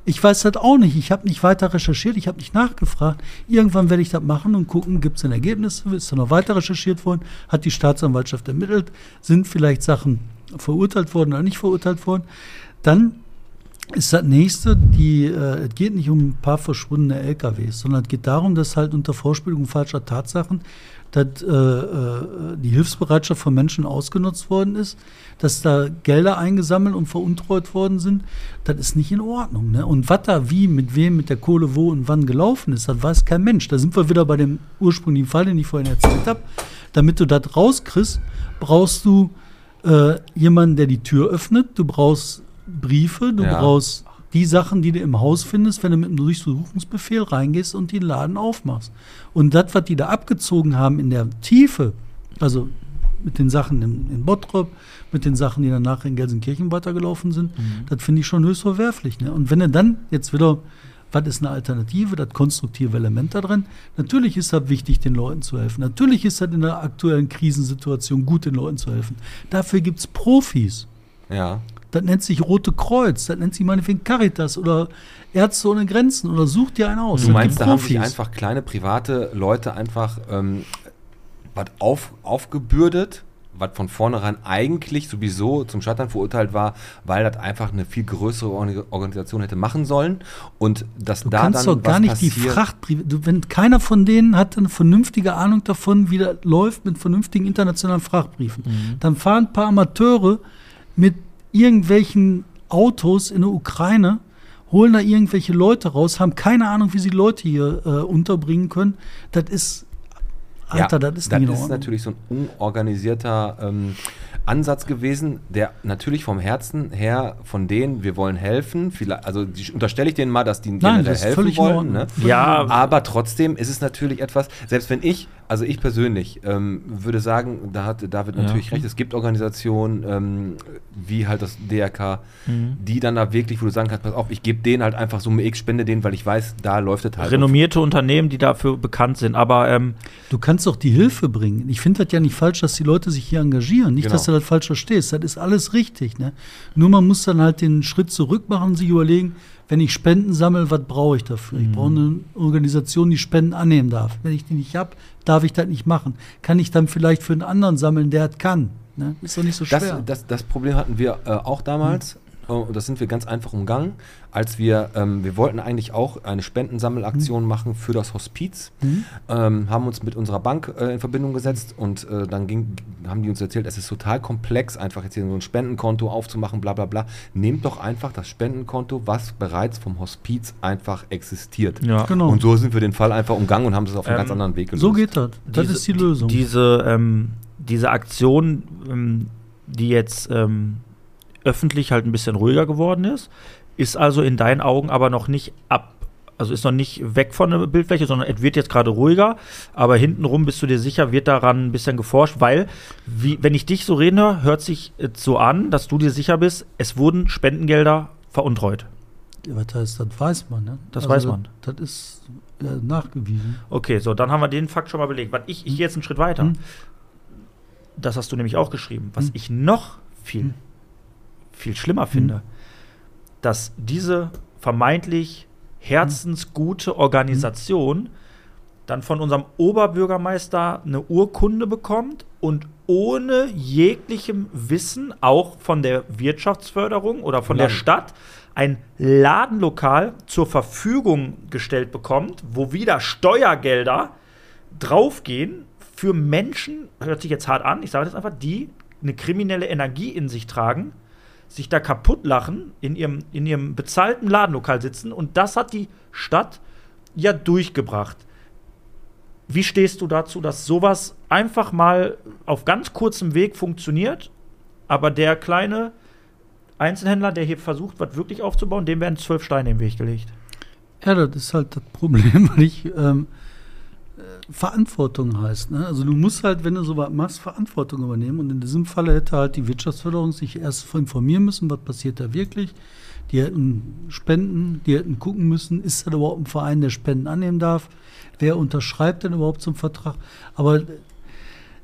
[SPEAKER 4] Ich weiß das auch nicht. Ich habe nicht weiter recherchiert, ich habe nicht nachgefragt. Irgendwann werde ich das machen und gucken, gibt es denn Ergebnisse? Ist da noch weiter recherchiert worden? Hat die Staatsanwaltschaft ermittelt? Sind vielleicht Sachen verurteilt worden oder nicht verurteilt worden? Dann ist das nächste, die, äh, es geht nicht um ein paar verschwundene LKWs, sondern es geht darum, dass halt unter Vorspielung falscher Tatsachen dass, äh, äh, die Hilfsbereitschaft von Menschen ausgenutzt worden ist, dass da Gelder eingesammelt und veruntreut worden sind, das ist nicht in Ordnung. Ne? Und was da wie, mit wem, mit der Kohle wo und wann gelaufen ist, das weiß kein Mensch. Da sind wir wieder bei dem ursprünglichen Fall, den ich vorhin erzählt habe. Damit du das rauskriegst, brauchst du äh, jemanden, der die Tür öffnet, du brauchst Briefe, du
[SPEAKER 1] Ja.
[SPEAKER 4] brauchst die Sachen, die du im Haus findest, wenn du mit einem Durchsuchungsbefehl reingehst und den Laden aufmachst. Und das, was die da abgezogen haben in der Tiefe, also mit den Sachen in, in Bottrop, mit den Sachen, die danach in Gelsenkirchen weitergelaufen sind, das finde ich schon höchst verwerflich. Ne? Und wenn er dann jetzt wieder, was ist eine Alternative, das konstruktive Element da drin, natürlich ist das wichtig, den Leuten zu helfen. Natürlich ist das in der aktuellen Krisensituation gut, den Leuten zu helfen. Dafür gibt es Profis.
[SPEAKER 1] ja.
[SPEAKER 4] Das nennt sich Rote Kreuz, das nennt sich meinetwegen Caritas oder Ärzte ohne Grenzen oder such dir einen aus.
[SPEAKER 1] Du
[SPEAKER 4] Das
[SPEAKER 1] meinst,
[SPEAKER 4] gibt
[SPEAKER 1] da haben sich
[SPEAKER 4] Profis.
[SPEAKER 1] einfach kleine private Leute einfach ähm, was auf, aufgebürdet, was von vornherein eigentlich sowieso zum Scheitern verurteilt war, weil das einfach eine viel größere Organ- Organisation hätte machen sollen und dass
[SPEAKER 4] Du
[SPEAKER 1] da
[SPEAKER 4] kannst
[SPEAKER 1] dann
[SPEAKER 4] doch gar nicht die Fracht, du, wenn keiner von denen hat eine vernünftige Ahnung davon, wie das läuft mit vernünftigen internationalen Frachtbriefen,
[SPEAKER 1] Mhm.
[SPEAKER 4] dann fahren ein paar Amateure mit irgendwelchen Autos in der Ukraine, holen da irgendwelche Leute raus, haben keine Ahnung, wie sie Leute hier äh, unterbringen können. Das ist, Alter, das ist
[SPEAKER 1] das
[SPEAKER 4] nicht in
[SPEAKER 1] ist
[SPEAKER 4] Ordnung.
[SPEAKER 1] natürlich so ein unorganisierter ähm, Ansatz gewesen, der natürlich vom Herzen her von denen, wir wollen helfen, vielleicht, also die, unterstelle ich denen mal, dass die generell
[SPEAKER 4] das ist
[SPEAKER 1] helfen
[SPEAKER 4] völlig in
[SPEAKER 1] wollen.
[SPEAKER 4] Ordnung.
[SPEAKER 1] Ne?
[SPEAKER 2] Ja,
[SPEAKER 1] Aber trotzdem ist es natürlich etwas, selbst wenn ich, also ich persönlich, ähm, würde sagen, da hat David natürlich recht, es gibt Organisationen ähm, wie halt das DRK, die dann da wirklich, wo du sagen kannst, pass auf, ich gebe denen halt einfach Summe X, spende denen, weil ich weiß, da läuft es halt.
[SPEAKER 2] renommierte Unternehmen, die dafür bekannt sind. Aber ähm,
[SPEAKER 4] Du kannst doch die Hilfe bringen. Ich finde das ja nicht falsch, dass die Leute sich hier engagieren. Nicht,
[SPEAKER 1] Genau.
[SPEAKER 4] dass du das falsch verstehst. Das ist alles richtig. Ne? Nur man muss dann halt den Schritt zurück machen und sich überlegen, wenn ich Spenden sammle, was brauche ich dafür? Ich brauche
[SPEAKER 1] Mhm.
[SPEAKER 4] eine Organisation, die Spenden annehmen darf. Wenn ich die nicht habe, darf ich das nicht machen. Kann ich dann vielleicht für einen anderen sammeln, der das kann? Ne? Ist doch nicht so schwer. Hm.
[SPEAKER 1] Das, das, das Problem hatten wir äh, auch damals. Und das sind wir ganz einfach umgangen, als wir, ähm, wir wollten eigentlich auch eine Spendensammelaktion
[SPEAKER 4] Hm.
[SPEAKER 1] machen für das Hospiz, ähm, haben uns mit unserer Bank äh, in Verbindung gesetzt und äh, dann ging, haben die uns erzählt, es ist total komplex, einfach jetzt hier so ein Spendenkonto aufzumachen, bla bla bla. Nehmt doch einfach das Spendenkonto, was bereits vom Hospiz einfach existiert.
[SPEAKER 2] ja.
[SPEAKER 4] genau.
[SPEAKER 1] Und so sind wir den Fall einfach umgangen und haben es auf einen
[SPEAKER 2] Ähm,
[SPEAKER 1] ganz anderen Weg gelöst.
[SPEAKER 4] so geht das. Das ist die Lösung.
[SPEAKER 2] Diese, ähm, diese Aktion, ähm, die jetzt ähm, öffentlich halt ein bisschen ruhiger geworden ist, ist also in deinen Augen aber noch nicht ab. Also ist noch nicht weg von der Bildfläche, sondern es wird jetzt gerade ruhiger. Aber hintenrum bist du dir sicher, wird daran ein bisschen geforscht, weil, wie, wenn ich dich so reden höre, hört sich äh, so an, dass du dir sicher bist, es wurden Spendengelder veruntreut.
[SPEAKER 4] Was heißt, das weiß man. Ne?
[SPEAKER 2] Das weiß man.
[SPEAKER 4] Das, das ist ja, nachgewiesen.
[SPEAKER 2] Okay, so, dann haben wir den Fakt schon mal belegt. Was ich, ich gehe jetzt einen Schritt weiter.
[SPEAKER 4] Hm.
[SPEAKER 2] Das hast du nämlich auch geschrieben. Was ich noch viel,
[SPEAKER 4] Hm.
[SPEAKER 2] viel schlimmer finde, dass diese vermeintlich herzensgute Organisation dann von unserem Oberbürgermeister eine Urkunde bekommt und ohne jeglichem Wissen, auch von der Wirtschaftsförderung oder von der
[SPEAKER 1] Laden.
[SPEAKER 2] Stadt, ein Ladenlokal zur Verfügung gestellt bekommt, wo wieder Steuergelder draufgehen für Menschen, hört sich jetzt hart an, ich sage das einfach, die eine kriminelle Energie in sich tragen, sich da kaputt lachen, in ihrem, in ihrem bezahlten Ladenlokal sitzen und das hat die Stadt ja durchgebracht. Wie stehst du dazu, dass sowas einfach mal auf ganz kurzem Weg funktioniert, aber der kleine Einzelhändler, der hier versucht, was wirklich aufzubauen, dem werden zwölf Steine im Weg gelegt?
[SPEAKER 4] Ja, das ist halt das Problem, weil ich ähm, Verantwortung heißt. Ne? Also du musst halt, wenn du sowas machst, Verantwortung übernehmen. Und in diesem Falle hätte halt die Wirtschaftsförderung sich erst informieren müssen, was passiert da wirklich. Die hätten spenden, die hätten gucken müssen, ist da überhaupt ein Verein, der Spenden annehmen darf? Wer unterschreibt denn überhaupt zum Vertrag? Aber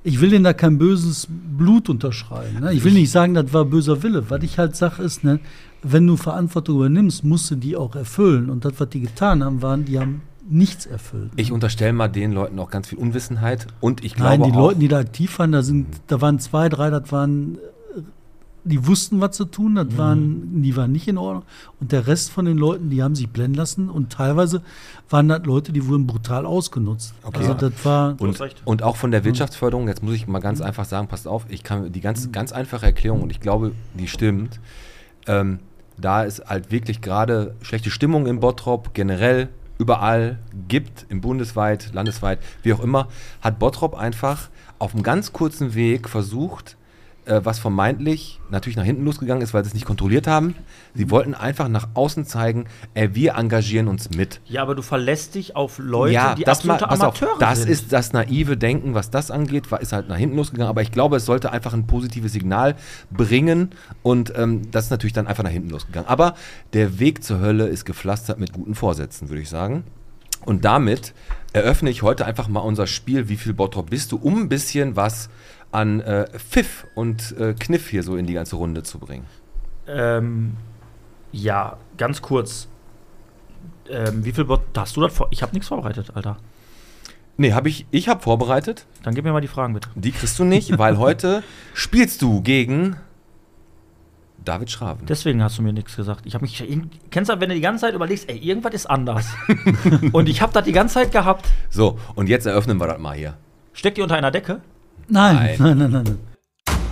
[SPEAKER 4] ich will denen da kein böses Blut unterschreiben. Ne? Ich will nicht sagen, das war böser Wille. Was ich halt sage, ist, ne, wenn du Verantwortung übernimmst, musst du die auch erfüllen. Und das, was die getan haben, waren, die haben nichts erfüllt.
[SPEAKER 1] Ich unterstelle mal den Leuten auch ganz viel Unwissenheit und ich glaube
[SPEAKER 4] Nein, die
[SPEAKER 1] auch,
[SPEAKER 4] Leute, die da aktiv waren, da, sind, da waren zwei, drei, das waren, äh, die wussten, was zu tun,
[SPEAKER 1] Mhm.
[SPEAKER 4] das waren, die waren nicht in Ordnung. Und der Rest von den Leuten, die haben sich blenden lassen und teilweise waren das Leute, die wurden brutal ausgenutzt.
[SPEAKER 1] Okay.
[SPEAKER 4] Also das war,
[SPEAKER 1] und,
[SPEAKER 2] hast recht. Hm.
[SPEAKER 1] und auch von der Wirtschaftsförderung, jetzt muss ich mal ganz einfach sagen, passt auf, ich kann die ganz, ganz einfache Erklärung und ich glaube, die stimmt. Ähm, da es halt wirklich gerade schlechte Stimmung in Bottrop generell überall gibt, im bundesweit, landesweit, wie auch immer, hat Bottrop einfach auf einem ganz kurzen Weg versucht, äh, was vermeintlich natürlich nach hinten losgegangen ist, weil sie es nicht kontrolliert haben. Sie wollten einfach nach außen zeigen, ey, wir engagieren uns mit
[SPEAKER 2] Ja, aber du verlässt dich auf Leute, die
[SPEAKER 1] ma-
[SPEAKER 2] absolute
[SPEAKER 1] pass auf,
[SPEAKER 2] Amateure
[SPEAKER 1] das
[SPEAKER 2] sind.
[SPEAKER 1] ist das naive Denken, was das angeht, war, ist halt nach hinten losgegangen. Aber ich glaube, es sollte einfach ein positives Signal bringen und ähm, das ist natürlich dann einfach nach hinten losgegangen. Aber der Weg zur Hölle ist gepflastert mit guten Vorsätzen, würde ich sagen. Und damit eröffne ich heute einfach mal unser Spiel, wie viel Bottrop bist du, um ein bisschen was an äh, Pfiff und äh, Kniff hier so in die ganze Runde zu bringen.
[SPEAKER 2] Ähm, ja, ganz kurz. Ähm, wie viel Bot hast du das vor? Ich habe nichts vorbereitet, Alter.
[SPEAKER 1] Nee, habe ich, ich habe vorbereitet.
[SPEAKER 2] Dann gib mir mal die Fragen bitte.
[SPEAKER 1] Die kriegst du nicht, weil heute spielst du gegen David Schraven.
[SPEAKER 2] Deswegen hast du mir nichts gesagt. Ich habe mich irgend- kennst du, das, wenn du die ganze Zeit überlegst, ey, irgendwas ist anders. Und ich habe das die ganze Zeit gehabt.
[SPEAKER 1] So, und jetzt eröffnen wir das mal hier.
[SPEAKER 2] Steckt die unter einer Decke?
[SPEAKER 4] nein, nein, nein, nein, nein.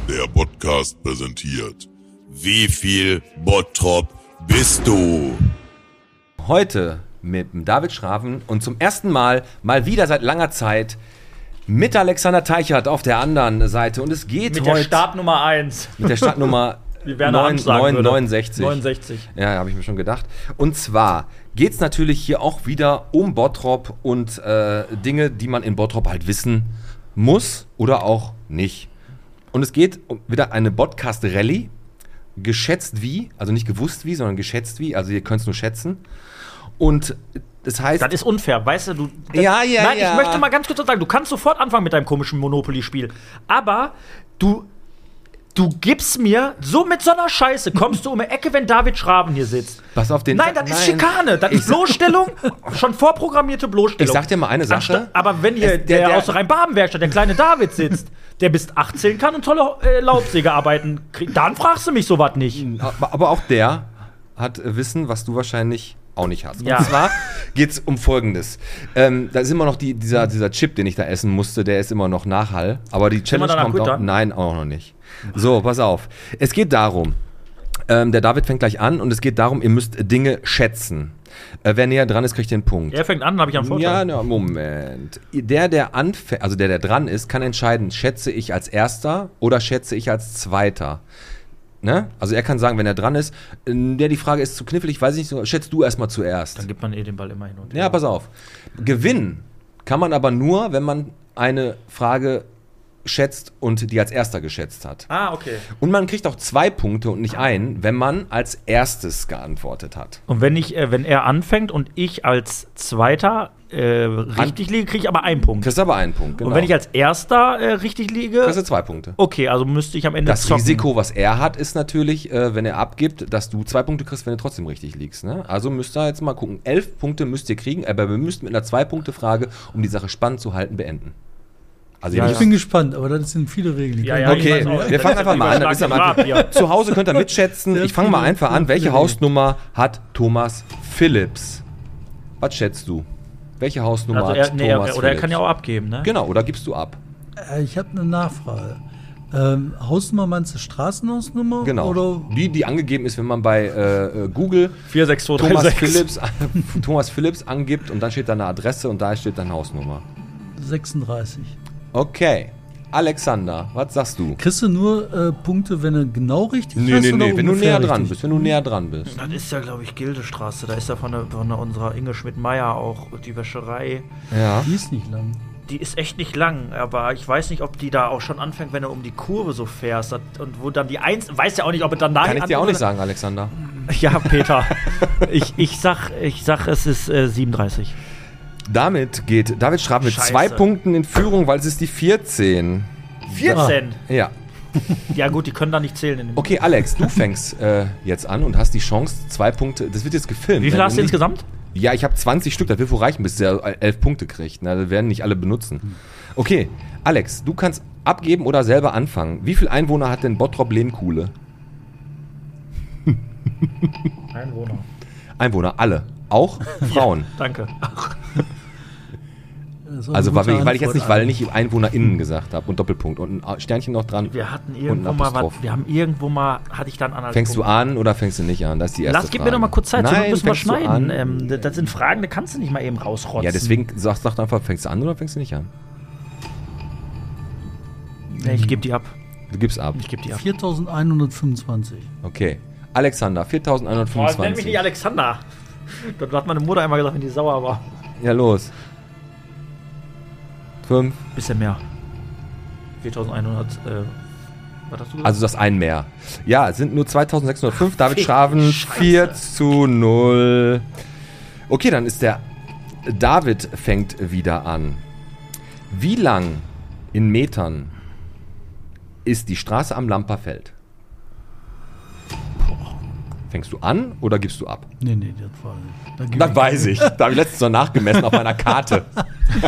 [SPEAKER 7] Der Podcast präsentiert. Wie viel Bottrop bist du?
[SPEAKER 1] Heute mit dem David Schraven und zum ersten Mal, mal wieder seit langer Zeit, mit Alexander Teichert auf der anderen Seite. Und es geht
[SPEAKER 2] Mit
[SPEAKER 1] heute
[SPEAKER 2] der Startnummer 1.
[SPEAKER 1] mit der Startnummer
[SPEAKER 2] Wie Werner Hansch sagen würde.
[SPEAKER 1] 69.
[SPEAKER 2] 69.
[SPEAKER 1] Ja, habe ich mir schon gedacht. Und zwar geht es natürlich hier auch wieder um Bottrop und äh, Dinge, die man in Bottrop halt wissen muss oder auch nicht. Und es geht um wieder eine Podcast-Rallye. Geschätzt wie, also nicht gewusst wie, sondern geschätzt wie, also ihr könnt es nur schätzen. Und das heißt,
[SPEAKER 2] Das ist unfair, weißt du, du das,
[SPEAKER 1] Ja, ja,
[SPEAKER 2] Nein,
[SPEAKER 1] ja.
[SPEAKER 2] ich möchte mal ganz kurz was sagen, du kannst sofort anfangen mit deinem komischen Monopoly Spiel, aber du du gibst mir so mit so einer Scheiße kommst du um die Ecke, wenn David Schraben hier sitzt.
[SPEAKER 1] pass auf den
[SPEAKER 2] Nein, das ist Schikane, das ist Bloßstellung, schon vorprogrammierte Bloßstellung.
[SPEAKER 1] Ich sag dir mal eine Sache.
[SPEAKER 2] Ansta- aber wenn hier
[SPEAKER 1] Es- der-
[SPEAKER 2] der,
[SPEAKER 1] der-
[SPEAKER 2] aus der Rhein-Baden-Werkstatt, der kleine David sitzt, der bis 18 kann und tolle äh, Laubsäge arbeiten, kriegt, dann fragst du mich sowas nicht.
[SPEAKER 1] Aber, aber auch der hat äh, Wissen, was du wahrscheinlich auch nicht hast.
[SPEAKER 2] Ja.
[SPEAKER 1] Und zwar geht es um Folgendes. Ähm, da ist immer noch die, dieser, dieser Chip, den ich da essen musste, der ist immer noch Nachhall. Aber die Challenge
[SPEAKER 2] danach
[SPEAKER 1] kommt auch.
[SPEAKER 2] quittern?
[SPEAKER 1] Nein, auch noch nicht. So, pass auf. Es geht darum, ähm, der David fängt gleich an und es geht darum, ihr müsst Dinge schätzen. Äh, wer näher dran ist, kriegt den Punkt.
[SPEAKER 2] Er fängt an, habe ich am Vorteil.
[SPEAKER 1] Ja, na, Moment. Der, der anfängt, also der, der dran ist, kann entscheiden, schätze ich als erster oder schätze ich als zweiter. Ne? Also er kann sagen, wenn er dran ist, ähm, der die Frage ist zu knifflig, weiß ich nicht so, schätzt du erstmal zuerst.
[SPEAKER 2] Dann gibt man eh den Ball immer hin und her.
[SPEAKER 1] Ja, pass auf. Gewinnen kann man aber nur, wenn man eine Frage schätzt und die als erster geschätzt hat.
[SPEAKER 2] Ah, okay.
[SPEAKER 1] Und man kriegt auch zwei Punkte und nicht einen, wenn man als erstes geantwortet hat.
[SPEAKER 2] Und wenn ich, äh, wenn er anfängt und ich als Zweiter äh, richtig liege, kriege ich aber einen Punkt.
[SPEAKER 1] Kriegst aber einen Punkt, genau.
[SPEAKER 2] Und wenn ich als Erster äh, richtig liege,
[SPEAKER 1] Kriegst du zwei Punkte.
[SPEAKER 2] okay, also müsste ich am Ende
[SPEAKER 1] Das
[SPEAKER 2] zocken.
[SPEAKER 1] Risiko, was er hat, ist natürlich, äh, wenn er abgibt, dass du zwei Punkte kriegst, wenn du trotzdem richtig liegst. Ne? Also müsst ihr jetzt mal gucken. Elf Punkte müsst ihr kriegen, aber wir müssten mit einer Zwei-Punkte-Frage, um die Sache spannend zu halten, beenden. Also ihr
[SPEAKER 2] Ja,
[SPEAKER 4] Ich bin gespannt, aber das sind viele Regeln. die
[SPEAKER 2] Ja,
[SPEAKER 4] können-
[SPEAKER 2] ja, ich
[SPEAKER 1] Okay,
[SPEAKER 2] weiß auch.
[SPEAKER 1] wir
[SPEAKER 2] Das
[SPEAKER 1] fangen
[SPEAKER 2] ist
[SPEAKER 1] einfach
[SPEAKER 2] ein
[SPEAKER 1] mal an. Das ist am
[SPEAKER 2] überschlagenes Grab
[SPEAKER 1] Anfang. Zu Hause könnt ihr mitschätzen. Ich fange mal einfach an. Welche Hausnummer hat Thomas Phillips? Was schätzt du? Welche Hausnummer
[SPEAKER 2] Also er,
[SPEAKER 1] hat
[SPEAKER 2] nee,
[SPEAKER 1] Thomas
[SPEAKER 2] er, oder er kann ja auch abgeben, ne?
[SPEAKER 1] Genau, oder gibst du ab?
[SPEAKER 4] Äh, Ich habe eine Nachfrage. Ähm, Hausnummer meinst du Straßenhausnummer?
[SPEAKER 1] Genau.
[SPEAKER 4] Oder
[SPEAKER 1] Die, die angegeben ist, wenn man bei äh, äh, Google
[SPEAKER 2] 46236.
[SPEAKER 1] Thomas Philips, Thomas Philips angibt und dann steht da eine Adresse und da steht dann Hausnummer.
[SPEAKER 4] 36?
[SPEAKER 1] Okay. Alexander, was sagst du?
[SPEAKER 4] Kriegst du nur äh, Punkte, wenn du genau richtig
[SPEAKER 1] Nee, nee,
[SPEAKER 4] oder
[SPEAKER 1] nee, wenn du näher
[SPEAKER 4] ungefähr
[SPEAKER 1] dran
[SPEAKER 4] richtig?
[SPEAKER 1] bist, wenn du näher dran bist.
[SPEAKER 2] Das ist ja, glaube ich, Gildestraße. Da ist ja von, der, von der, unserer Inge Schmidt-Meyer auch die Wäscherei.
[SPEAKER 1] Ja.
[SPEAKER 4] Die ist nicht lang.
[SPEAKER 2] Die ist echt nicht lang, aber ich weiß nicht, ob die da auch schon anfängt, wenn du um die Kurve so fährst. Das- Und wo dann die Eins. Weiß ja auch nicht, ob es dann da
[SPEAKER 1] Kann ich dir auch nicht
[SPEAKER 2] anfängt
[SPEAKER 1] sagen, Alexander.
[SPEAKER 2] oder- Ja, Peter. ich, ich, sag, ich sag, es ist äh, 37.
[SPEAKER 1] Damit geht David Schraben mit
[SPEAKER 2] Scheiße.
[SPEAKER 1] zwei Punkten in Führung, weil es ist die 14.
[SPEAKER 2] 14.
[SPEAKER 1] Ja.
[SPEAKER 2] Ja, gut, die können da nicht zählen. In dem
[SPEAKER 1] Okay, Alex, du fängst äh, jetzt an und hast die Chance, zwei Punkte. Das wird jetzt gefilmt.
[SPEAKER 2] Wie viel
[SPEAKER 1] Wenn
[SPEAKER 2] hast du
[SPEAKER 1] nicht-
[SPEAKER 2] insgesamt?
[SPEAKER 1] Ja, ich habe 20 Stück. Das wird wohl reichen, bis der äh, elf Punkte kriegt. Na, das werden nicht alle benutzen. Okay, Alex, du kannst abgeben oder selber anfangen. Wie viel Einwohner hat denn Bottrop-Lehnkuhle?
[SPEAKER 2] Einwohner.
[SPEAKER 1] Einwohner, alle. Auch Frauen.
[SPEAKER 2] Danke.
[SPEAKER 4] Das ist auch
[SPEAKER 1] Also
[SPEAKER 4] eine
[SPEAKER 1] war
[SPEAKER 4] gute
[SPEAKER 1] wirklich, weil ich jetzt nicht,
[SPEAKER 4] Antwort,
[SPEAKER 1] weil nicht EinwohnerInnen gesagt habe und Doppelpunkt und ein Sternchen noch dran.
[SPEAKER 2] Wir hatten
[SPEAKER 1] und ein
[SPEAKER 2] irgendwo mal was.
[SPEAKER 1] Apostroph.
[SPEAKER 2] Wir haben irgendwo mal. Hatte ich dann an
[SPEAKER 1] Fängst du an oder fängst du nicht an? Das ist die erste
[SPEAKER 2] Lass, gib
[SPEAKER 1] Frage.
[SPEAKER 2] mir doch mal kurz Zeit,
[SPEAKER 1] Nein,
[SPEAKER 2] sonst müssen wir
[SPEAKER 1] fängst du an?
[SPEAKER 2] schneiden. Ähm, das das sind Fragen, da kannst du nicht mal eben rausrotzen.
[SPEAKER 1] ja, deswegen sag, sag doch einfach, fängst du an oder fängst du nicht an?
[SPEAKER 2] Nee, ich gebe die ab.
[SPEAKER 1] Du gibst ab.
[SPEAKER 2] Ich gebe die
[SPEAKER 4] ja.
[SPEAKER 2] ab.
[SPEAKER 4] 4125.
[SPEAKER 1] Okay. Alexander,
[SPEAKER 2] nenn mich
[SPEAKER 1] 4125.
[SPEAKER 2] nicht Alexander. Das hat meine Mutter einmal gesagt, wenn die sauer war.
[SPEAKER 1] ja, los. Fünf.
[SPEAKER 2] Bisschen mehr. 4100. Äh, was hast du gesagt?
[SPEAKER 1] Also das ein mehr. Ja, es sind nur 2605. David
[SPEAKER 2] Fick,
[SPEAKER 1] Schraven
[SPEAKER 2] Scheiße.
[SPEAKER 1] 4 zu 0. Okay, dann ist der David fängt wieder an. Wie lang in Metern ist die Straße am Lamperfeld? Fängst du an oder gibst du ab?
[SPEAKER 4] Nee, nee, das war. Da gebe
[SPEAKER 1] Das weiß ich. Da habe ich letztens noch nachgemessen auf meiner Karte.
[SPEAKER 4] ich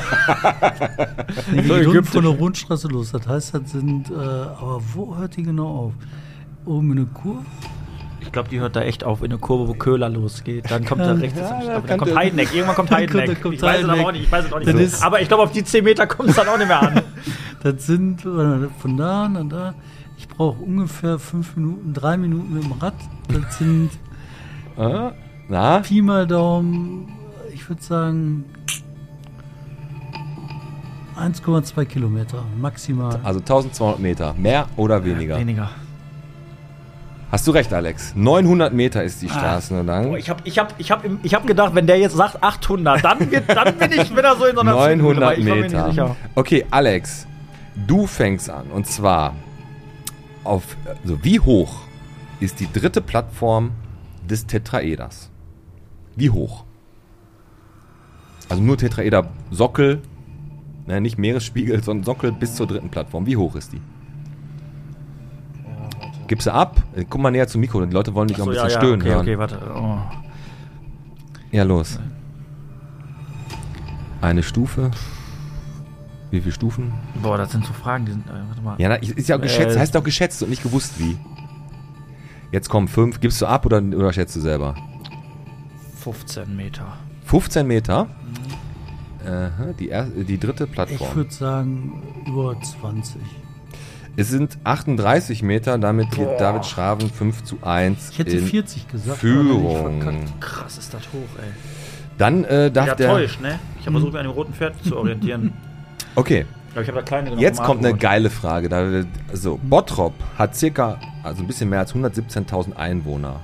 [SPEAKER 2] So,
[SPEAKER 4] die Geduld
[SPEAKER 2] Ägypten.
[SPEAKER 4] von der Rundstraße los. Das heißt, das sind. Äh, aber wo hört die genau auf? Oben in der Kurve?
[SPEAKER 2] ich glaube, die hört da echt auf in eine Kurve, wo Köhler losgeht. Dann kommt da rechts.
[SPEAKER 1] ja,
[SPEAKER 2] aber
[SPEAKER 1] kann
[SPEAKER 2] dann kommt
[SPEAKER 1] der-
[SPEAKER 2] Heideneck. Irgendwann kommt
[SPEAKER 4] Dann kommt-
[SPEAKER 2] Heideneck.
[SPEAKER 4] dann kommt
[SPEAKER 2] ich weiß es aber
[SPEAKER 4] Heideneck.
[SPEAKER 2] auch nicht. Ich weiß es auch
[SPEAKER 4] Dann
[SPEAKER 2] nicht.
[SPEAKER 4] ist-
[SPEAKER 2] So. Aber ich glaube, auf die 10 Meter kommt es dann auch nicht mehr an.
[SPEAKER 4] Das sind äh, von da nach da. Ich brauche ungefähr fünf Minuten, drei Minuten mit dem Rad. Das sind
[SPEAKER 1] Äh? Na?
[SPEAKER 4] Pi mal Daumen, ich würde sagen 1,2 Kilometer maximal.
[SPEAKER 1] Also 1200 Meter. Mehr oder weniger?
[SPEAKER 2] Weniger.
[SPEAKER 1] Hast du recht, Alex. 900 Meter ist die Straße lang.
[SPEAKER 2] Ah. Boah, ich habe ich hab, ich hab, im- ich hab gedacht, wenn der jetzt sagt 800, dann, wird, dann bin ich wieder so in so einer Zwickmühle,
[SPEAKER 1] 900
[SPEAKER 2] aber ich war mir nicht
[SPEAKER 1] Meter.
[SPEAKER 2] sicher.
[SPEAKER 1] Okay, Alex, du fängst an. Und zwar auf, also wie hoch ist die dritte Plattform des Tetraeders? Wie hoch? Also nur Tetraeder-Sockel, ne, nicht Meeresspiegel, sondern Sockel bis zur dritten Plattform. Wie hoch ist die? Gib's ab. Äh, Guck mal näher zum Mikro, die Leute wollen dich auch ein
[SPEAKER 2] So,
[SPEAKER 1] bisschen stöhnen
[SPEAKER 2] okay,
[SPEAKER 1] hören.
[SPEAKER 2] okay, warte. Oh.
[SPEAKER 1] Ja, los. Eine Stufe. Wie viele Stufen?
[SPEAKER 2] Boah, das sind so Fragen, die sind. Äh, warte mal.
[SPEAKER 1] Ja, na, ist ja auch geschätzt,
[SPEAKER 2] Äh.
[SPEAKER 1] heißt auch geschätzt und nicht gewusst wie. Jetzt kommen fünf. Gibst du ab oder, oder schätzt du selber?
[SPEAKER 2] 15 Meter.
[SPEAKER 1] 15 Meter. Aha, die, er, die dritte
[SPEAKER 4] ich
[SPEAKER 1] Plattform.
[SPEAKER 4] würde sagen über 20.
[SPEAKER 1] Es sind 38 Meter, damit geht David Schraven 5 zu 1
[SPEAKER 4] Ich hätte 40 gesagt. aber hätte ich
[SPEAKER 1] Führung.
[SPEAKER 4] verkackt.
[SPEAKER 2] Krass ist das hoch, ey.
[SPEAKER 1] Dann äh, darf
[SPEAKER 2] Ja,
[SPEAKER 1] der... Hm.
[SPEAKER 2] täuscht, ne? Ich habe versucht, mich an dem roten Pferd zu orientieren.
[SPEAKER 1] Okay,
[SPEAKER 2] Ich glaube, ich habe da kleine genommen.
[SPEAKER 1] Jetzt
[SPEAKER 2] vom
[SPEAKER 1] kommt eine
[SPEAKER 2] Artenwohl.
[SPEAKER 1] geile Frage. Da, so, Bottrop hat circa, also ein bisschen mehr als 117.000 Einwohner.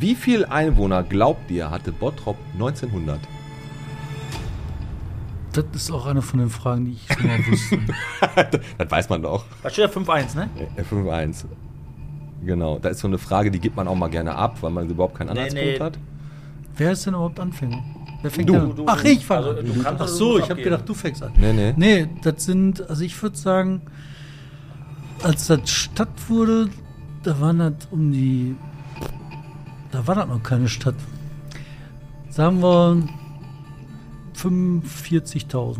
[SPEAKER 1] Wie viel Einwohner, glaubt ihr, hatte Bottrop 1900?
[SPEAKER 4] Das ist auch eine von den Fragen, die ich schon mal wusste.
[SPEAKER 1] Das weiß man doch.
[SPEAKER 2] Da steht ja 5-1, ne?
[SPEAKER 1] Äh, 5-1. Genau, da ist so eine Frage, die gibt man auch mal gerne ab, weil man überhaupt keinen
[SPEAKER 2] Nee,
[SPEAKER 1] Anhaltspunkt
[SPEAKER 2] nee.
[SPEAKER 1] hat.
[SPEAKER 4] Wer ist denn überhaupt Anfänger? Wer fängt
[SPEAKER 1] Du.
[SPEAKER 4] denn an?
[SPEAKER 2] Du, du,
[SPEAKER 4] Ach, ich fange
[SPEAKER 2] also,
[SPEAKER 4] an.
[SPEAKER 2] du kannst
[SPEAKER 4] Ach
[SPEAKER 2] das
[SPEAKER 4] so,
[SPEAKER 2] sofort
[SPEAKER 4] ich habe
[SPEAKER 2] abgeben.
[SPEAKER 4] gedacht, du fängst an.
[SPEAKER 1] Nee, nee.
[SPEAKER 4] Nee, das sind, also ich würde sagen, als das Stadt wurde, da waren das um die, da war das noch keine Stadt. Sagen wir 45.000.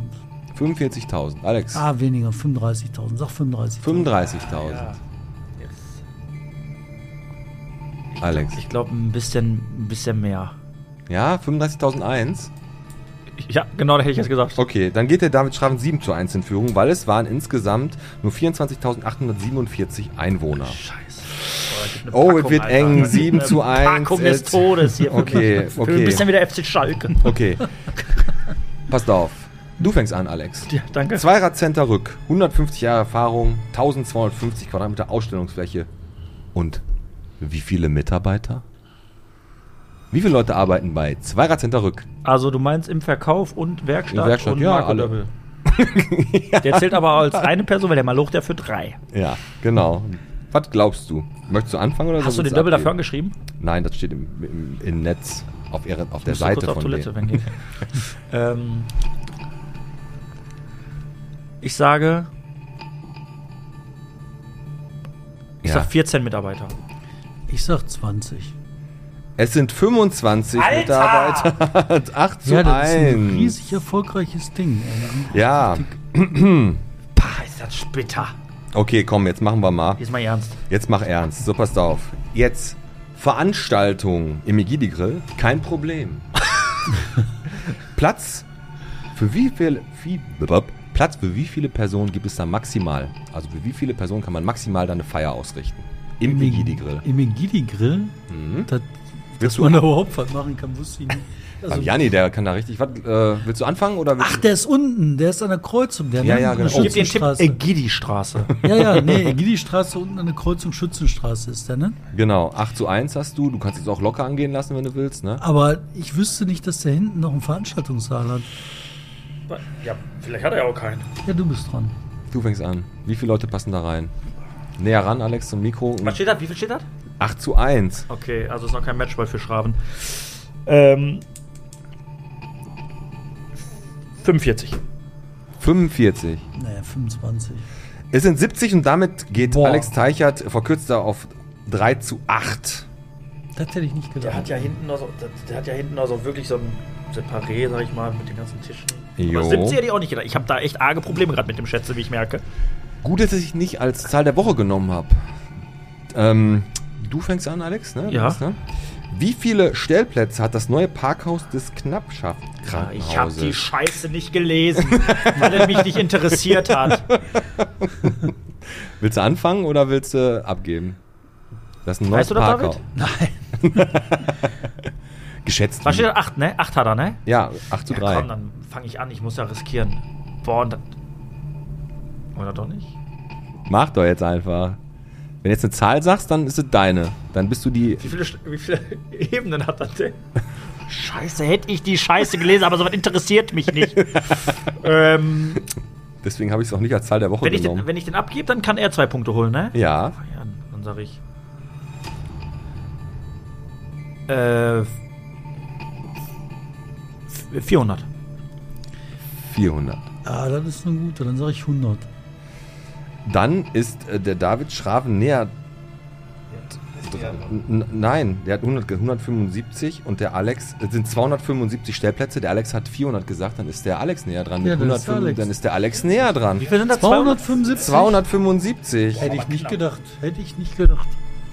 [SPEAKER 1] 45.000. Alex,
[SPEAKER 4] Ah, weniger, 35.000. Sag 35.000.
[SPEAKER 1] 35.000. Alex.
[SPEAKER 2] Ich glaube, ein bisschen, ein bisschen mehr.
[SPEAKER 1] Ja, 35.001.
[SPEAKER 2] Ja, genau, da hätte ich jetzt gesagt.
[SPEAKER 1] Okay, dann geht der David Schraven 7 zu 1 in Führung, weil es waren insgesamt nur 24.847 Einwohner.
[SPEAKER 2] Scheiße.
[SPEAKER 1] Oh, es wird eng. 7 zu 1.
[SPEAKER 2] Packung des
[SPEAKER 1] Jetzt-
[SPEAKER 2] Todes hier. für
[SPEAKER 1] Okay,
[SPEAKER 2] mich. Ich bin
[SPEAKER 1] okay.
[SPEAKER 2] ein bisschen wieder FC Schalke.
[SPEAKER 1] Okay. Passt auf. Du fängst an, Alex.
[SPEAKER 2] Ja, danke.
[SPEAKER 1] Zweiradcenter Rück, 150 Jahre Erfahrung, 1250 Quadratmeter Ausstellungsfläche. Und wie viele Mitarbeiter? Wie viele Leute arbeiten bei Zweiradcenter Rück?
[SPEAKER 2] Also du meinst im Verkauf und Werkstatt,
[SPEAKER 1] In Werkstatt,
[SPEAKER 2] und
[SPEAKER 1] ja,
[SPEAKER 2] Marco
[SPEAKER 1] alle.
[SPEAKER 2] Löffel. Der zählt aber als eine Person, weil der Maloch der für drei.
[SPEAKER 1] Ja, genau. Was glaubst du? Möchtest du anfangen oder
[SPEAKER 2] Hast du
[SPEAKER 1] soll ich
[SPEAKER 2] den
[SPEAKER 1] es
[SPEAKER 2] Double dafür
[SPEAKER 1] abgeben?
[SPEAKER 2] angeschrieben?
[SPEAKER 1] Nein, das steht im, im, im Netz auf, ihrer- auf der
[SPEAKER 2] Musst du
[SPEAKER 1] Seite
[SPEAKER 2] kurz auf
[SPEAKER 1] von
[SPEAKER 2] Toilette,
[SPEAKER 1] denen.
[SPEAKER 2] wenn geht. ähm, ich sage, ich
[SPEAKER 1] Ja.
[SPEAKER 2] sag 14 Mitarbeiter.
[SPEAKER 4] Ich sag 20.
[SPEAKER 1] Es sind 25
[SPEAKER 2] Alter!
[SPEAKER 1] Mitarbeiter. 8 zu
[SPEAKER 4] ja, das ist ein
[SPEAKER 1] 1.
[SPEAKER 4] riesig erfolgreiches Ding. Äh, ey.
[SPEAKER 1] Ja,
[SPEAKER 2] Pah, ist das splitter.
[SPEAKER 1] okay, komm, jetzt machen wir mal.
[SPEAKER 2] Jetzt mal ernst.
[SPEAKER 1] Jetzt mach ernst. So, passt auf. Jetzt Veranstaltung im Egidi-Grill, kein Problem. Platz für wie viel, wie, blub, Platz für wie viele Personen gibt es da maximal? Also für wie viele Personen kann man maximal da eine Feier ausrichten? Im Egidi-Grill.
[SPEAKER 4] Im Egidi-Grill?
[SPEAKER 2] Mhm.
[SPEAKER 4] Das,
[SPEAKER 1] Willst
[SPEAKER 4] dass
[SPEAKER 1] du
[SPEAKER 4] man da überhaupt was machen kann, wusste ich nicht. Also,
[SPEAKER 1] Beim Janni, der kann da richtig. Was, äh, willst du anfangen oder willst
[SPEAKER 4] Ach, der ist unten, der ist an der Kreuzung. Der
[SPEAKER 1] Ja,
[SPEAKER 4] hat
[SPEAKER 1] ja,
[SPEAKER 4] eine
[SPEAKER 1] genau.
[SPEAKER 2] Ich gebe dir einen Tipp,
[SPEAKER 4] Schützenstraße.
[SPEAKER 2] Egidi-Straße.
[SPEAKER 4] Ja, ja, nee, Egidi-Straße unten an der Kreuzung Schützenstraße ist der, ne?
[SPEAKER 1] du? Genau, 8 zu 1 hast du. Du kannst es auch locker angehen lassen, wenn du willst, ne?
[SPEAKER 4] Aber ich wüsste nicht, dass der hinten noch einen Veranstaltungssaal hat.
[SPEAKER 2] ja, vielleicht hat er ja auch keinen.
[SPEAKER 4] Ja, du bist dran.
[SPEAKER 1] Du fängst an. Wie viele Leute passen da rein? Näher ran, Alex, zum Mikro.
[SPEAKER 2] Was steht da? Wie viel steht da?
[SPEAKER 1] 8 zu 1.
[SPEAKER 2] Okay, also ist noch kein Matchball für Schraven. Ähm. 45.
[SPEAKER 1] 45.
[SPEAKER 4] Naja, 25.
[SPEAKER 1] Es sind 70 und damit geht
[SPEAKER 2] Boah.
[SPEAKER 1] Alex Teichert verkürzt da auf 3 zu 8.
[SPEAKER 4] Das hätte ich nicht gedacht.
[SPEAKER 2] Der hat ja hinten noch so, der, der hat ja hinten noch so wirklich so ein Separé, sag ich mal, mit den ganzen Tischen.
[SPEAKER 1] Jo.
[SPEAKER 2] Aber 70 hätte ich auch nicht gedacht. Ich habe da echt arge Probleme gerade mit dem Schätze, wie ich merke.
[SPEAKER 1] Gut, dass ich nicht als Zahl der Woche genommen habe. Ähm, du fängst an, Alex, ne? Du
[SPEAKER 2] Ja.
[SPEAKER 1] bist, ne? Wie viele Stellplätze hat das neue Parkhaus des
[SPEAKER 2] Ja, Ich habe
[SPEAKER 1] Knappschaft-Krankenhauses?
[SPEAKER 2] die Scheiße nicht gelesen, weil es mich nicht interessiert hat.
[SPEAKER 1] willst du anfangen oder willst du abgeben? Das ist ein neues
[SPEAKER 2] Weißt du das,
[SPEAKER 1] Parkhaus.
[SPEAKER 2] David?
[SPEAKER 1] Geschätzt.
[SPEAKER 2] Was steht da? 8, ne? 8 hat er, ne?
[SPEAKER 1] Ja, 8 zu
[SPEAKER 2] Ja,
[SPEAKER 1] 3.
[SPEAKER 2] komm, dann fange ich an. Ich muss ja riskieren. Boah, und das, Oder doch nicht?
[SPEAKER 1] Mach doch jetzt einfach. Wenn du jetzt eine Zahl sagst, dann ist es deine. Dann bist du die.
[SPEAKER 2] Wie viele, St- wie viele Ebenen hat das denn? Scheiße, hätte ich die Scheiße gelesen, aber sowas interessiert mich nicht. ähm,
[SPEAKER 1] Deswegen habe ich es auch nicht als Zahl der Woche
[SPEAKER 2] wenn, ich
[SPEAKER 1] genommen.
[SPEAKER 2] den, wenn ich den abgebe, dann kann er zwei Punkte holen, ne?
[SPEAKER 1] ja.
[SPEAKER 2] Ja, dann sage ich. Äh. f- f- 400.
[SPEAKER 1] 400.
[SPEAKER 4] Ah, das ist eine gute. Dann sage ich 100.
[SPEAKER 1] Dann ist äh, der David Schraven näher. N- n- Nein, der hat 100, ge- 175 und der Alex es sind 275 Stellplätze. Der Alex hat 400 gesagt, dann ist der Alex näher dran.
[SPEAKER 4] Ja,
[SPEAKER 1] Mit
[SPEAKER 4] dann ist der
[SPEAKER 1] 105
[SPEAKER 4] Alex.
[SPEAKER 1] dann ist der Alex näher dran.
[SPEAKER 2] Wie viel sind da?
[SPEAKER 4] 275?
[SPEAKER 1] 275.
[SPEAKER 4] Hätte ich nicht gedacht. Hätte ich nicht gedacht.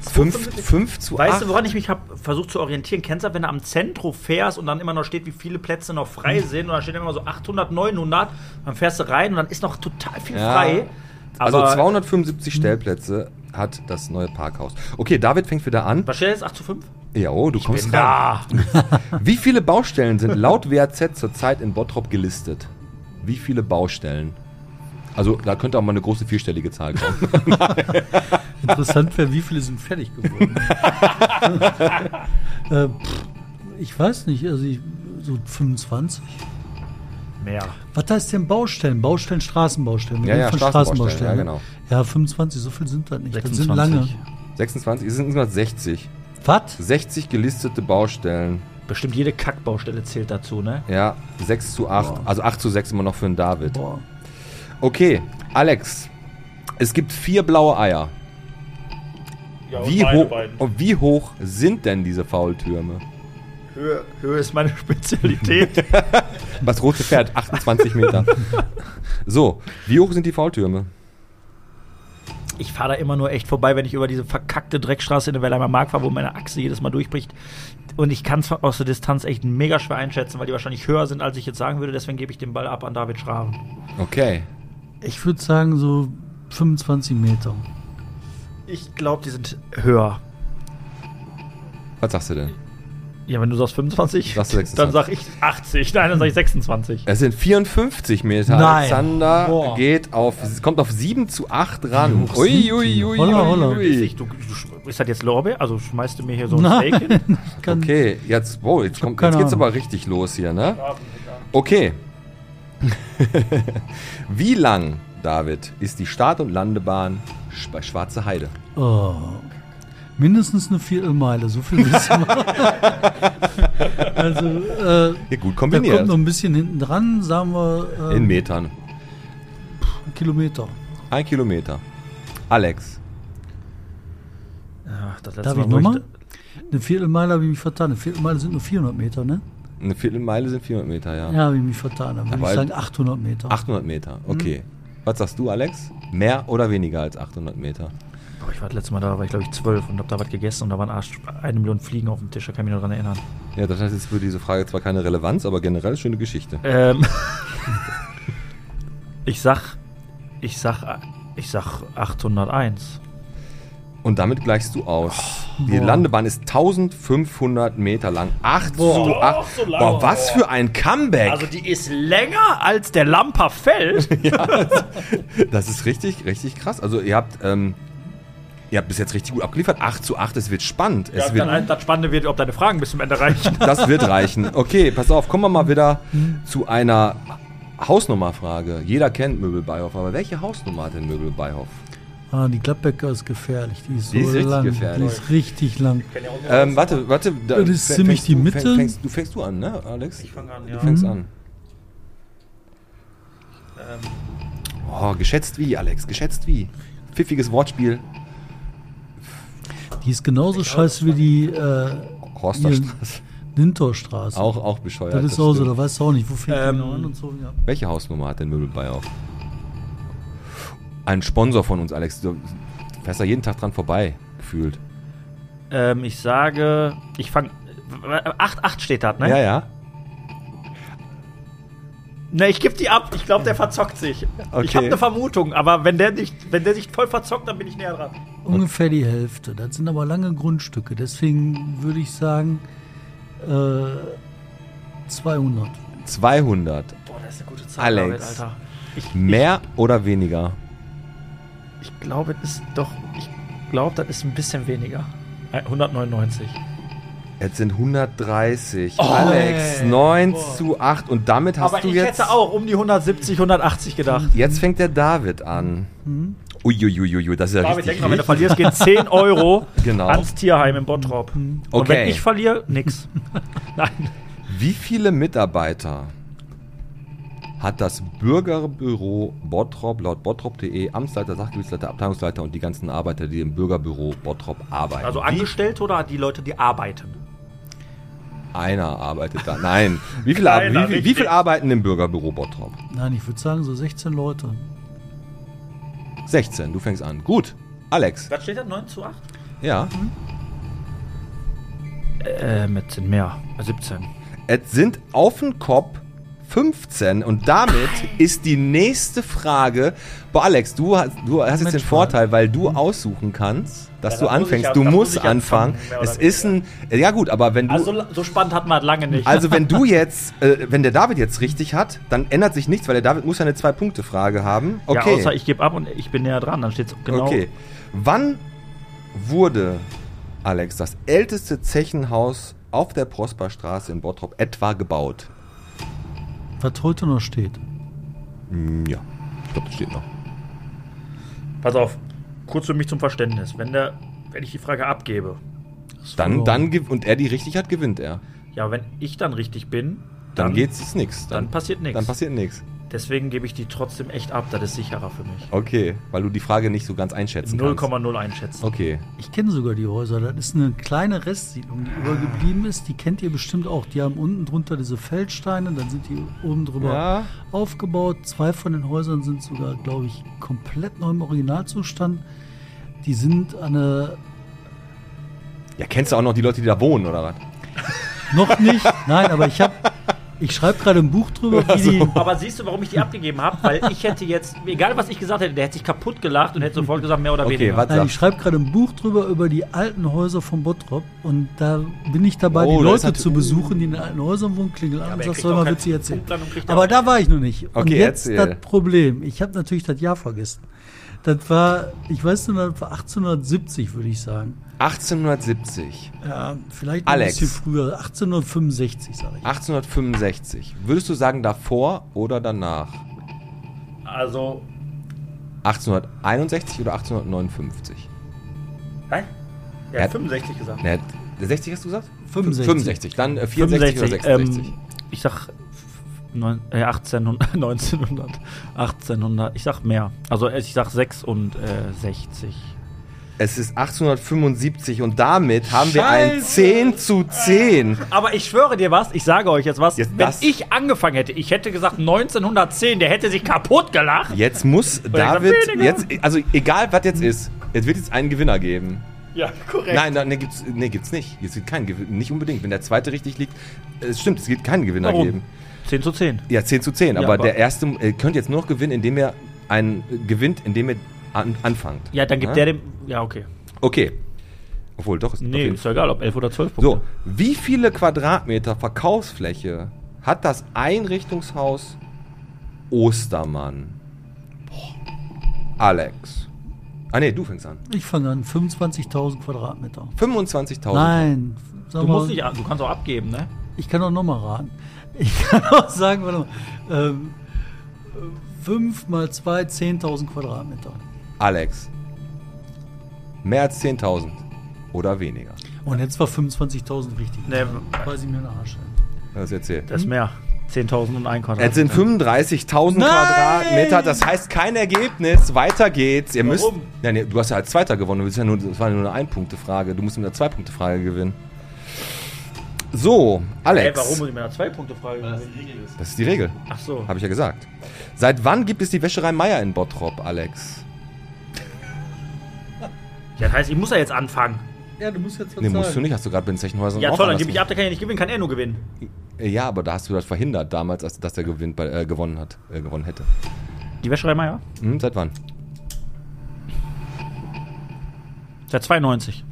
[SPEAKER 1] 5, 5 zu 8.
[SPEAKER 2] Weißt du, woran ich mich habe versucht zu orientieren? Kennst du, das, wenn du am Zentro fährst und dann immer noch steht, wie viele Plätze noch frei sind und dann steht immer so 800, 900, dann fährst du rein und dann ist noch total viel
[SPEAKER 1] Ja.
[SPEAKER 2] frei.
[SPEAKER 1] also
[SPEAKER 2] Aber Hm.
[SPEAKER 1] 275 Stellplätze hat das neue Parkhaus. Okay, David fängt wieder an.
[SPEAKER 2] was steht jetzt? 8 zu 5?
[SPEAKER 1] Ja, oh, du kommst ran. Wie viele Baustellen sind laut WAZ zurzeit in Bottrop gelistet? Wie viele Baustellen? Also, da könnte auch mal eine große vierstellige Zahl kommen.
[SPEAKER 4] Interessant wäre, wie viele sind fertig geworden. äh, pff, ich weiß nicht, also ich, so 25.
[SPEAKER 2] Mehr.
[SPEAKER 4] Was heißt denn Baustellen? Baustellen, Straßenbaustellen. Wir
[SPEAKER 1] Ja,
[SPEAKER 4] reden
[SPEAKER 1] ja,
[SPEAKER 4] von
[SPEAKER 1] Straßenbaustellen,
[SPEAKER 4] ne?
[SPEAKER 1] ja, genau.
[SPEAKER 4] Ja, 25, so viel sind das nicht. Das sind
[SPEAKER 2] 26.
[SPEAKER 4] lange.
[SPEAKER 1] 26, es sind insgesamt 60.
[SPEAKER 4] Was?
[SPEAKER 1] 60 gelistete Baustellen.
[SPEAKER 2] Bestimmt jede Kackbaustelle zählt dazu, ne?
[SPEAKER 1] Ja, 6 zu 8. Also 8 zu 6 immer noch für den David.
[SPEAKER 4] Boah.
[SPEAKER 1] Okay, Alex. Es gibt vier blaue Eier.
[SPEAKER 2] Ja,
[SPEAKER 1] Wie, ho und wie hoch sind denn diese Faultürme?
[SPEAKER 2] Höhe, Höhe ist meine Spezialität.
[SPEAKER 1] Das rote Pferd, 28 Meter. so, wie hoch sind die Faultürme?
[SPEAKER 2] ich fahre da immer nur echt vorbei, wenn ich über diese verkackte Dreckstraße in der Wellheimer Mark fahre, wo meine Achse jedes Mal durchbricht. Und ich kann es aus der Distanz echt mega schwer einschätzen, weil die wahrscheinlich höher sind, als ich jetzt sagen würde. Deswegen gebe ich den Ball ab an David Schraven.
[SPEAKER 1] Okay.
[SPEAKER 4] Ich würde sagen, so 25 Meter.
[SPEAKER 2] Ich glaube, die sind höher.
[SPEAKER 1] Was sagst du denn?
[SPEAKER 2] Ja, wenn du sagst 25,
[SPEAKER 1] Sagst du 26.
[SPEAKER 2] dann sag ich 80. Nein, dann sag ich 26.
[SPEAKER 1] Es sind 54 Meter.
[SPEAKER 4] Nein.
[SPEAKER 1] Alexander
[SPEAKER 2] Boah.
[SPEAKER 1] geht auf, es kommt auf 7 zu 8 ran.
[SPEAKER 4] Jungs,
[SPEAKER 1] Ui,
[SPEAKER 4] sind
[SPEAKER 1] ui,
[SPEAKER 4] die.
[SPEAKER 1] ui,
[SPEAKER 4] Holla, holla.
[SPEAKER 1] ui.
[SPEAKER 2] Du, du, ist das jetzt Lorbeer? Also schmeißt du mir hier so ein
[SPEAKER 4] Nein.
[SPEAKER 2] Steak hin?
[SPEAKER 4] Kann,
[SPEAKER 1] Okay, jetzt, wow, jetzt, kommt,
[SPEAKER 4] keine
[SPEAKER 1] jetzt geht's
[SPEAKER 4] Ahnung.
[SPEAKER 1] aber richtig los hier, ne? Okay. Wie lang, David, ist die Start- und Landebahn sch- bei Schwarze Heide?
[SPEAKER 4] Oh. Mindestens eine Viertelmeile, so viel wissen wir. also, äh,
[SPEAKER 1] Ja, gut
[SPEAKER 4] da kommt
[SPEAKER 1] kombiniert.
[SPEAKER 4] noch ein bisschen hinten dran, sagen wir äh,
[SPEAKER 1] In Metern.
[SPEAKER 4] Kilometer.
[SPEAKER 1] Ein Kilometer. Alex.
[SPEAKER 2] Ach, das letzte
[SPEAKER 4] Darf ich
[SPEAKER 2] wo
[SPEAKER 4] nochmal? Eine Viertelmeile habe ich mich vertan. Eine Viertelmeile sind nur 400 Meter, ne?
[SPEAKER 1] Eine Viertelmeile sind 400 Meter, ja.
[SPEAKER 4] Ja, Mhm. habe ich mich vertan. Dann würde
[SPEAKER 1] Aber
[SPEAKER 4] ich sagen 800 Meter.
[SPEAKER 1] 800 Meter, okay. Was sagst du, Alex? Mehr oder weniger als 800 Meter?
[SPEAKER 2] Boah, ich war das letzte Mal da, war ich glaube ich zwölf und hab da was gegessen und da waren Arsch, eine Million Fliegen auf dem Tisch, da kann ich mich noch dran erinnern.
[SPEAKER 1] Ja, das heißt jetzt für diese Frage zwar keine Relevanz, aber generell schöne Geschichte.
[SPEAKER 2] Ähm. ich sag. Ich sag. Ich sag 801.
[SPEAKER 1] Und damit gleichst du aus. Die Landebahn ist 1500 Meter lang. 8 zu 8.
[SPEAKER 2] so lang.
[SPEAKER 1] Boah, was für ein Comeback.
[SPEAKER 2] Also die ist länger als der Lamperfell.
[SPEAKER 1] das ist richtig, richtig krass. Also ihr habt, ähm, ihr habt bis jetzt richtig gut abgeliefert. 8 zu 8, es wird spannend. Es
[SPEAKER 2] Das,
[SPEAKER 1] wird
[SPEAKER 2] dann, das Spannende wird, ob deine Fragen bis zum Ende reichen.
[SPEAKER 1] Das wird reichen. Okay, pass auf, kommen wir mal wieder zu einer Hausnummerfrage. Jeder kennt Möbel Beihoff, aber welche Hausnummer hat denn Möbel Beihoff?
[SPEAKER 4] Ah, die Gladbecker ist gefährlich. Die ist so
[SPEAKER 1] Die ist richtig
[SPEAKER 4] lang. Die
[SPEAKER 1] gefährlich.
[SPEAKER 4] ist richtig lang.
[SPEAKER 1] Ähm, warte, warte. da-
[SPEAKER 4] Das ist
[SPEAKER 1] fäng-
[SPEAKER 4] ziemlich
[SPEAKER 1] fängst
[SPEAKER 4] die
[SPEAKER 1] du-
[SPEAKER 4] Mitte. Mhm.
[SPEAKER 1] fäng- Fängst, du fängst du an, ne, Alex? Ich
[SPEAKER 2] an,
[SPEAKER 1] Du fängst an.
[SPEAKER 2] Ähm,
[SPEAKER 1] Oh, geschätzt wie, Alex, geschätzt wie. Pfiffiges Wortspiel.
[SPEAKER 4] Die ist genauso scheiße wie die äh,
[SPEAKER 1] Horsterstraße.
[SPEAKER 4] Lindtorstraße.
[SPEAKER 1] Auch, auch bescheuert.
[SPEAKER 4] das ist auch so,
[SPEAKER 1] stimmt.
[SPEAKER 4] da weißt du auch nicht, wo fängt
[SPEAKER 2] Ähm,
[SPEAKER 4] die genau an und so. Ja.
[SPEAKER 1] Welche Hausnummer hat denn Möbel Beihoff? Ein Sponsor von uns, Alex. Du fährst da jeden Tag dran vorbei, gefühlt.
[SPEAKER 2] Ähm, ich sage. Ich fange. 8, 8 steht das, ne?
[SPEAKER 1] Ja, ja.
[SPEAKER 2] Ne, ich gebe die ab. Ich glaube, der verzockt sich. Ich
[SPEAKER 1] Okay.
[SPEAKER 2] habe eine Vermutung, aber wenn der, nicht, wenn der sich voll verzockt, dann bin ich näher dran.
[SPEAKER 4] Ungefähr die Hälfte. Das sind aber lange Grundstücke. Deswegen würde ich sagen äh, 200.
[SPEAKER 1] 200.
[SPEAKER 2] Boah, das ist eine gute Zahl,
[SPEAKER 1] Alex.
[SPEAKER 2] David, Alter.
[SPEAKER 1] Mehr oder weniger?
[SPEAKER 2] Ich glaube, das ist doch. Ich glaube, das ist ein bisschen weniger. Äh, 199.
[SPEAKER 1] Jetzt sind 130. Oh. Alex, 9 zu 8. Und damit hast
[SPEAKER 2] Aber
[SPEAKER 1] du
[SPEAKER 2] ich
[SPEAKER 1] jetzt.
[SPEAKER 2] hätte auch um die 170, 180 gedacht.
[SPEAKER 1] Jetzt fängt der David an. Uiuiuiui, das ist ja
[SPEAKER 2] Mhm. David,
[SPEAKER 1] richtig.
[SPEAKER 2] denk mal, wenn du
[SPEAKER 1] richtig.
[SPEAKER 2] verlierst, gehen 10 Euro
[SPEAKER 1] Genau.
[SPEAKER 2] ans Tierheim in Bottrop. Und
[SPEAKER 1] Okay.
[SPEAKER 2] wenn ich verliere, nix. Nein.
[SPEAKER 1] Wie viele Mitarbeiter hat das Bürgerbüro Bottrop laut bottrop.de Amtsleiter, Sachgebietsleiter, Abteilungsleiter und die ganzen Arbeiter, die im Bürgerbüro Bottrop arbeiten?
[SPEAKER 2] Also
[SPEAKER 1] Wie
[SPEAKER 2] Angestellte oder die Leute, die arbeiten?
[SPEAKER 1] einer arbeitet da. Nein. Wie viele, wie,
[SPEAKER 2] Keiner,
[SPEAKER 1] wie, wie
[SPEAKER 2] richtig.
[SPEAKER 1] viele arbeiten im Bürgerbüro Bottrop?
[SPEAKER 4] Nein, ich würde sagen so 16 Leute.
[SPEAKER 1] 16, du fängst an. Gut. Alex.
[SPEAKER 2] Was steht da? 9 zu 8?
[SPEAKER 1] Ja.
[SPEAKER 2] Äh, mit sind mehr. 17.
[SPEAKER 1] Es sind auf den Kopf 15 und damit ist die nächste Frage. Boah, Alex, du hast, du hast jetzt den
[SPEAKER 4] Mensch,
[SPEAKER 1] Vorteil, weil du aussuchen kannst, dass
[SPEAKER 2] Ja,
[SPEAKER 1] du
[SPEAKER 2] da muss ich
[SPEAKER 1] anfängst.
[SPEAKER 2] ja-
[SPEAKER 1] du
[SPEAKER 2] da muss
[SPEAKER 1] musst
[SPEAKER 2] ich ja
[SPEAKER 1] anfangen.
[SPEAKER 2] fangen, mehr oder
[SPEAKER 1] Es ist ein. Ja, gut, aber wenn du.
[SPEAKER 2] Also
[SPEAKER 1] Also,
[SPEAKER 2] so, so spannend hat man das lange nicht.
[SPEAKER 1] wenn du jetzt, äh, wenn der David jetzt richtig hat, dann ändert sich nichts, weil der David muss ja eine Zwei-Punkte-Frage haben. Okay.
[SPEAKER 2] Ja, außer ich gebe ab und ich bin näher dran. Dann steht es genau.
[SPEAKER 1] Okay. Wann wurde, Alex, das älteste Zechenhaus auf der Prosperstraße in Bottrop etwa gebaut?
[SPEAKER 4] Was heute noch steht.
[SPEAKER 1] Hm, Ja, ich glaube, das steht noch.
[SPEAKER 2] Pass auf. Kurz für mich zum Verständnis. Wenn, der, wenn ich die Frage abgebe,
[SPEAKER 1] Dann,
[SPEAKER 2] Oh.
[SPEAKER 4] verloren.
[SPEAKER 1] dann gew- und er die richtig hat, gewinnt er.
[SPEAKER 2] ja, wenn ich dann richtig bin,
[SPEAKER 1] Dann, geht's ist nix.
[SPEAKER 2] dann passiert nix.
[SPEAKER 1] Dann passiert nix.
[SPEAKER 2] Deswegen gebe ich die trotzdem echt ab. Das ist sicherer für mich.
[SPEAKER 1] Okay, weil du die Frage nicht so Oh, ganz einschätzen kannst.
[SPEAKER 2] 0,0 einschätzen.
[SPEAKER 1] Okay.
[SPEAKER 4] Ich kenne sogar die Häuser. Das ist eine kleine Restsiedlung, die übergeblieben ist. Die kennt ihr bestimmt auch. Die haben unten drunter diese Feldsteine, dann sind die oben drüber
[SPEAKER 1] Ja.
[SPEAKER 4] aufgebaut. Zwei von den Häusern sind sogar, glaube ich, komplett neu im Originalzustand. Die sind an eine
[SPEAKER 1] Ja, kennst du auch noch die Leute, die da wohnen, oder was?
[SPEAKER 4] Noch nicht. Nein, aber ich habe Ich schreibe gerade ein Buch drüber, wie die.
[SPEAKER 2] Aber siehst du, warum ich die abgegeben habe? Weil ich hätte jetzt, egal was ich gesagt hätte, der hätte sich kaputt gelacht und hätte sofort gesagt, mehr oder
[SPEAKER 1] Okay,
[SPEAKER 2] weniger.
[SPEAKER 1] warte.
[SPEAKER 4] Nein, ich schreibe gerade ein Buch drüber über die alten Häuser von Bottrop und da bin ich dabei,
[SPEAKER 1] Oh,
[SPEAKER 4] die
[SPEAKER 1] da ist
[SPEAKER 4] Leute
[SPEAKER 1] natürlich-
[SPEAKER 4] zu besuchen, die in den alten Häusern wohnen, klingel an
[SPEAKER 2] halt aber
[SPEAKER 4] und
[SPEAKER 2] er
[SPEAKER 4] sagst,
[SPEAKER 2] kriegt
[SPEAKER 4] soll
[SPEAKER 2] auch
[SPEAKER 4] mal
[SPEAKER 2] keinen
[SPEAKER 4] witzig erzählen.
[SPEAKER 2] Punkt dann und kriegt auch
[SPEAKER 4] Aber da war ich noch nicht. und
[SPEAKER 1] Okay,
[SPEAKER 4] jetzt
[SPEAKER 1] erzähl.
[SPEAKER 4] das Problem. Ich habe natürlich das Jahr vergessen. Das war, ich weiß nur, das war 1870, würde ich sagen.
[SPEAKER 1] 1870,
[SPEAKER 4] Ja, vielleicht noch
[SPEAKER 1] Alex.
[SPEAKER 4] ein bisschen früher. 1865, sage ich.
[SPEAKER 1] 1865. Würdest du sagen davor oder danach?
[SPEAKER 2] Also,
[SPEAKER 1] 1861 oder 1859?
[SPEAKER 2] nein?
[SPEAKER 1] Er
[SPEAKER 2] Er
[SPEAKER 1] hat-
[SPEAKER 2] hat 65 gesagt.
[SPEAKER 1] Ne, 60 hast du gesagt?
[SPEAKER 4] 65.
[SPEAKER 1] 65, dann äh, 64 oder 66.
[SPEAKER 2] Ähm, ich sag neun, äh, 1800, 1900, 1800, ich sag mehr. Also äh, ich sag äh, 66.
[SPEAKER 1] es ist 1875 und damit haben wir ein 10 zu 10.
[SPEAKER 2] Aber ich schwöre dir was, ich sage euch jetzt was,
[SPEAKER 1] Jetzt
[SPEAKER 2] wenn
[SPEAKER 1] das-
[SPEAKER 2] ich angefangen hätte, ich hätte gesagt 1910, der hätte sich kaputt gelacht.
[SPEAKER 1] Jetzt muss
[SPEAKER 2] gesagt,
[SPEAKER 1] David,
[SPEAKER 2] weniger.
[SPEAKER 1] jetzt, also egal was jetzt ist, es wird jetzt einen Gewinner geben.
[SPEAKER 2] Ja, korrekt.
[SPEAKER 1] Nein, nein, nee, gibt's, nee, gibt's nicht. Es gibt keinen Gewinner, nicht unbedingt. Wenn der zweite richtig liegt, es stimmt, es gibt keinen Gewinner
[SPEAKER 2] Warum?
[SPEAKER 1] geben.
[SPEAKER 2] 10 zu 10.
[SPEAKER 1] Ja, 10 zu 10,
[SPEAKER 2] Ja,
[SPEAKER 1] aber,
[SPEAKER 2] aber-
[SPEAKER 1] der erste äh, könnt jetzt nur noch gewinnen, indem ihr einen äh, gewinnt, indem ihr an, anfangt.
[SPEAKER 2] Ja, dann gibt
[SPEAKER 1] Ja?
[SPEAKER 2] der dem. Ja, okay.
[SPEAKER 1] Okay. Obwohl, doch, ist
[SPEAKER 2] Nee, ist ja egal, ob 11 oder 12 Punkte.
[SPEAKER 1] So, wie viele Quadratmeter Verkaufsfläche hat das Einrichtungshaus Ostermann? Alex. Ah nee, du fängst an.
[SPEAKER 4] Ich fange an. 25.000 Quadratmeter.
[SPEAKER 1] 25.000.
[SPEAKER 4] Nein. Sag
[SPEAKER 2] Du,
[SPEAKER 4] mal,
[SPEAKER 2] musst nicht, an- du kannst auch abgeben, ne?
[SPEAKER 4] Ich kann auch nochmal raten. Ich kann auch sagen, warte mal. Ähm, 5 mal 2, 10.000 Quadratmeter.
[SPEAKER 1] Alex. Mehr als 10.000 oder weniger.
[SPEAKER 4] Und jetzt war 25.000 richtig.
[SPEAKER 2] Nee,
[SPEAKER 4] Weiß ich mir den Arsch. ey.
[SPEAKER 1] Das erzähl.
[SPEAKER 2] Das ist mehr. 10.000 und ein Quadrat.
[SPEAKER 1] Es sind 35.000
[SPEAKER 4] Nein!
[SPEAKER 1] Quadratmeter, das heißt kein Ergebnis. Weiter geht's. Ihr müsst.
[SPEAKER 2] Warum?
[SPEAKER 1] Nein, nee, du hast ja als Zweiter gewonnen. Du bist ja nur, das war ja nur eine Ein-Punkte-Frage. Du musst mit einer Zwei-Punkte-Frage gewinnen. So, Alex.
[SPEAKER 2] Ey, warum muss ich mir eine 2-Punkte-Frage stellen?
[SPEAKER 1] Das ist die Regel.
[SPEAKER 2] Ach so.
[SPEAKER 1] Habe ich ja gesagt. Seit wann gibt es die Wäscherei Meier in Bottrop, Alex?
[SPEAKER 2] Ja, das heißt, ich muss ja jetzt anfangen.
[SPEAKER 4] Ja, du musst jetzt was
[SPEAKER 1] Nee,
[SPEAKER 4] sagen.
[SPEAKER 1] musst du nicht. Hast du gerade bei den Zechenhäusern
[SPEAKER 2] Ja,
[SPEAKER 1] auch
[SPEAKER 2] toll, dann
[SPEAKER 1] anders
[SPEAKER 2] gebe ich ab, der kann ja nicht gewinnen, kann er nur gewinnen.
[SPEAKER 1] gemacht. Ja, aber da hast du das verhindert damals, als, dass der gewinnt, bei, äh, gewonnen hat, äh, gewonnen hätte.
[SPEAKER 2] Die Wäscherei Meier?
[SPEAKER 1] Hm, seit wann?
[SPEAKER 2] Seit 92.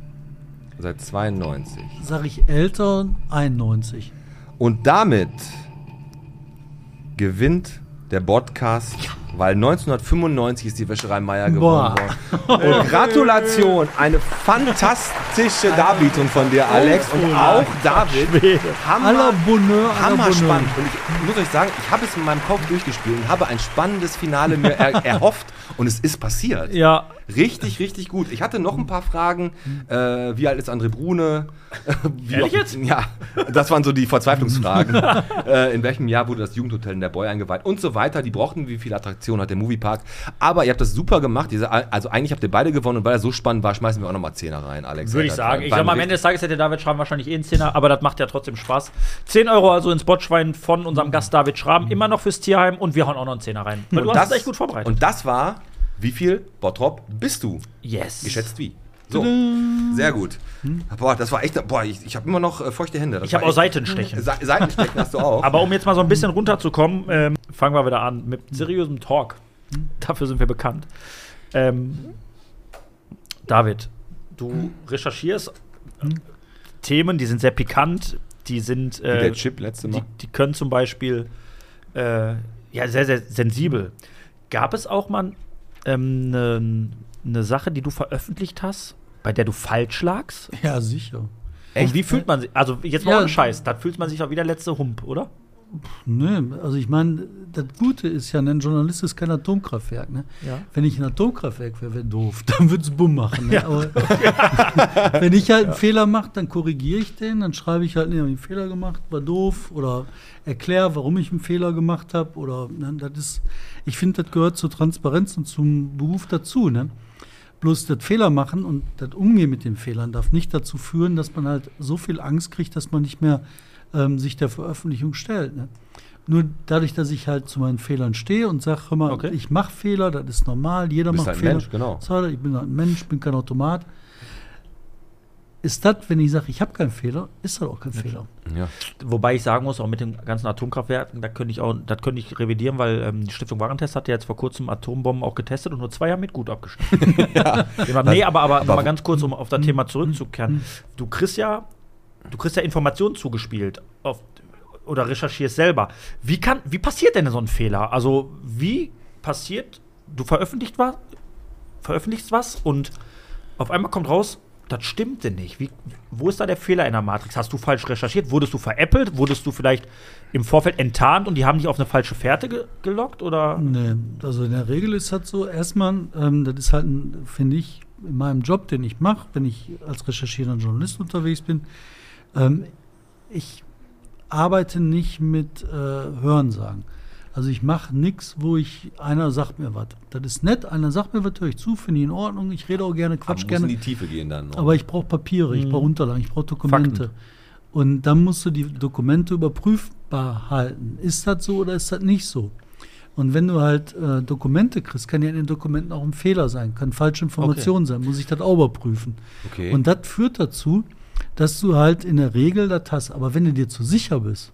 [SPEAKER 1] Seit 92.
[SPEAKER 4] Sag ich älter 91.
[SPEAKER 1] Und damit gewinnt der Podcast, weil 1995 ist die Wäscherei Meier gewonnen
[SPEAKER 4] Boah.
[SPEAKER 1] worden. Und Gratulation, eine fantastische Darbietung von dir, Alex. Und auch David.
[SPEAKER 4] À la
[SPEAKER 1] Hammer,
[SPEAKER 4] Bonheur, à la
[SPEAKER 1] hammer
[SPEAKER 4] Bonheur.
[SPEAKER 1] spannend. Und ich muss euch sagen, ich habe es in meinem Kopf durchgespielt und habe ein spannendes Finale mir er erhofft. Und es ist passiert.
[SPEAKER 2] Ja.
[SPEAKER 1] Richtig, richtig gut. Ich hatte noch ein paar Fragen. Äh, wie alt ist André Brune? Wie
[SPEAKER 2] Ehrlich
[SPEAKER 1] oft-
[SPEAKER 2] jetzt?
[SPEAKER 1] Ja, das waren so die Verzweiflungsfragen. äh, in welchem Jahr wurde das Jugendhotel in der Boy eingeweiht und so weiter. Die brauchten, wie viele Attraktionen hat der Moviepark. Aber ihr habt das super gemacht. Diese, also eigentlich habt ihr beide gewonnen und weil das so spannend war, schmeißen wir auch nochmal Zehner rein, Alex.
[SPEAKER 2] Würde ich
[SPEAKER 1] Das
[SPEAKER 2] sagen.
[SPEAKER 1] war-
[SPEAKER 2] Ich
[SPEAKER 1] war
[SPEAKER 2] sag mal, am
[SPEAKER 1] ein
[SPEAKER 2] Ende des Tages hätte David Schramm wahrscheinlich eh einen Zehner, aber das macht ja trotzdem Spaß. 10 Euro also ins Botschwein von unserem Gast David Schramm, immer noch fürs Tierheim und wir hauen auch noch einen Zehner rein. Weil
[SPEAKER 1] Mhm. Und
[SPEAKER 2] du
[SPEAKER 1] das-
[SPEAKER 2] hast es echt gut vorbereitet.
[SPEAKER 1] Und das war, wie viel Bottrop bist du?
[SPEAKER 2] yes.
[SPEAKER 1] Geschätzt wie? So, sehr gut. Boah, das war echt, boah, ich, ich habe immer noch äh, feuchte Hände. Das
[SPEAKER 2] Ich habe
[SPEAKER 1] war
[SPEAKER 2] auch
[SPEAKER 1] echt-
[SPEAKER 2] Seitenstechen.
[SPEAKER 1] Se Seitenstechen hast du auch.
[SPEAKER 2] Aber um jetzt mal so ein bisschen runterzukommen, ähm, fangen wir wieder an
[SPEAKER 1] Mhm.
[SPEAKER 2] mit seriösem Talk. Dafür sind wir bekannt. Ähm, David,
[SPEAKER 1] Mhm.
[SPEAKER 2] du recherchierst äh, Themen, die sind sehr pikant, die sind.
[SPEAKER 1] Wie
[SPEAKER 2] Äh,
[SPEAKER 1] der Chip letzte Mal.
[SPEAKER 2] die, die können zum Beispiel äh, ja, sehr, sehr sensibel. Gab es auch mal eine ähm, ne- ne Sache, die du veröffentlicht hast, bei der du falsch lagst?
[SPEAKER 4] Ja, sicher.
[SPEAKER 2] Und wie fühlt man sich? Also, jetzt mal
[SPEAKER 4] Ja.
[SPEAKER 2] ohne Scheiß, da fühlt man sich doch wie der letzte Hump, oder?
[SPEAKER 4] Nee, also ich meine, das Gute ist ja, ein Journalist ist kein Atomkraftwerk. Ne?
[SPEAKER 2] Ja.
[SPEAKER 4] Wenn ich ein Atomkraftwerk wäre, wäre doof. Dann würde es bumm machen. Ne? Aber wenn ich halt einen Fehler mache, dann korrigiere ich den. Dann schreibe ich halt, nee, hab ich einen Fehler gemacht, war doof. Oder erkläre, warum ich einen Fehler gemacht habe. Oder ne, das ist, ich finde, das gehört zur Transparenz und zum Beruf dazu. Ne? Bloß das Fehler machen und das Umgehen mit den Fehlern darf nicht dazu führen, dass man halt so viel Angst kriegt, dass man nicht mehr ähm, sich der Veröffentlichung stellt. Ne? Nur dadurch, dass ich halt zu meinen Fehlern stehe und sage, hör mal,
[SPEAKER 2] Okay.
[SPEAKER 4] ich mache Fehler, das ist normal, jeder
[SPEAKER 1] bist
[SPEAKER 4] macht
[SPEAKER 1] halt ein
[SPEAKER 4] Fehler.
[SPEAKER 1] Mensch, genau.
[SPEAKER 4] So, Ich bin halt ein Mensch, bin kein Automat. ist das, wenn ich sage, ich habe keinen Fehler, ist das auch kein Fehler.
[SPEAKER 1] Ja.
[SPEAKER 2] Wobei ich sagen muss, auch mit den ganzen Atomkraftwerken, da könnte ich auch, das könnte ich revidieren, weil ähm, die Stiftung Warentest hat ja jetzt vor kurzem Atombomben auch getestet und nur zwei haben mit gut abgeschnitten. ja. Nee, aber, aber, noch mal ganz kurz, um auf das Thema zurückzukehren. Du kriegst ja, du kriegst ja Informationen zugespielt auf, oder recherchierst selber. Wie kann, wie passiert denn so ein Fehler? Also wie passiert, du veröffentlicht was, veröffentlichst was und auf einmal kommt raus, das stimmte nicht. Wie, wo ist da der Fehler in der Matrix? Hast du falsch recherchiert? Wurdest du veräppelt? Wurdest du vielleicht im Vorfeld enttarnt und die haben dich auf eine falsche Fährte ge gelockt? Oder?
[SPEAKER 4] Nee, also in der Regel ist das so, erstmal, ähm, das ist halt, ein- finde ich, in meinem Job, den ich mache, wenn ich als recherchierender Journalist unterwegs bin, ähm, ich arbeite nicht mit äh, Hörensagen. Also ich mache nichts, wo ich, einer sagt mir was. Das ist nett, einer sagt mir was, höre ich zu, finde ich in Ordnung, ich rede auch gerne,
[SPEAKER 1] Aber
[SPEAKER 4] quatsch
[SPEAKER 1] muss in
[SPEAKER 4] gerne.
[SPEAKER 1] die Tiefe gehen dann. noch.
[SPEAKER 4] Aber ich brauche Papiere, ich brauche Unterlagen, ich brauche Dokumente. Und dann musst du die Dokumente überprüfbar halten. Ist das so oder ist das nicht so? Und wenn du halt äh, Dokumente kriegst, kann ja in den Dokumenten auch ein Fehler sein, kann falsche Information sein, muss ich das auch überprüfen.
[SPEAKER 1] Okay.
[SPEAKER 4] Und das führt dazu, dass du halt in der Regel das hast. Aber wenn du dir zu sicher bist,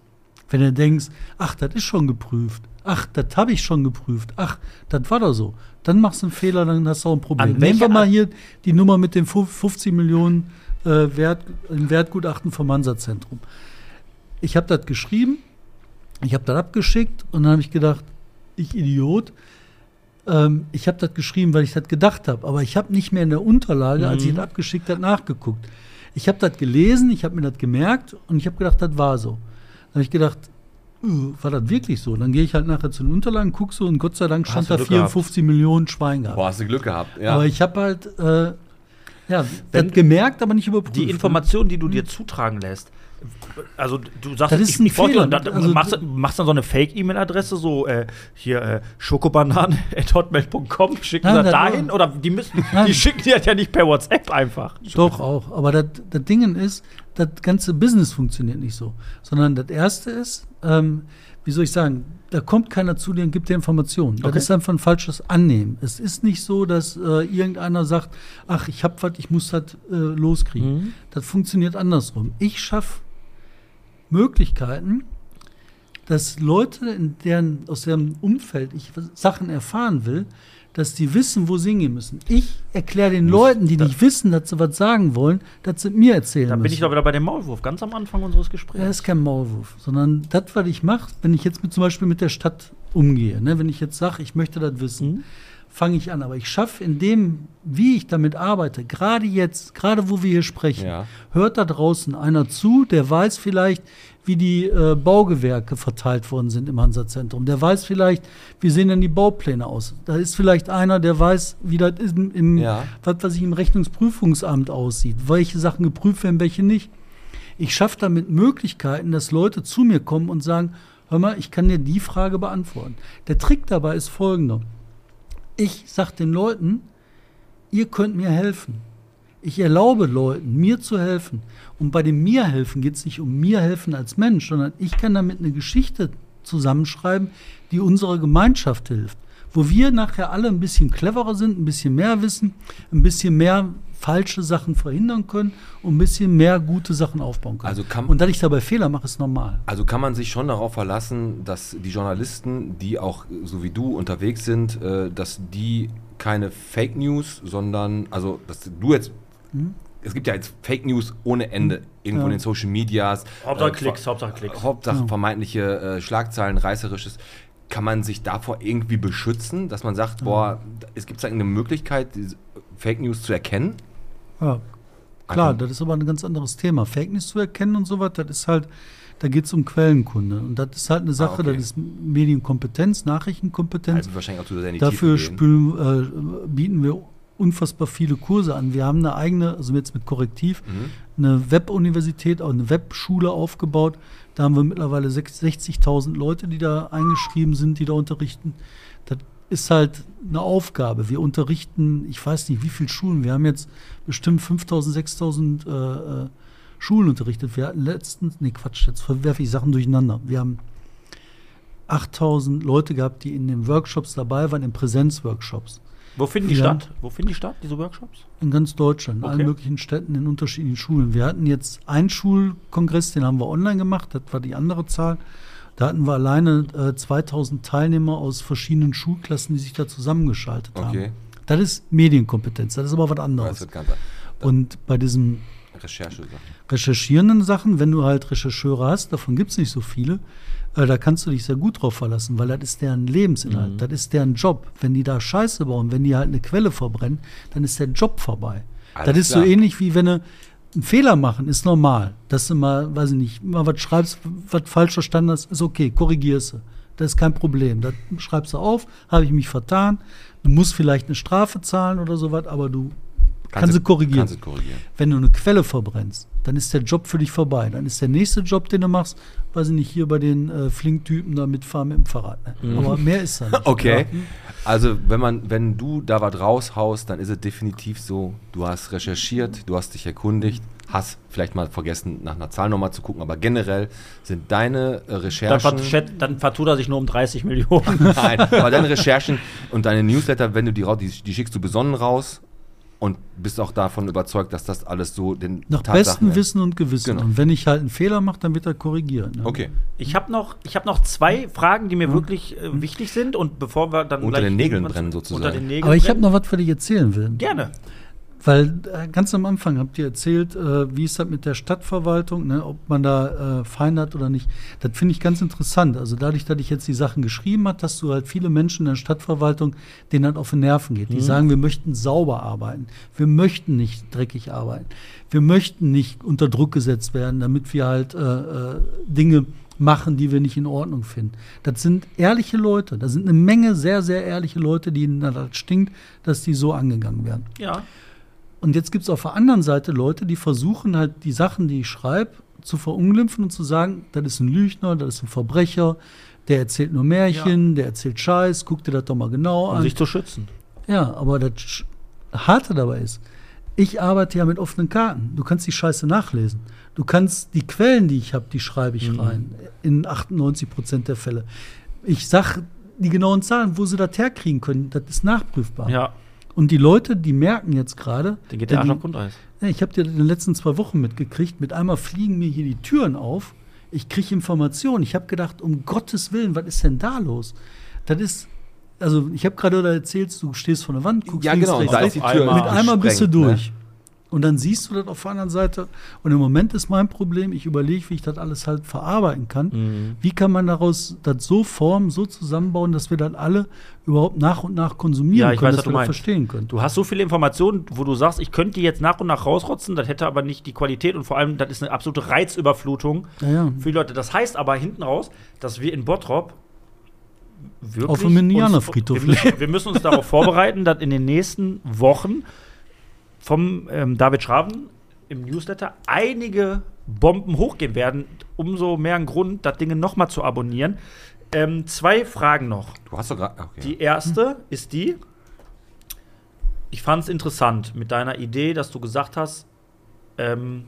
[SPEAKER 4] wenn du denkst, ach, das ist schon geprüft, ach, das habe ich schon geprüft, ach, das war doch so, dann machst du einen Fehler, dann hast du auch ein Problem.
[SPEAKER 2] An
[SPEAKER 4] Nehmen wir
[SPEAKER 2] welcher
[SPEAKER 4] mal
[SPEAKER 2] Art-
[SPEAKER 4] hier die Nummer mit den 50 Millionen äh, Wert, im Wertgutachten vom Hansa-Zentrum. Ich habe das geschrieben, ich habe das abgeschickt und dann habe ich gedacht, ich Idiot, ähm, ich habe das geschrieben, weil ich das gedacht habe, aber ich habe nicht mehr in der Unterlage, als
[SPEAKER 2] Mhm.
[SPEAKER 4] ich das abgeschickt habe, nachgeguckt. Ich habe das gelesen, ich habe mir das gemerkt und ich habe gedacht, das war so. Dann habe ich gedacht, "Äh, war das wirklich so? Dann gehe ich halt nachher zu den Unterlagen, gucke so und Gott sei Dank stand
[SPEAKER 2] du
[SPEAKER 4] da
[SPEAKER 2] Glück gehabt.
[SPEAKER 4] 54 Millionen Schwein gehabt.
[SPEAKER 1] Boah, hast du Glück gehabt. Ja.
[SPEAKER 4] Aber ich habe halt äh, ja,
[SPEAKER 2] Wenn-
[SPEAKER 4] das gemerkt, aber nicht überprüft.
[SPEAKER 2] Die
[SPEAKER 4] ne?
[SPEAKER 2] Informationen, die du dir zutragen lässt. Hm. Also du sagst,
[SPEAKER 4] Das ist ein
[SPEAKER 2] brauch die-
[SPEAKER 4] Fehler.
[SPEAKER 2] und dann
[SPEAKER 4] Also
[SPEAKER 2] machst,
[SPEAKER 4] du-
[SPEAKER 2] machst dann so eine Fake-E-Mail-Adresse, so äh, hier äh, schokobananen.hotmail.com, schicken
[SPEAKER 4] Nein,
[SPEAKER 2] sie das
[SPEAKER 4] das war-
[SPEAKER 2] dahin oder die müssen,
[SPEAKER 4] Nein.
[SPEAKER 2] die schicken dir das ja nicht per WhatsApp einfach.
[SPEAKER 4] Doch, auch. Aber das das Ding ist, das ganze Business funktioniert nicht so. Sondern das Erste ist, ähm, wie soll ich sagen, da kommt keiner zu dir und gibt dir Informationen. Das
[SPEAKER 2] Okay.
[SPEAKER 4] ist einfach ein falsches Annehmen. Es ist nicht so, dass äh, irgendeiner sagt, ach, ich hab was, ich muss das äh, loskriegen. Das funktioniert andersrum. Ich schaffe Möglichkeiten, dass Leute, in deren, aus deren Umfeld ich Sachen erfahren will, dass die wissen, wo sie hingehen müssen. Ich erkläre den Leuten, die nicht wissen, dass sie was sagen wollen, dass sie mir erzählen
[SPEAKER 2] Da
[SPEAKER 4] müssen.
[SPEAKER 2] bin ich doch wieder bei dem Maulwurf, ganz am Anfang unseres Gesprächs.
[SPEAKER 4] Ja, ist kein Maulwurf, sondern das, was ich mache, wenn ich jetzt mit, zum Beispiel mit der Stadt umgehe, ne, wenn ich jetzt sage, ich möchte das wissen,
[SPEAKER 2] Mhm.
[SPEAKER 4] fange ich an. Aber ich schaffe in dem, wie ich damit arbeite, gerade jetzt, gerade wo wir hier sprechen,
[SPEAKER 1] Ja.
[SPEAKER 4] hört da draußen einer zu, der weiß vielleicht, wie die äh, Baugewerke verteilt worden sind im Hansa-Zentrum. Der weiß vielleicht, wie sehen denn die Baupläne aus. Da ist vielleicht einer, der weiß, wie das im, im,
[SPEAKER 1] Ja.
[SPEAKER 4] was, was ich im Rechnungsprüfungsamt aussieht, welche Sachen geprüft werden, welche nicht. Ich schaffe damit Möglichkeiten, dass Leute zu mir kommen und sagen, hör mal, ich kann dir die Frage beantworten. Der Trick dabei ist folgender. Ich sage den Leuten, ihr könnt mir helfen. Ich erlaube Leuten, mir zu helfen. Und bei dem mir helfen geht es nicht um mir helfen als Mensch, sondern ich kann damit eine Geschichte zusammenschreiben, die unserer Gemeinschaft hilft. Wo wir nachher alle ein bisschen cleverer sind, ein bisschen mehr wissen, ein bisschen mehr falsche Sachen verhindern können und ein bisschen mehr gute Sachen aufbauen können.
[SPEAKER 1] Also kann-
[SPEAKER 4] und dass ich dabei Fehler mache, ist normal.
[SPEAKER 1] Also kann man sich schon darauf verlassen, dass die Journalisten, die auch äh, so wie du unterwegs sind, äh, dass die keine Fake News, sondern, also dass du jetzt,
[SPEAKER 4] Hm?
[SPEAKER 1] es gibt ja jetzt Fake News ohne Ende, irgendwo in den Social Medias. Äh,
[SPEAKER 2] Hauptsache
[SPEAKER 1] ver-
[SPEAKER 2] Klicks, Hauptsache Klicks.
[SPEAKER 1] Hauptsache vermeintliche äh, Schlagzeilen, reißerisches. Kann man sich davor irgendwie beschützen, dass man sagt, boah, es gibt da eine Möglichkeit, diese äh, Fake News zu erkennen?
[SPEAKER 4] Ja, klar,
[SPEAKER 1] Einfach-
[SPEAKER 4] das ist aber ein ganz anderes Thema. Fake News zu erkennen und sowas, das ist halt, da geht es um Quellenkunde. Und das ist halt eine Sache,
[SPEAKER 1] okay.
[SPEAKER 4] das ist Medienkompetenz, Nachrichtenkompetenz.
[SPEAKER 1] Also wahrscheinlich auch zu sehr in die
[SPEAKER 4] Dafür
[SPEAKER 1] Tiefe gehen.
[SPEAKER 4] spülen, äh, bieten wir unfassbar viele Kurse an. Wir haben eine eigene, also jetzt mit Korrektiv, eine Web-Universität, auch eine Webschule aufgebaut. Da haben wir mittlerweile sechs- 60.000 Leute, die da eingeschrieben sind, die da unterrichten. Das ist halt eine Aufgabe. Wir unterrichten, ich weiß nicht, wie viele Schulen. Wir haben jetzt bestimmt 5.000, 6.000 äh, äh, Schulen unterrichtet. Wir hatten letztens, nee, Quatsch, jetzt verwerfe ich Sachen durcheinander. Wir haben 8000 Leute gehabt, die in den Workshops dabei waren, in Präsenzworkshops.
[SPEAKER 2] Wo finden die
[SPEAKER 4] Ja.
[SPEAKER 2] statt? Wo finden die statt, diese Workshops?
[SPEAKER 4] In ganz Deutschland, in
[SPEAKER 2] Okay.
[SPEAKER 4] allen möglichen Städten, in unterschiedlichen Schulen. Wir hatten jetzt einen Schulkongress, den haben wir online gemacht, das war die andere Zahl. Da hatten wir alleine äh, 2000 Teilnehmer aus verschiedenen Schulklassen, die sich da zusammengeschaltet
[SPEAKER 1] Okay. Also,
[SPEAKER 4] haben. Das ist Medienkompetenz, das ist aber was
[SPEAKER 1] Das
[SPEAKER 4] anderes.
[SPEAKER 1] wird ganz
[SPEAKER 4] Und bei diesen
[SPEAKER 1] Recherche-Sachen.
[SPEAKER 4] recherchierenden Sachen, wenn du halt Rechercheure hast, davon gibt es nicht so viele, äh, da kannst du dich sehr gut drauf verlassen, weil das ist deren Lebensinhalt,
[SPEAKER 1] Mhm.
[SPEAKER 4] das ist deren Job. Wenn die da Scheiße bauen, wenn die halt eine Quelle verbrennen, dann ist der Job vorbei.
[SPEAKER 1] Alles
[SPEAKER 4] das ist
[SPEAKER 1] klar.
[SPEAKER 4] so ähnlich wie wenn du einen Fehler machen, ist normal. Dass du mal, weiß ich nicht, mal was schreibst, was falsch verstanden hast, ist okay, korrigierst du. Das ist kein Problem. Das schreibst du auf, habe ich mich vertan. Du musst vielleicht eine Strafe zahlen oder sowas, aber du kannst, sie korrigieren
[SPEAKER 1] Kannst du korrigieren.
[SPEAKER 4] wenn du eine Quelle verbrennst, dann ist der Job für dich vorbei. Dann ist der nächste Job, den du machst, weiß ich nicht, hier bei den äh, Flinktypen da mitfahren mit dem Fahrrad. Ne? Aber mehr ist da nicht.
[SPEAKER 1] Mhm. Okay.
[SPEAKER 4] Ja.
[SPEAKER 1] Also, wenn man, wenn du da was raushaust, dann ist es definitiv so, du hast recherchiert, du hast dich erkundigt, hast vielleicht mal vergessen, nach einer Zahl nochmal zu gucken, aber generell sind deine äh,
[SPEAKER 2] Dann,
[SPEAKER 1] Recherchen.
[SPEAKER 2] verchat- dann vertut er sich nur um 30 Millionen.
[SPEAKER 1] Nein, aber deine Recherchen und deine Newsletter, wenn du die raus, die, die schickst du besonnen raus und bist auch davon überzeugt, dass das alles so den
[SPEAKER 4] Nach
[SPEAKER 1] Tatsachen
[SPEAKER 4] bestem
[SPEAKER 1] ent-
[SPEAKER 4] Wissen und Gewissen.
[SPEAKER 1] Genau.
[SPEAKER 4] Und wenn ich halt einen Fehler mache, dann wird er korrigieren. Ne?
[SPEAKER 1] Okay.
[SPEAKER 2] Ich habe noch, ich hab noch zwei Fragen,
[SPEAKER 4] Hm.
[SPEAKER 2] die mir wirklich äh, wichtig sind. Und bevor wir dann.
[SPEAKER 1] Unter
[SPEAKER 2] gleich
[SPEAKER 1] den Nägeln
[SPEAKER 2] irgendwann-
[SPEAKER 1] brennen sozusagen.
[SPEAKER 2] Unter den Nägeln
[SPEAKER 4] Aber ich habe
[SPEAKER 2] brennen.
[SPEAKER 4] noch was, was ich erzählen will.
[SPEAKER 2] Gerne.
[SPEAKER 4] Weil äh, ganz am Anfang habt ihr erzählt, äh, wie ist das mit der Stadtverwaltung, ne, ob man da äh, Feinde hat oder nicht. Das finde ich ganz interessant. Also dadurch, dass ich jetzt die Sachen geschrieben habe, hast du halt viele Menschen in der Stadtverwaltung, denen das auf den Nerven geht. Die sagen, wir möchten sauber arbeiten. Wir möchten nicht dreckig arbeiten. Wir möchten nicht unter Druck gesetzt werden, damit wir halt äh, äh, Dinge machen, die wir nicht in Ordnung finden. Das sind ehrliche Leute. Da sind eine Menge sehr, sehr ehrliche Leute, die na, das stinkt, dass die so angegangen werden.
[SPEAKER 2] Ja.
[SPEAKER 4] Und jetzt gibt es auf der anderen Seite Leute, die versuchen halt die Sachen, die ich schreibe, zu verunglimpfen und zu sagen, das ist ein Lügner, das ist ein Verbrecher, der erzählt nur Märchen, der erzählt Scheiß, guck dir das doch mal genau
[SPEAKER 2] Um
[SPEAKER 4] an.
[SPEAKER 2] sich zu schützen.
[SPEAKER 4] Ja, aber das Sch- Harte dabei ist, ich arbeite ja mit offenen Karten. Du kannst die Scheiße nachlesen. Du kannst die Quellen, die ich habe, die schreibe
[SPEAKER 2] Mhm.
[SPEAKER 4] ich rein. In 98 Prozent der Fälle. Ich sag die genauen Zahlen, wo sie das herkriegen können, das ist nachprüfbar.
[SPEAKER 2] Ja.
[SPEAKER 4] Und die Leute, die merken jetzt gerade,
[SPEAKER 2] Dann geht der Arsch
[SPEAKER 4] die-
[SPEAKER 2] auf Grundeis.
[SPEAKER 4] ja, ich habe dir in den letzten zwei Wochen mitgekriegt, mit einmal fliegen mir hier die Türen auf, ich kriege Informationen. Ich habe gedacht, um Gottes Willen, was ist denn da los? Das ist, also ich habe gerade da erzählt, du stehst vor der Wand, guckst
[SPEAKER 1] Ja,
[SPEAKER 4] links,
[SPEAKER 1] genau.
[SPEAKER 4] rechts.
[SPEAKER 1] Da ist die
[SPEAKER 2] Auf
[SPEAKER 1] Tür.
[SPEAKER 2] einmal-
[SPEAKER 4] mit einmal bist du
[SPEAKER 1] gesprengt, ne?
[SPEAKER 4] durch. Und dann siehst du das auf der anderen Seite. Und im Moment ist mein Problem, ich überlege, wie ich das alles halt verarbeiten kann.
[SPEAKER 1] Mhm.
[SPEAKER 4] Wie kann man daraus das so formen, so zusammenbauen, dass wir das alle überhaupt nach und nach konsumieren
[SPEAKER 2] Ja, ich
[SPEAKER 4] können,
[SPEAKER 2] weiß, was
[SPEAKER 4] dass
[SPEAKER 2] du
[SPEAKER 4] wir das
[SPEAKER 2] meinst.
[SPEAKER 4] verstehen können.
[SPEAKER 2] Du hast so viele Informationen, wo du sagst, ich könnte die jetzt nach und nach rausrotzen, das hätte aber nicht die Qualität und vor allem, das ist eine absolute Reizüberflutung
[SPEAKER 4] Ja, ja.
[SPEAKER 2] für die Leute. Das heißt aber hinten raus, dass wir in Bottrop wirklich
[SPEAKER 4] Auf dem Indianerfriedhof
[SPEAKER 2] uns- wir, müssen- wir müssen uns darauf vorbereiten, dass in den nächsten Wochen vom ähm, David Schraven im Newsletter einige Bomben hochgehen werden. Umso mehr ein Grund, das Ding nochmal zu abonnieren. Ähm, zwei Fragen noch.
[SPEAKER 1] Du hast doch gerade. Okay.
[SPEAKER 2] Die erste ist die, ich fand es interessant mit deiner Idee, dass du gesagt hast, ähm,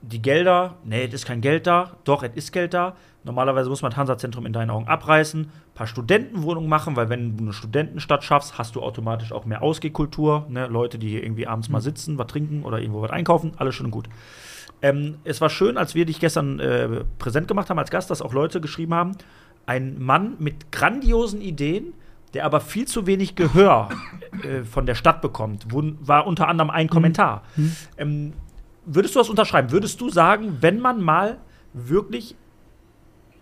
[SPEAKER 2] die Gelder, nee, es ist kein Geld da, doch, es ist Geld da. Normalerweise muss man das Hansa-Zentrum in deinen Augen abreißen, ein paar Studentenwohnungen machen, weil wenn du eine Studentenstadt schaffst, hast du automatisch auch mehr Ausgehkultur. Ne? Leute, die hier irgendwie abends mal sitzen, was trinken oder irgendwo was einkaufen, alles schön und gut. Ähm, es war schön, als wir dich gestern äh, präsent gemacht haben als Gast, dass auch Leute geschrieben haben, ein Mann mit grandiosen Ideen, der aber viel zu wenig Gehör äh, von der Stadt bekommt, Wun- war unter anderem ein Kommentar. Ähm, würdest du das unterschreiben? Würdest du sagen, wenn man mal wirklich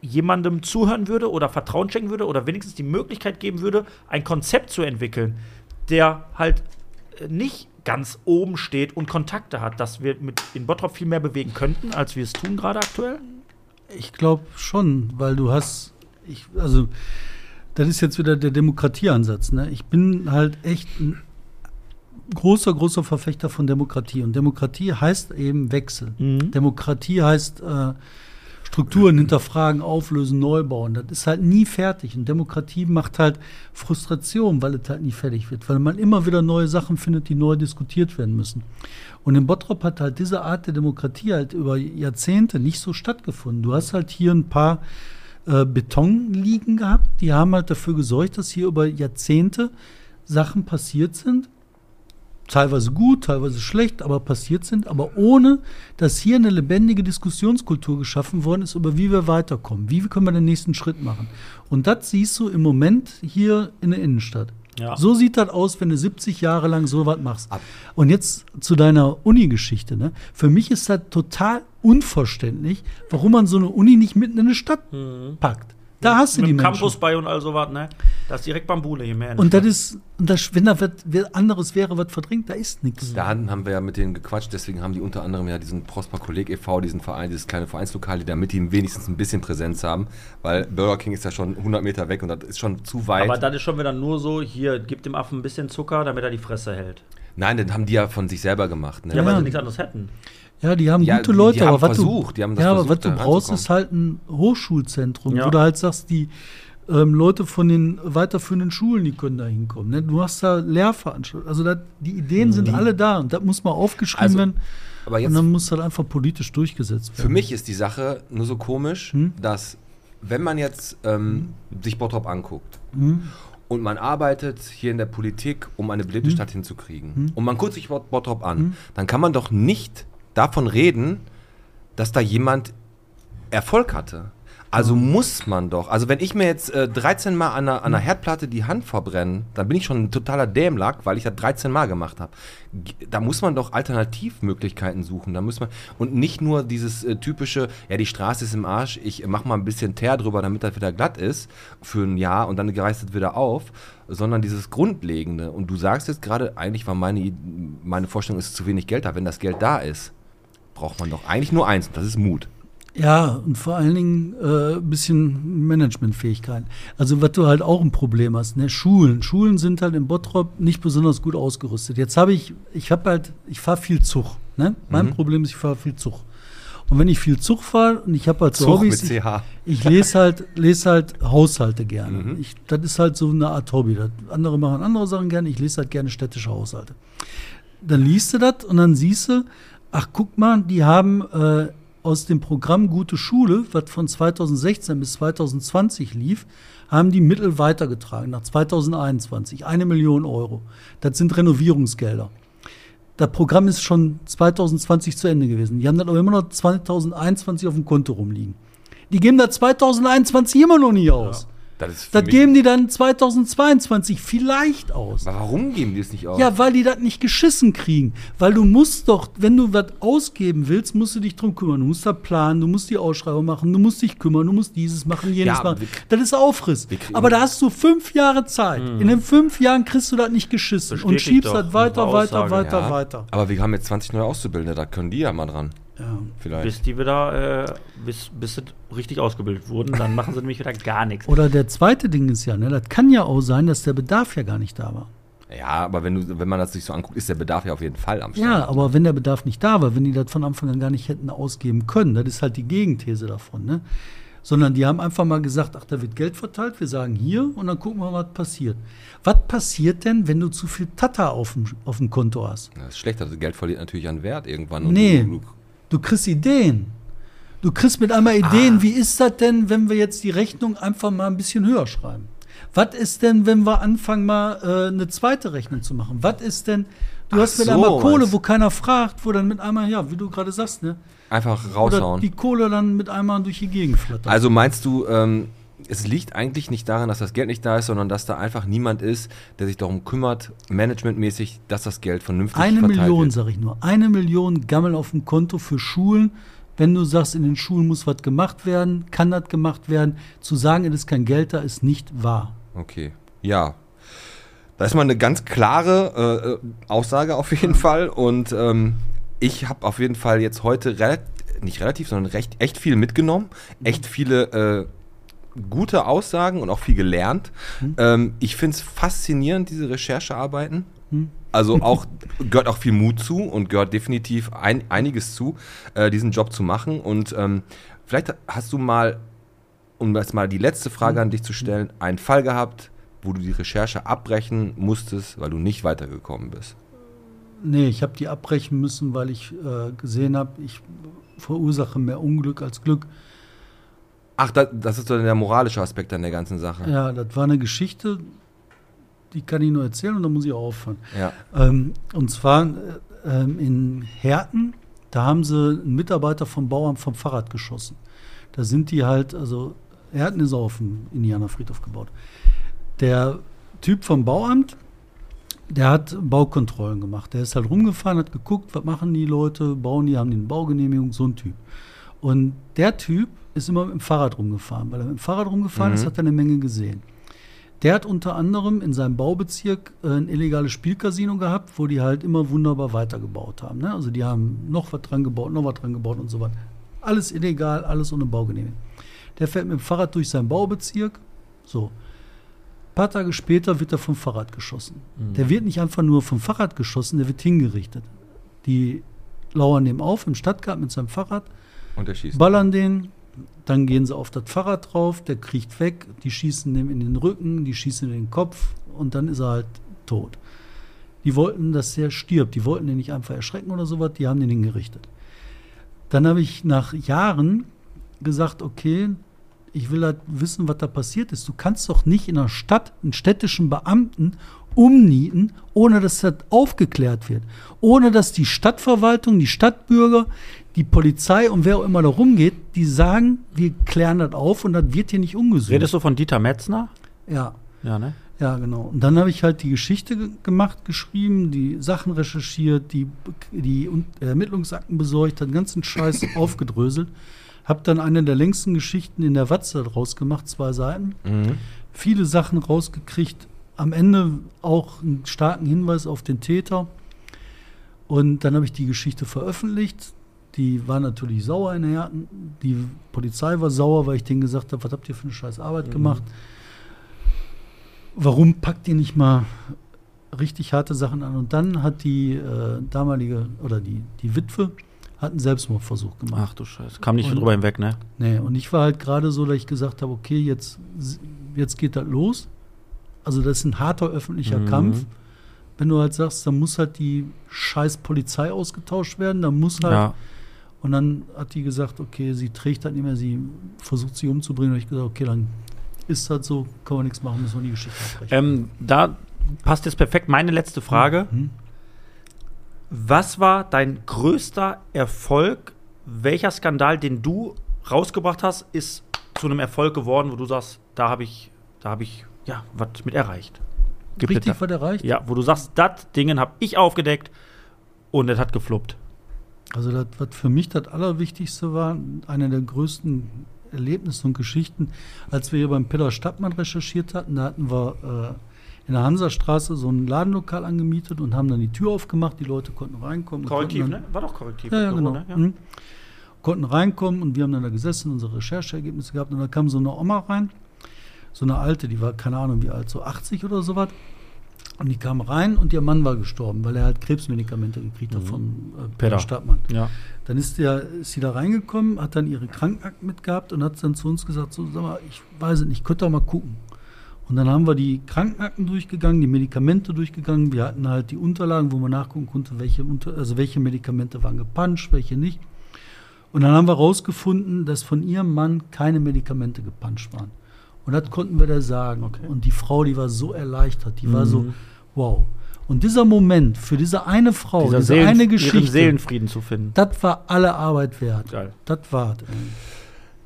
[SPEAKER 2] jemandem zuhören würde oder Vertrauen schenken würde oder wenigstens die Möglichkeit geben würde, ein Konzept zu entwickeln, der halt äh, nicht ganz oben steht und Kontakte hat, dass wir mit in Bottrop viel mehr bewegen könnten, als wir es tun gerade aktuell?
[SPEAKER 4] Ich glaube schon, weil du hast, ich, also das ist jetzt wieder der Demokratieansatz. Ne? Ich bin halt echt ein großer, großer Verfechter von Demokratie. Und Demokratie heißt eben Wechsel. Demokratie heißt äh, Strukturen hinterfragen, auflösen, neu bauen. Das ist halt nie fertig. Und Demokratie macht halt Frustration, weil es halt nie fertig wird, weil man immer wieder neue Sachen findet, die neu diskutiert werden müssen. Und in Bottrop hat halt diese Art der Demokratie halt über Jahrzehnte nicht so stattgefunden. Du hast halt hier ein paar äh, Betonliegen gehabt, die haben halt dafür gesorgt, dass hier über Jahrzehnte Sachen passiert sind, teilweise gut, teilweise schlecht, aber passiert sind, aber ohne, dass hier eine lebendige Diskussionskultur geschaffen worden ist, über wie wir weiterkommen, wie können wir den nächsten Schritt machen. Und das siehst du im Moment hier in der Innenstadt.
[SPEAKER 2] Ja.
[SPEAKER 4] So sieht das aus, wenn du 70 Jahre lang so was machst. Und jetzt zu deiner Uni-Geschichte. Ne? Für mich ist das total unverständlich, warum man so eine Uni nicht mitten in eine Stadt packt. Da hast du
[SPEAKER 2] Mhm. Mit
[SPEAKER 4] die
[SPEAKER 2] dem
[SPEAKER 4] Menschen.
[SPEAKER 2] Campus bei und all sowas, ne? Das ist direkt Bambule hier, mehr.
[SPEAKER 4] Und das ist, und das, wenn da wird, wer anderes wäre, was verdrängt, da ist nichts.
[SPEAKER 2] Mhm.
[SPEAKER 1] Da haben wir ja mit denen gequatscht, deswegen haben die unter anderem ja diesen Prosper Kolleg e.V., diesen Verein, dieses kleine Vereinslokal, die damit die wenigstens ein bisschen Präsenz haben, weil Burger King ist ja schon 100 Meter weg und das ist schon zu weit.
[SPEAKER 2] Aber dann ist schon wieder nur so, hier, gib dem Affen ein bisschen Zucker, damit er die Fresse hält.
[SPEAKER 1] Nein, den haben die ja von sich selber gemacht. Ne?
[SPEAKER 2] Ja, weil
[SPEAKER 4] Ja.
[SPEAKER 2] sie nichts anderes hätten.
[SPEAKER 4] Ja, die haben
[SPEAKER 1] Ja,
[SPEAKER 4] gute
[SPEAKER 1] die-
[SPEAKER 4] Leute,
[SPEAKER 1] die
[SPEAKER 4] aber
[SPEAKER 1] haben
[SPEAKER 4] was
[SPEAKER 1] versucht,
[SPEAKER 4] du,
[SPEAKER 1] die haben das
[SPEAKER 4] ja, aber
[SPEAKER 1] versucht,
[SPEAKER 4] was du
[SPEAKER 1] da
[SPEAKER 4] brauchst,
[SPEAKER 1] ranzukommen.
[SPEAKER 4] ist halt ein Hochschulzentrum,
[SPEAKER 2] Ja.
[SPEAKER 4] wo du halt sagst, die ähm, Leute von den weiterführenden Schulen, die können da hinkommen. Ne? Du hast da Lehrveranstaltungen. Also das- die Ideen sind alle da und das muss mal aufgeschrieben
[SPEAKER 1] Also,
[SPEAKER 4] werden.
[SPEAKER 1] aber
[SPEAKER 4] und dann muss das einfach politisch durchgesetzt werden.
[SPEAKER 1] Für mich ist die Sache nur so komisch, dass wenn man jetzt ähm, sich Bottrop anguckt und man arbeitet hier in der Politik, um eine beliebte Stadt hinzukriegen und man guckt sich Bot- Bottrop an, dann kann man doch nicht davon reden, dass da jemand Erfolg hatte. Also muss man doch. Also wenn ich mir jetzt äh, 13 Mal an einer, an einer Herdplatte die Hand verbrenne, dann bin ich schon ein totaler Dämlack, weil ich das 13 Mal gemacht habe. G- Da muss man doch Alternativmöglichkeiten suchen. Da muss man und nicht nur dieses äh, typische, ja die Straße ist im Arsch, ich mache mal ein bisschen Teer drüber, damit das wieder glatt ist für ein Jahr und dann reißt es wieder auf, sondern dieses Grundlegende. Und du sagst jetzt gerade, eigentlich war meine, I- meine Vorstellung, es ist zu wenig Geld da. Wenn das Geld da ist, braucht man doch eigentlich nur eins und das ist Mut.
[SPEAKER 4] Ja, und vor allen Dingen äh, ein bisschen Managementfähigkeit. Also was du halt auch ein Problem hast, ne? Schulen. Schulen sind halt in Bottrop nicht besonders gut ausgerüstet. Jetzt habe ich, ich habe halt, ich fahre viel Zug. Ne?
[SPEAKER 1] Mhm.
[SPEAKER 4] Mein Problem ist, ich fahre viel Zug. Und wenn ich viel Zug fahre und ich habe halt so
[SPEAKER 1] Zug
[SPEAKER 4] Hobbys,
[SPEAKER 1] mit
[SPEAKER 4] ich,
[SPEAKER 1] CH.
[SPEAKER 4] ich lese halt, lese halt Haushalte gerne.
[SPEAKER 1] Mhm.
[SPEAKER 4] Ich, das ist halt so eine Art Hobby. Das, andere machen andere Sachen gerne, ich lese halt gerne städtische Haushalte dann liest du das und dann siehst du, ach guck mal, die haben äh, aus dem Programm Gute Schule, was von 2016 bis 2020 lief, haben die Mittel weitergetragen nach 2021, eine Million Euro. Das sind Renovierungsgelder. Das Programm ist schon 2020 zu Ende gewesen. Die haben das aber immer noch 2021 auf dem Konto rumliegen. Die geben da 2021 immer noch nie aus.
[SPEAKER 1] Das, ist für
[SPEAKER 4] Das
[SPEAKER 1] mich-
[SPEAKER 4] geben die dann 2022 vielleicht aus.
[SPEAKER 1] Aber warum geben die es nicht aus?
[SPEAKER 4] Ja, weil die das nicht geschissen kriegen. Weil du musst doch, wenn du was ausgeben willst, musst du dich drum kümmern. Du musst da planen, du musst die Ausschreibung machen, du musst dich kümmern, du musst dieses machen, jenes
[SPEAKER 1] Ja, aber
[SPEAKER 4] machen.
[SPEAKER 1] wir-
[SPEAKER 4] Das ist Aufriss.
[SPEAKER 1] wir kriegen- Hm.
[SPEAKER 4] Aber da hast du fünf Jahre Zeit. In den fünf Jahren kriegst du das nicht geschissen und
[SPEAKER 2] Bestätigt
[SPEAKER 4] schiebst
[SPEAKER 2] doch
[SPEAKER 4] das weiter,
[SPEAKER 2] unsere
[SPEAKER 4] weiter,
[SPEAKER 2] Aussage,
[SPEAKER 4] weiter,
[SPEAKER 1] Ja,
[SPEAKER 4] weiter.
[SPEAKER 1] Aber wir haben jetzt 20 neue Auszubildende, da können die ja mal dran. Vielleicht.
[SPEAKER 2] Bis die wieder, äh, bis, bis sie richtig ausgebildet wurden, dann machen sie nämlich wieder gar nichts.
[SPEAKER 4] Oder der zweite Ding ist ja, ne, das kann ja auch sein, dass der Bedarf ja gar nicht da war.
[SPEAKER 1] Ja, aber wenn, du, wenn man das sich so anguckt, ist der Bedarf ja auf jeden Fall am Start.
[SPEAKER 4] Ja, aber wenn der Bedarf nicht da war, wenn die das von Anfang an gar nicht hätten ausgeben können, das ist halt die Gegenthese davon, ne? Sondern die haben einfach mal gesagt, ach, da wird Geld verteilt, wir sagen hier und dann gucken wir mal, was passiert. Was passiert denn, wenn du zu viel Tata auf dem, auf dem Konto hast?
[SPEAKER 1] Das ist schlecht, das Geld verliert natürlich an Wert irgendwann.
[SPEAKER 4] Nee.
[SPEAKER 1] du- du-
[SPEAKER 4] Du kriegst Ideen. Du kriegst mit einmal
[SPEAKER 1] Ah.
[SPEAKER 4] Ideen, wie ist das denn, wenn wir jetzt die Rechnung einfach mal ein bisschen höher schreiben? Was ist denn, wenn wir anfangen, mal äh, eine zweite Rechnung zu machen? Was ist denn, du
[SPEAKER 1] Ach
[SPEAKER 4] hast mit
[SPEAKER 1] so,
[SPEAKER 4] einmal Kohle,
[SPEAKER 1] meinst-
[SPEAKER 4] wo keiner fragt, wo dann mit einmal, ja, wie du gerade sagst, ne?
[SPEAKER 1] einfach
[SPEAKER 4] Oder die
[SPEAKER 1] raushauen.
[SPEAKER 4] Kohle dann mit einmal durch die Gegend flattert.
[SPEAKER 1] Also meinst du, ähm, es liegt eigentlich nicht daran, dass das Geld nicht da ist, sondern dass da einfach niemand ist, der sich darum kümmert, managementmäßig, dass das Geld vernünftig
[SPEAKER 4] eine
[SPEAKER 1] verteilt
[SPEAKER 4] Million,
[SPEAKER 1] wird.
[SPEAKER 4] sag ich nur. Eine Million Gammel auf dem Konto für Schulen. Wenn du sagst, in den Schulen muss was gemacht werden, kann das gemacht werden. Zu sagen, es ist kein Geld da, ist nicht wahr.
[SPEAKER 1] Okay, ja. Da ist mal eine ganz klare äh, Aussage auf jeden Fall. Und ähm, ich habe auf jeden Fall jetzt heute relat nicht relativ, sondern recht, echt viel mitgenommen. Echt viele äh, gute Aussagen und auch viel gelernt. Ähm, ich finde es faszinierend, diese Recherchearbeiten. Also auch gehört auch viel Mut zu und gehört definitiv ein, einiges zu, äh, diesen Job zu machen. Und ähm, vielleicht hast du mal, um jetzt mal die letzte
[SPEAKER 4] Mhm.
[SPEAKER 1] Frage an dich zu stellen, einen Fall gehabt, wo du die Recherche abbrechen musstest, weil du nicht weitergekommen bist.
[SPEAKER 4] Nee, ich habe die abbrechen müssen, weil ich äh, gesehen habe, ich verursache mehr Unglück als Glück.
[SPEAKER 1] Ach, da, das ist so der moralische Aspekt an der ganzen Sache.
[SPEAKER 4] Ja, das war eine Geschichte, die kann ich nur erzählen und dann muss ich auch aufhören.
[SPEAKER 1] Ja.
[SPEAKER 4] Ähm, und zwar äh, ähm, in Herten, da haben sie einen Mitarbeiter vom Bauamt vom Fahrrad geschossen. Da sind die halt, also Herten ist auf dem Indianerfriedhof gebaut. Der Typ vom Bauamt, der hat Baukontrollen gemacht. Der ist halt rumgefahren, hat geguckt, was machen die Leute, bauen die, haben die eine Baugenehmigung, so ein Typ. Und der Typ ist immer mit dem Fahrrad rumgefahren. Weil er mit dem Fahrrad rumgefahren ist, hat er eine Menge gesehen. Der hat unter anderem in seinem Baubezirk äh, ein illegales Spielcasino gehabt, wo die halt immer wunderbar weitergebaut haben. Ne? Also die haben noch was dran gebaut, noch was dran gebaut und so weiter. Alles illegal, alles ohne Baugenehmigung. Der fährt mit dem Fahrrad durch seinen Baubezirk. So. Ein paar Tage später wird er vom Fahrrad geschossen. Der wird nicht einfach nur vom Fahrrad geschossen, der wird hingerichtet. Die lauern dem auf im Stadtgarten mit seinem Fahrrad,
[SPEAKER 1] Und der schießt.
[SPEAKER 4] ballern den, dann gehen sie auf das Fahrrad drauf, der kriecht weg, die schießen dem in den Rücken, die schießen in den Kopf und dann ist er halt tot. Die wollten, dass der stirbt, die wollten den nicht einfach erschrecken oder sowas, die haben den hingerichtet. Dann habe ich nach Jahren gesagt, okay, ich will halt wissen, was da passiert ist. Du kannst doch nicht in einer Stadt einen städtischen Beamten umnieten, ohne dass das aufgeklärt wird. Ohne dass die Stadtverwaltung, die Stadtbürger, die Polizei und wer auch immer da rumgeht, die sagen, wir klären das auf und das wird hier nicht umgesucht.
[SPEAKER 2] Redest du von Dieter Metzner?
[SPEAKER 4] ja.
[SPEAKER 2] Ja, ne?
[SPEAKER 4] Ja, genau. Und dann habe ich halt die Geschichte ge- gemacht, geschrieben, die Sachen recherchiert, die, die Un- Ermittlungsakten besorgt, den ganzen Scheiß aufgedröselt. Habe dann eine der längsten Geschichten in der Watze draus gemacht, zwei Seiten. Viele Sachen rausgekriegt. Am Ende auch einen starken Hinweis auf den Täter. Und dann habe ich die Geschichte veröffentlicht. Die war natürlich sauer in Herten. Die Polizei war sauer, weil ich denen gesagt habe, was habt ihr für eine scheiß Arbeit gemacht? warum packt ihr nicht mal richtig harte Sachen an? Und dann hat die äh, damalige oder die, die Witwe hat einen Selbstmordversuch gemacht.
[SPEAKER 2] Ach du Scheiße. Kam nicht
[SPEAKER 4] Und-
[SPEAKER 2] drüber hinweg, ne?
[SPEAKER 4] Nee, und ich war halt gerade so, dass ich gesagt habe, okay, jetzt, jetzt geht das los. Also das ist ein harter öffentlicher
[SPEAKER 2] Mhm.
[SPEAKER 4] Kampf. Wenn du halt sagst, dann muss halt die scheiß Polizei ausgetauscht werden, dann muss halt
[SPEAKER 2] Ja.
[SPEAKER 4] und dann hat die gesagt, okay, sie trägt halt nicht mehr, sie versucht sie umzubringen. Und ich gesagt, okay, dann ist halt so, kann man nichts machen, müssen wir die Geschichte abbrechen.
[SPEAKER 2] Ähm, da passt jetzt perfekt meine letzte Frage. Was war dein größter Erfolg? Welcher Skandal, den du rausgebracht hast, ist zu einem Erfolg geworden, wo du sagst, da habe ich, da habe ich, ja, was mit erreicht? Gibt es
[SPEAKER 4] Richtig
[SPEAKER 2] da,
[SPEAKER 4] was erreicht?
[SPEAKER 2] ja, wo du sagst, das Dingen habe ich aufgedeckt und es hat gefloppt.
[SPEAKER 4] Also das, was für mich das Allerwichtigste war, einer der größten Erlebnisse und Geschichten, als wir hier beim Peter Stadtmann recherchiert hatten, da hatten wir äh, in der Hansastraße so ein Ladenlokal angemietet und haben dann die Tür aufgemacht, die Leute konnten reinkommen. und
[SPEAKER 2] Korrektiv,
[SPEAKER 4] konnten
[SPEAKER 2] ne?
[SPEAKER 4] dann,
[SPEAKER 2] War doch korrektiv.
[SPEAKER 4] Ja, ja,
[SPEAKER 2] das Büro,
[SPEAKER 4] genau.
[SPEAKER 2] ne? Ja.
[SPEAKER 4] Mhm. Konnten reinkommen und wir haben dann da gesessen, unsere Rechercheergebnisse gehabt und da kam so eine Oma rein, so eine alte, die war keine Ahnung wie alt, so 80 oder sowas. Und die kam rein und ihr Mann war gestorben, weil er halt Krebsmedikamente gekriegt
[SPEAKER 2] Mhm.
[SPEAKER 4] hat von äh,
[SPEAKER 2] Peter.
[SPEAKER 4] Peter Stadtmann.
[SPEAKER 2] ja.
[SPEAKER 4] Dann ist, der, ist sie da reingekommen, hat dann ihre Krankenakten mitgehabt und hat dann zu uns gesagt, so, sag mal, ich weiß es nicht, könnt ihr mal gucken. Und dann haben wir die Krankenakten durchgegangen, die Medikamente durchgegangen. Wir hatten halt die Unterlagen, wo man nachgucken konnte, welche, Unter also welche Medikamente waren gepanscht, welche nicht. Und dann haben wir herausgefunden, dass von ihrem Mann keine Medikamente gepanscht waren. Und das konnten wir da sagen. Und die Frau, die war so erleichtert, die war so,
[SPEAKER 2] Mhm.
[SPEAKER 4] wow. Und dieser Moment für diese eine Frau,
[SPEAKER 2] Dieser
[SPEAKER 4] Oh, diese
[SPEAKER 2] Seelen,
[SPEAKER 4] eine
[SPEAKER 2] Ihren
[SPEAKER 4] Geschichte,
[SPEAKER 2] Seelenfrieden zu finden.
[SPEAKER 4] das war alle Arbeit wert.
[SPEAKER 2] Geil.
[SPEAKER 4] Das war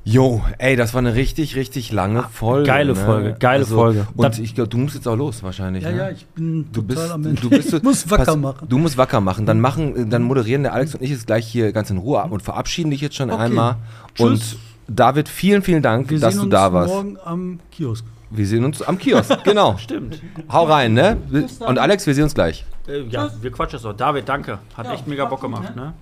[SPEAKER 1] Jo, ey, das war eine richtig, richtig
[SPEAKER 4] Ah,
[SPEAKER 1] lange Folge.
[SPEAKER 2] geile
[SPEAKER 1] ne?
[SPEAKER 2] Folge, geile Folge.
[SPEAKER 1] Und
[SPEAKER 2] Das-
[SPEAKER 1] ich glaube, du musst jetzt auch los wahrscheinlich.
[SPEAKER 4] Ja,
[SPEAKER 1] ne?
[SPEAKER 4] ja, ich bin
[SPEAKER 1] Du bist,
[SPEAKER 4] total am Ende.
[SPEAKER 1] du bist, so-
[SPEAKER 4] ich muss wacker
[SPEAKER 1] pass-
[SPEAKER 4] machen. Mhm.
[SPEAKER 1] Du musst wacker machen. Dann machen, dann moderieren der Alex und ich jetzt gleich hier ganz in Ruhe ab und verabschieden dich jetzt schon
[SPEAKER 4] Okay.
[SPEAKER 1] einmal.
[SPEAKER 4] Tschüss.
[SPEAKER 1] Und David, vielen, vielen Dank,
[SPEAKER 4] Wir
[SPEAKER 1] dass
[SPEAKER 4] sehen
[SPEAKER 1] du
[SPEAKER 4] uns
[SPEAKER 1] da warst.
[SPEAKER 4] morgen am Kiosk.
[SPEAKER 1] Wir sehen uns am Kiosk, genau.
[SPEAKER 2] Stimmt.
[SPEAKER 1] Hau rein, ne? Und Alex, wir sehen uns gleich.
[SPEAKER 2] Äh, ja, wir quatschen es doch. David, danke. Hat echt mega Bock gemacht, ne?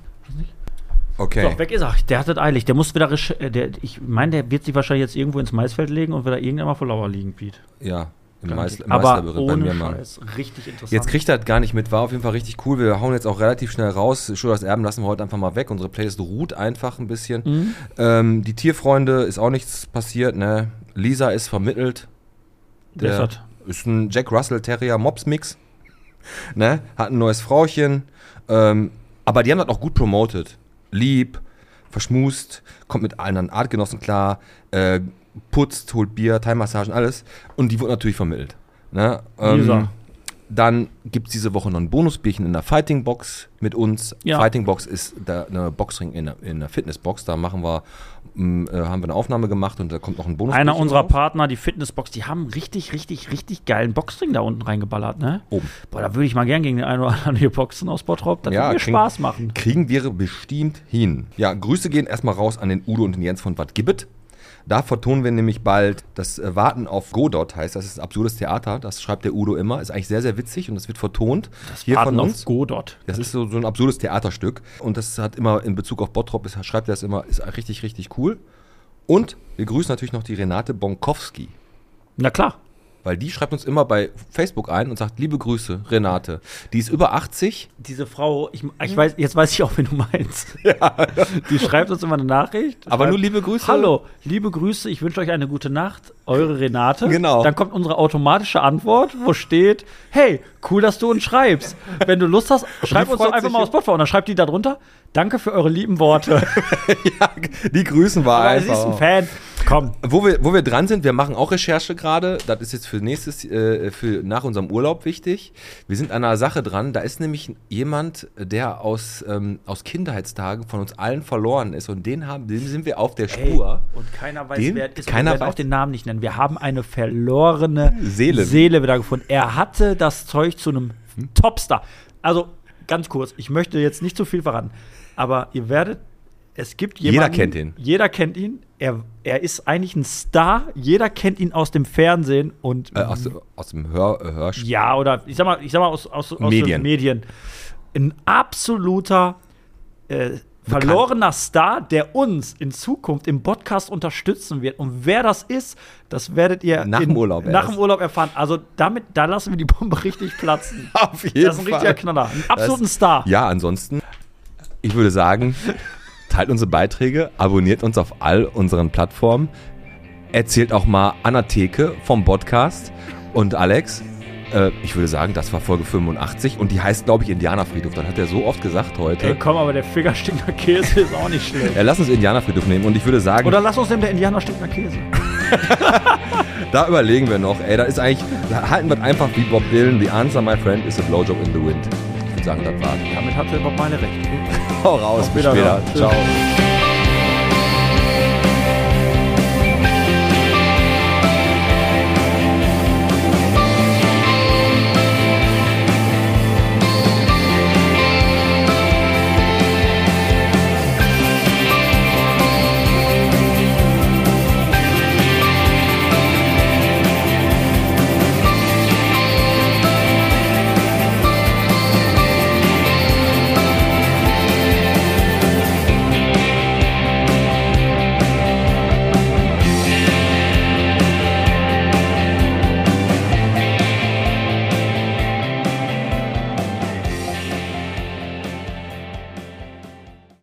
[SPEAKER 1] Okay.
[SPEAKER 2] Doch, weg ist er. Der hat das eilig. Der muss wieder. resch- äh, Der, ich meine, der wird sich wahrscheinlich jetzt irgendwo ins Maisfeld legen und wieder irgendwann mal vor Lauer liegen, Piet.
[SPEAKER 1] Ja, im Mais- im
[SPEAKER 2] Aber
[SPEAKER 1] Meisterberg bei
[SPEAKER 2] ohne
[SPEAKER 1] mir mal.
[SPEAKER 2] Scheiß. Richtig interessant.
[SPEAKER 1] Jetzt kriegt er das gar nicht mit, war auf jeden Fall richtig cool. Wir hauen jetzt auch relativ schnell raus. Schröders Erben lassen wir heute einfach mal weg. Unsere Playlist ruht einfach ein bisschen.
[SPEAKER 2] Mhm.
[SPEAKER 1] Ähm, die Tierfreunde ist auch nichts passiert, ne? Lisa ist vermittelt.
[SPEAKER 2] Wer ist das?
[SPEAKER 1] ist ein Jack Russell Terrier Mops Mix. Ne? Hat ein neues Frauchen. Ähm, aber die haben das auch gut promotet. Lieb, verschmust, kommt mit anderen Artgenossen klar, äh, putzt, holt Bier, Thai-Massagen, alles. Und die wurde natürlich vermittelt. Ne? Ähm,
[SPEAKER 2] Lisa.
[SPEAKER 1] Dann gibt es diese Woche noch ein Bonusbierchen in der Fighting Box mit uns.
[SPEAKER 2] Ja.
[SPEAKER 1] Fighting Box ist da eine Boxring in der, in der Fitnessbox. Da machen wir, mh, äh, haben wir eine Aufnahme gemacht und da kommt noch ein Bonus.
[SPEAKER 2] Einer unserer Partner, die Fitnessbox, die haben richtig, richtig, richtig geilen Boxring da unten reingeballert, ne?
[SPEAKER 1] Oben.
[SPEAKER 2] Boah, da würde ich mal gern gegen den einen oder anderen hier boxen aus Bottrop. Das
[SPEAKER 1] Ja,
[SPEAKER 2] würde mir
[SPEAKER 1] klingt-
[SPEAKER 2] Spaß machen.
[SPEAKER 1] Kriegen wir bestimmt hin. Ja, Grüße gehen erstmal raus an den Udo und den Jens von Bad Gibbet. Da vertonen wir nämlich bald das äh, Warten auf Godot heißt. Das ist ein absurdes Theater. Das schreibt der Udo immer. Ist eigentlich sehr, sehr witzig und das wird vertont. Das hier
[SPEAKER 2] Warten
[SPEAKER 1] von
[SPEAKER 2] auf
[SPEAKER 1] uns.
[SPEAKER 2] Godot.
[SPEAKER 1] Das ist so, so ein absurdes Theaterstück. Und das hat immer in Bezug auf Bottrop, ist, schreibt er das immer, ist richtig, richtig cool. Und wir grüßen natürlich noch die Renate Bonkowski.
[SPEAKER 2] Na klar.
[SPEAKER 1] Weil die schreibt uns immer bei Facebook ein und sagt, liebe Grüße, Renate. Die ist über 80.
[SPEAKER 2] Diese Frau, ich,
[SPEAKER 1] Mhm.
[SPEAKER 2] ich weiß, jetzt weiß ich auch, wen du meinst. Die schreibt uns immer eine Nachricht.
[SPEAKER 1] Aber
[SPEAKER 2] schreibt,
[SPEAKER 1] nur liebe Grüße.
[SPEAKER 2] Hallo, liebe Grüße, ich wünsche euch eine gute Nacht. Eure Renate.
[SPEAKER 1] Genau.
[SPEAKER 2] Dann kommt unsere automatische Antwort, wo steht: Hey, cool, dass du uns schreibst. Wenn du Lust hast, schreib
[SPEAKER 1] die
[SPEAKER 2] uns doch
[SPEAKER 1] freut
[SPEAKER 2] einfach
[SPEAKER 1] sich
[SPEAKER 2] mal
[SPEAKER 1] ja.
[SPEAKER 2] aus Spotify. Und dann schreibt die da drunter: Danke für eure lieben Worte.
[SPEAKER 1] ja, die grüßen wir
[SPEAKER 2] Aber sie ist ein
[SPEAKER 1] einfach.
[SPEAKER 2] Fan. Komm,
[SPEAKER 1] Wo wir, wo wir dran sind, wir machen auch Recherche gerade. Das ist jetzt für nächstes, äh, für nach unserem Urlaub wichtig. Wir sind an einer Sache dran. Da ist nämlich jemand, der aus, ähm, aus Kindheitstagen von uns allen verloren ist. Und den, haben, den sind wir auf der Spur.
[SPEAKER 2] Und keiner weiß,
[SPEAKER 1] Den?
[SPEAKER 2] wer es ist.
[SPEAKER 1] Keiner
[SPEAKER 2] wir werden
[SPEAKER 1] weiß-
[SPEAKER 2] auch den Namen nicht nennen. Wir haben eine verlorene
[SPEAKER 1] Seele.
[SPEAKER 2] wieder gefunden. Er hatte das Zeug zu einem Topstar. Also ganz kurz, ich möchte jetzt nicht zu viel verraten, aber ihr werdet, es gibt
[SPEAKER 1] Jeder
[SPEAKER 2] jemanden.
[SPEAKER 1] kennt ihn.
[SPEAKER 2] Jeder kennt ihn. Er, er ist eigentlich ein Star. Jeder kennt ihn aus dem Fernsehen und
[SPEAKER 1] Äh, aus, aus dem Hör, äh, Hörspiel.
[SPEAKER 2] ja, oder ich sag mal, ich sag mal aus, aus, aus
[SPEAKER 1] Medien.
[SPEAKER 2] den Medien. Ein absoluter äh, verlorener Star, der uns in Zukunft im Podcast unterstützen wird. Und wer das ist, das werdet ihr
[SPEAKER 1] Nach dem
[SPEAKER 2] in-
[SPEAKER 1] Urlaub
[SPEAKER 2] nach
[SPEAKER 1] erst.
[SPEAKER 2] dem Urlaub erfahren. Also damit, da lassen wir die Bombe richtig platzen.
[SPEAKER 1] Auf jeden
[SPEAKER 2] das ist ein richtiger Knaller. Ein absoluten Star.
[SPEAKER 1] Ja, ansonsten, ich würde sagen, teilt unsere Beiträge, abonniert uns auf all unseren Plattformen, erzählt auch mal Anatheke vom Podcast und Alex. äh, Ich würde sagen, das war Folge 85 und die heißt, glaube ich, Indianerfriedhof. Das hat er so oft gesagt
[SPEAKER 2] Ey,
[SPEAKER 1] heute.
[SPEAKER 2] Äh, komm, aber der Fingerstinkner Käse ist auch nicht schlecht.
[SPEAKER 1] Ja, lass uns Indianerfriedhof nehmen und ich würde sagen,
[SPEAKER 2] Oder lass uns nehmen, der Indianer stinkt nach Käse.
[SPEAKER 1] da überlegen wir noch. Ey, da ist eigentlich, da halten wir es einfach wie Bob Dylan. The answer, my friend, is a blowjob in the wind. Ich würde sagen, das war's.
[SPEAKER 2] Damit hatte Bob meine Recht.
[SPEAKER 1] Hau raus, bis
[SPEAKER 2] Wiederhören.
[SPEAKER 1] später.
[SPEAKER 2] Tschüss.
[SPEAKER 1] Ciao.